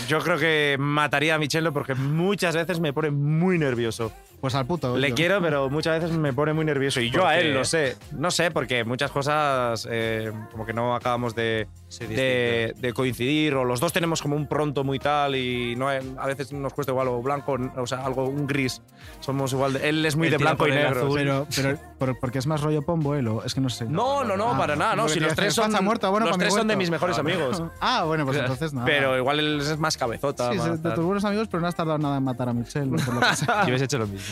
Speaker 10: yo creo que mataría a Michelo porque muchas veces me pone muy nervioso.
Speaker 2: Pues al puto.
Speaker 10: Le
Speaker 2: yo.
Speaker 10: quiero, pero muchas veces me pone muy nervioso. Y yo
Speaker 2: ¿Por
Speaker 10: a
Speaker 2: qué?
Speaker 10: él, lo sé. No sé, porque muchas cosas eh, como que no acabamos de, de, de coincidir. O los dos tenemos como un pronto muy tal y no, hay- a veces nos cuesta igual o blanco, o sea, algo, un gris. Somos igual de- Él es muy
Speaker 2: Él
Speaker 10: de
Speaker 2: tira
Speaker 10: blanco
Speaker 2: por
Speaker 10: y
Speaker 2: el
Speaker 10: negro.
Speaker 2: azul. Pero, pero, pero- porque es más rollo pombo, ¿eh? Lo- Es que no sé.
Speaker 10: No, no, no,
Speaker 2: Ah,
Speaker 10: para nada, no.
Speaker 2: porque
Speaker 10: Si los
Speaker 2: decía,
Speaker 10: tres son,
Speaker 2: "Juanza muerta, bueno,
Speaker 10: los
Speaker 2: para mi
Speaker 10: tres son de
Speaker 2: huerto".
Speaker 10: mis mejores
Speaker 2: Ah, bueno.
Speaker 10: amigos.
Speaker 2: Ah, bueno, pues entonces nada.
Speaker 10: Pero igual él es más cabezota.
Speaker 2: Sí,
Speaker 10: más
Speaker 2: sí, de
Speaker 10: tal.
Speaker 2: tus buenos amigos, pero no has tardado nada en matar a Michelle. por lo que sé.
Speaker 10: Yo hubiese hecho lo mismo.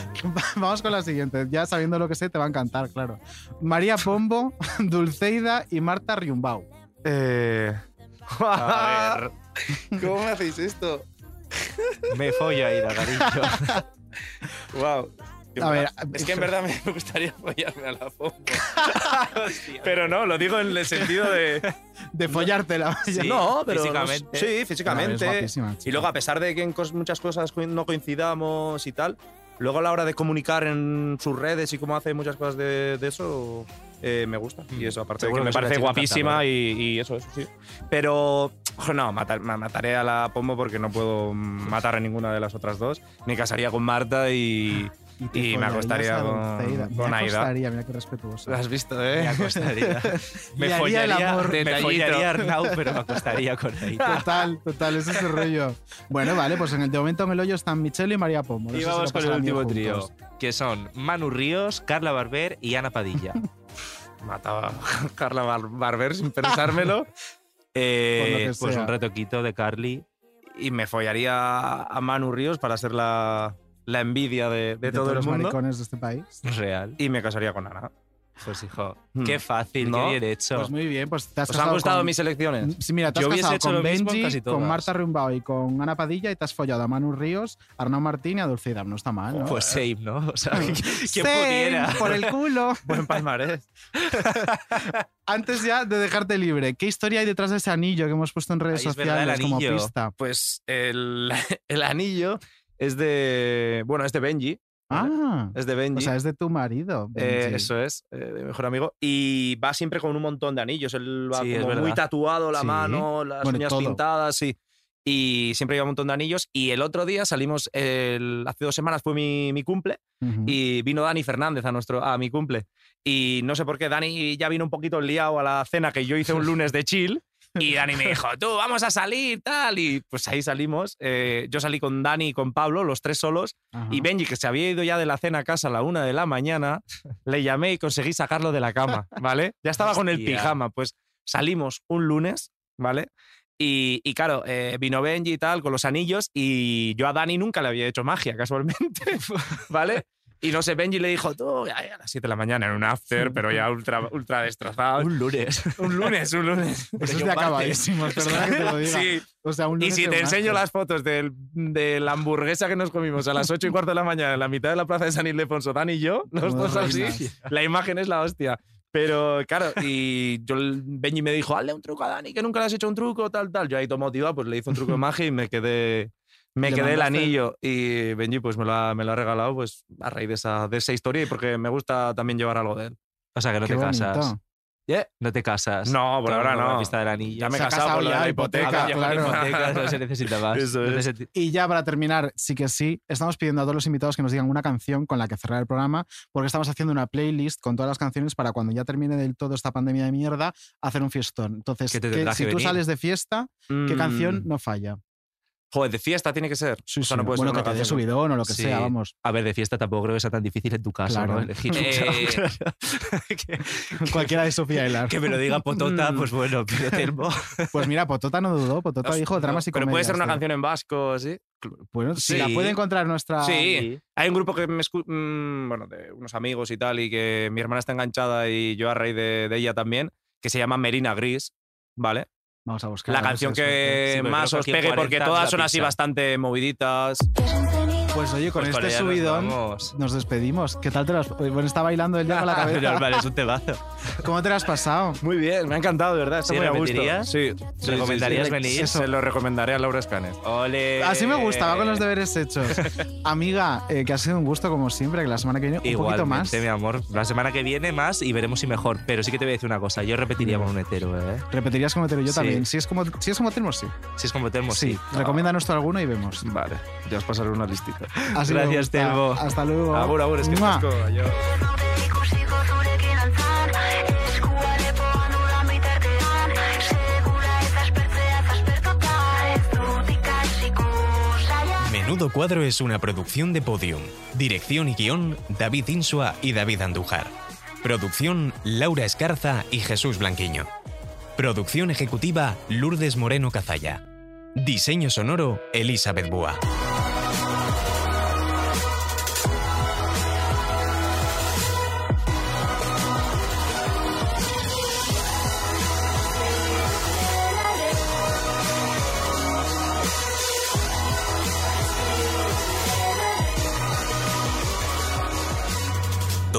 Speaker 2: Vamos con la siguiente. Ya sabiendo lo que sé, te va a encantar, claro. María Pombo, Dulceida y Marta Riumbau.
Speaker 10: Eh. A ver.
Speaker 16: ¿Cómo me hacéis esto?
Speaker 10: Me folla ir a Garillo.
Speaker 16: wow.
Speaker 2: A ver,
Speaker 16: es que en verdad me me gustaría apoyarme a la pombo.
Speaker 10: Pero no, lo digo en el sentido de.
Speaker 2: De follártela. vaya.
Speaker 10: no, pero. no- sí, físicamente.
Speaker 2: Claro, es guapísima,
Speaker 10: y luego, a pesar de que en cos- muchas cosas co- no coincidamos y tal, luego a la hora de comunicar en sus redes y cómo hace muchas cosas de, de eso, eh, me gusta. Y eso, aparte de que
Speaker 13: Seguro que
Speaker 10: me
Speaker 13: es una
Speaker 10: parece
Speaker 13: chica
Speaker 10: guapísima
Speaker 13: encantadora.
Speaker 10: y, y eso, eso sí. Pero. jo, No, matar- ma- mataré a la Pombo porque no puedo mm, matar a ninguna de las otras dos. Me casaría con Marta y.
Speaker 2: Te
Speaker 10: Y, me
Speaker 2: follarías
Speaker 10: acostaría
Speaker 2: a
Speaker 10: con,
Speaker 2: Dulceida.
Speaker 10: con
Speaker 2: me
Speaker 10: Aida.
Speaker 2: acostaría, mira qué respetuoso.
Speaker 10: Lo has visto, ¿eh?
Speaker 2: Me
Speaker 10: acostaría.
Speaker 2: Me Le haría el follaría- amor. me
Speaker 13: Detallito.
Speaker 10: follaría a Arnau, pero me acostaría con Aida.
Speaker 2: Total, total, ese es el rollo. Bueno, vale, pues en el de momento en el hoyo están Michelle y María Pombo. No
Speaker 13: Y
Speaker 2: sé si
Speaker 13: vamos
Speaker 2: lo
Speaker 13: con el
Speaker 2: pasarán bien
Speaker 13: último trío,
Speaker 2: juntos.
Speaker 13: que son Manu Ríos, Carla Barber y Ana Padilla.
Speaker 10: Mataba a Carla Bar- Barber sin pensármelo. Eh,
Speaker 13: Por lo que
Speaker 10: pues
Speaker 13: sea.
Speaker 10: un retoquito de Carly. Y me follaría a Manu Ríos para ser la, la envidia de, de
Speaker 2: De
Speaker 10: todo
Speaker 2: todos
Speaker 10: el
Speaker 2: los
Speaker 10: mundo.
Speaker 2: maricones de este país.
Speaker 10: Real. Y me casaría con Ana.
Speaker 13: Pues hijo,
Speaker 10: Mm.
Speaker 13: qué fácil,
Speaker 10: ¿No?
Speaker 13: qué bien hecho.
Speaker 2: Pues muy bien, pues te has
Speaker 10: ¿Os han
Speaker 2: casado
Speaker 10: gustado
Speaker 2: con-
Speaker 10: mis elecciones?
Speaker 2: Sí, mira, te has
Speaker 10: Yo hubiese
Speaker 2: casado
Speaker 10: hecho
Speaker 2: con
Speaker 10: lo mismo en
Speaker 2: Benji,
Speaker 10: casi
Speaker 2: con
Speaker 10: todas.
Speaker 2: Marta Rumbao y con Ana Padilla y te has follado a Manu Ríos, Arnau Martín y a Dulceida. No está mal, ¿no?
Speaker 13: Pues same, ¿no? O sea, que que
Speaker 2: Same,
Speaker 13: pudiera.
Speaker 2: por el culo.
Speaker 10: Buen palmarés.
Speaker 2: Antes ya de dejarte libre, ¿qué historia hay detrás de ese anillo que hemos puesto en redes
Speaker 10: Ahí es verdad,
Speaker 2: sociales
Speaker 10: el
Speaker 2: como
Speaker 10: anillo.
Speaker 2: pista?
Speaker 10: Pues el, el anillo es de. Bueno, es de Benji.
Speaker 2: Ah,
Speaker 10: Es de Benji.
Speaker 2: o sea, es de tu marido.
Speaker 10: Eh,
Speaker 2: Benji.
Speaker 10: eso es, eh, de mejor amigo. Y va siempre con un montón de anillos. Él va
Speaker 13: Sí, es
Speaker 10: como
Speaker 13: verdad.
Speaker 10: muy tatuado, la
Speaker 13: Sí.
Speaker 10: mano, las
Speaker 13: Bueno,
Speaker 10: uñas
Speaker 13: todo.
Speaker 10: pintadas, sí. Y siempre lleva un montón de anillos. Y el otro día salimos, el- hace dos semanas fue mi, mi cumple, y vino Dani Fernández a, nuestro, a mi cumple. Y no sé por qué, Dani ya vino un poquito liado a la cena que yo hice un lunes de chill. Y Dani me dijo, tú, vamos a salir, tal. Y pues ahí salimos. Eh, yo salí con Dani y con Pablo, los tres solos. Y Benji, que se había ido ya de la cena a casa a la una de la mañana, le llamé y conseguí sacarlo de la cama, ¿vale? Ya estaba con el
Speaker 13: Hostia.
Speaker 10: pijama. Pues salimos un lunes, ¿vale? Y, y claro, eh, vino Benji y tal, con los anillos, y yo a Dani nunca le había hecho magia, casualmente, ¿vale? Y no sé, Benji le dijo, tú, ya, ya, a las 7 de la mañana en un after, pero ya ultra, ultra destrozado. Un lunes. Un lunes, un lunes.
Speaker 2: Eso es de
Speaker 10: Yo, vale.
Speaker 2: acabadísimos, perdona que te lo diga.
Speaker 10: Sí.
Speaker 2: O sea, un
Speaker 10: Y
Speaker 2: lunes
Speaker 10: si
Speaker 2: de
Speaker 10: te
Speaker 2: un
Speaker 10: enseño
Speaker 2: ángel.
Speaker 10: las fotos del- de la hamburguesa que nos comimos a las 8 y cuarto de la mañana en la mitad de la plaza de San Ildefonso, Dan y yo, los
Speaker 2: Como
Speaker 10: dos
Speaker 2: dos
Speaker 10: así,
Speaker 2: reinas.
Speaker 10: la imagen es la hostia. Pero claro, y yo, Benji me dijo, hazle un truco a Dani, que nunca le has hecho un truco, tal, tal. Yo ahí todo motivado, pues le hice un truco de magia y me quedé, me
Speaker 13: Le
Speaker 10: quedé el
Speaker 13: mandaste-
Speaker 10: anillo. Y Benji pues me lo ha, me lo ha regalado pues a raíz de esa, de esa historia y porque me gusta también llevar algo de él.
Speaker 13: O sea, que no
Speaker 10: Qué
Speaker 13: te casas.
Speaker 10: bonito. ¿Eh?
Speaker 13: No te casas.
Speaker 10: No, por
Speaker 13: Todo
Speaker 10: ahora
Speaker 13: el mundo con
Speaker 10: no.
Speaker 13: La pista del anillo.
Speaker 10: Ya me he Se ha casado casado por lo de ya, la hipoteca, hipoteca,
Speaker 13: Ya con la
Speaker 10: claro.
Speaker 13: hipoteca, no se necesita más.
Speaker 10: Eso
Speaker 13: No
Speaker 10: es.
Speaker 13: se-
Speaker 2: Y ya para terminar, sí que sí, estamos pidiendo a todos los invitados que nos digan una canción con la que cerrar el programa, porque estamos haciendo una playlist con todas las canciones para cuando ya termine del todo esta pandemia de mierda, hacer un fiestón. Entonces,
Speaker 10: Que te
Speaker 2: que
Speaker 10: tendrás
Speaker 2: si
Speaker 10: que
Speaker 2: tú
Speaker 10: venir.
Speaker 2: sales de fiesta, ¿qué
Speaker 10: Mm.
Speaker 2: canción no falla?
Speaker 10: Joder, de fiesta tiene que ser.
Speaker 2: Sí,
Speaker 10: O sea,
Speaker 2: sí,
Speaker 10: no puede
Speaker 2: bueno,
Speaker 10: ser una
Speaker 2: que te dé
Speaker 10: canción.
Speaker 2: subidón o lo que sea, vamos.
Speaker 13: A ver, de fiesta tampoco creo que sea tan difícil en tu caso,
Speaker 2: Claro.
Speaker 13: ¿no? Elegir.
Speaker 10: Eh,
Speaker 2: Cualquiera de Sofía Hilar.
Speaker 13: que me lo diga Potota, pues bueno, pero Telmo.
Speaker 2: Pues mira, Potota no dudó, Potota dijo dramas y
Speaker 10: Pero puede ser una
Speaker 2: comedias,
Speaker 10: canción en vasco, ¿sí?
Speaker 2: Bueno, si la
Speaker 10: Sí.
Speaker 2: puede encontrar nuestra...
Speaker 10: Sí, hay un grupo que me escu- mm, bueno, de unos amigos y tal, y que mi hermana está enganchada y yo a raíz de, de ella también, que se llama Merina Gris, ¿vale?
Speaker 2: Vamos a buscar.
Speaker 10: la canción que más os pegue, porque todas son así bastante moviditas.
Speaker 17: Que hayan tenido
Speaker 2: Pues oye, con
Speaker 18: Pues con
Speaker 2: este
Speaker 18: ella nos
Speaker 2: subidón
Speaker 18: vamos.
Speaker 2: nos, despedimos. ¿Qué tal te lo has... Bueno, está bailando el ya con la cabeza.
Speaker 18: Normal, es un temazo.
Speaker 2: ¿Cómo te lo has pasado?
Speaker 18: Muy bien, me ha encantado, de verdad. Está
Speaker 2: ¿Sí,
Speaker 18: muy a gusto.
Speaker 2: repetirías?
Speaker 18: Sí.
Speaker 2: sí, ¿Recomendarías sí. venir? Eso.
Speaker 18: Se lo recomendaré a Laura Escanes. Ole.
Speaker 2: Así me gusta, va con los deberes hechos. Amiga, eh, que ha sido un gusto como siempre, que la semana que viene un
Speaker 3: Igualmente,
Speaker 2: poquito más.
Speaker 3: mi amor. La semana que viene más y veremos si mejor. Pero sí que te voy a decir una cosa. Yo repetiría con un hetero, ¿eh?
Speaker 2: Repetirías como hetero yo
Speaker 3: Sí.
Speaker 2: también. Si es como, si es como tenemos, sí.
Speaker 3: Si es como Telmo, sí.
Speaker 2: Sí, recomiéndanos tú alguno y vemos.
Speaker 18: Vale, ya os pasaré una listita.
Speaker 2: Así me
Speaker 18: Gracias,
Speaker 2: gusta.
Speaker 18: Telmo.
Speaker 2: Ah, Hasta luego.
Speaker 18: Agur, agur, es que
Speaker 2: Mua.
Speaker 18: Adiós.
Speaker 10: Menudo Cuadro es una producción de Podium. Dirección y guión, David Insua y David Andújar. Producción, Laura Escarza y Jesús Blanquiño. Producción ejecutiva, Lourdes Moreno Cazalla. Diseño sonoro, Elizabeth Búa.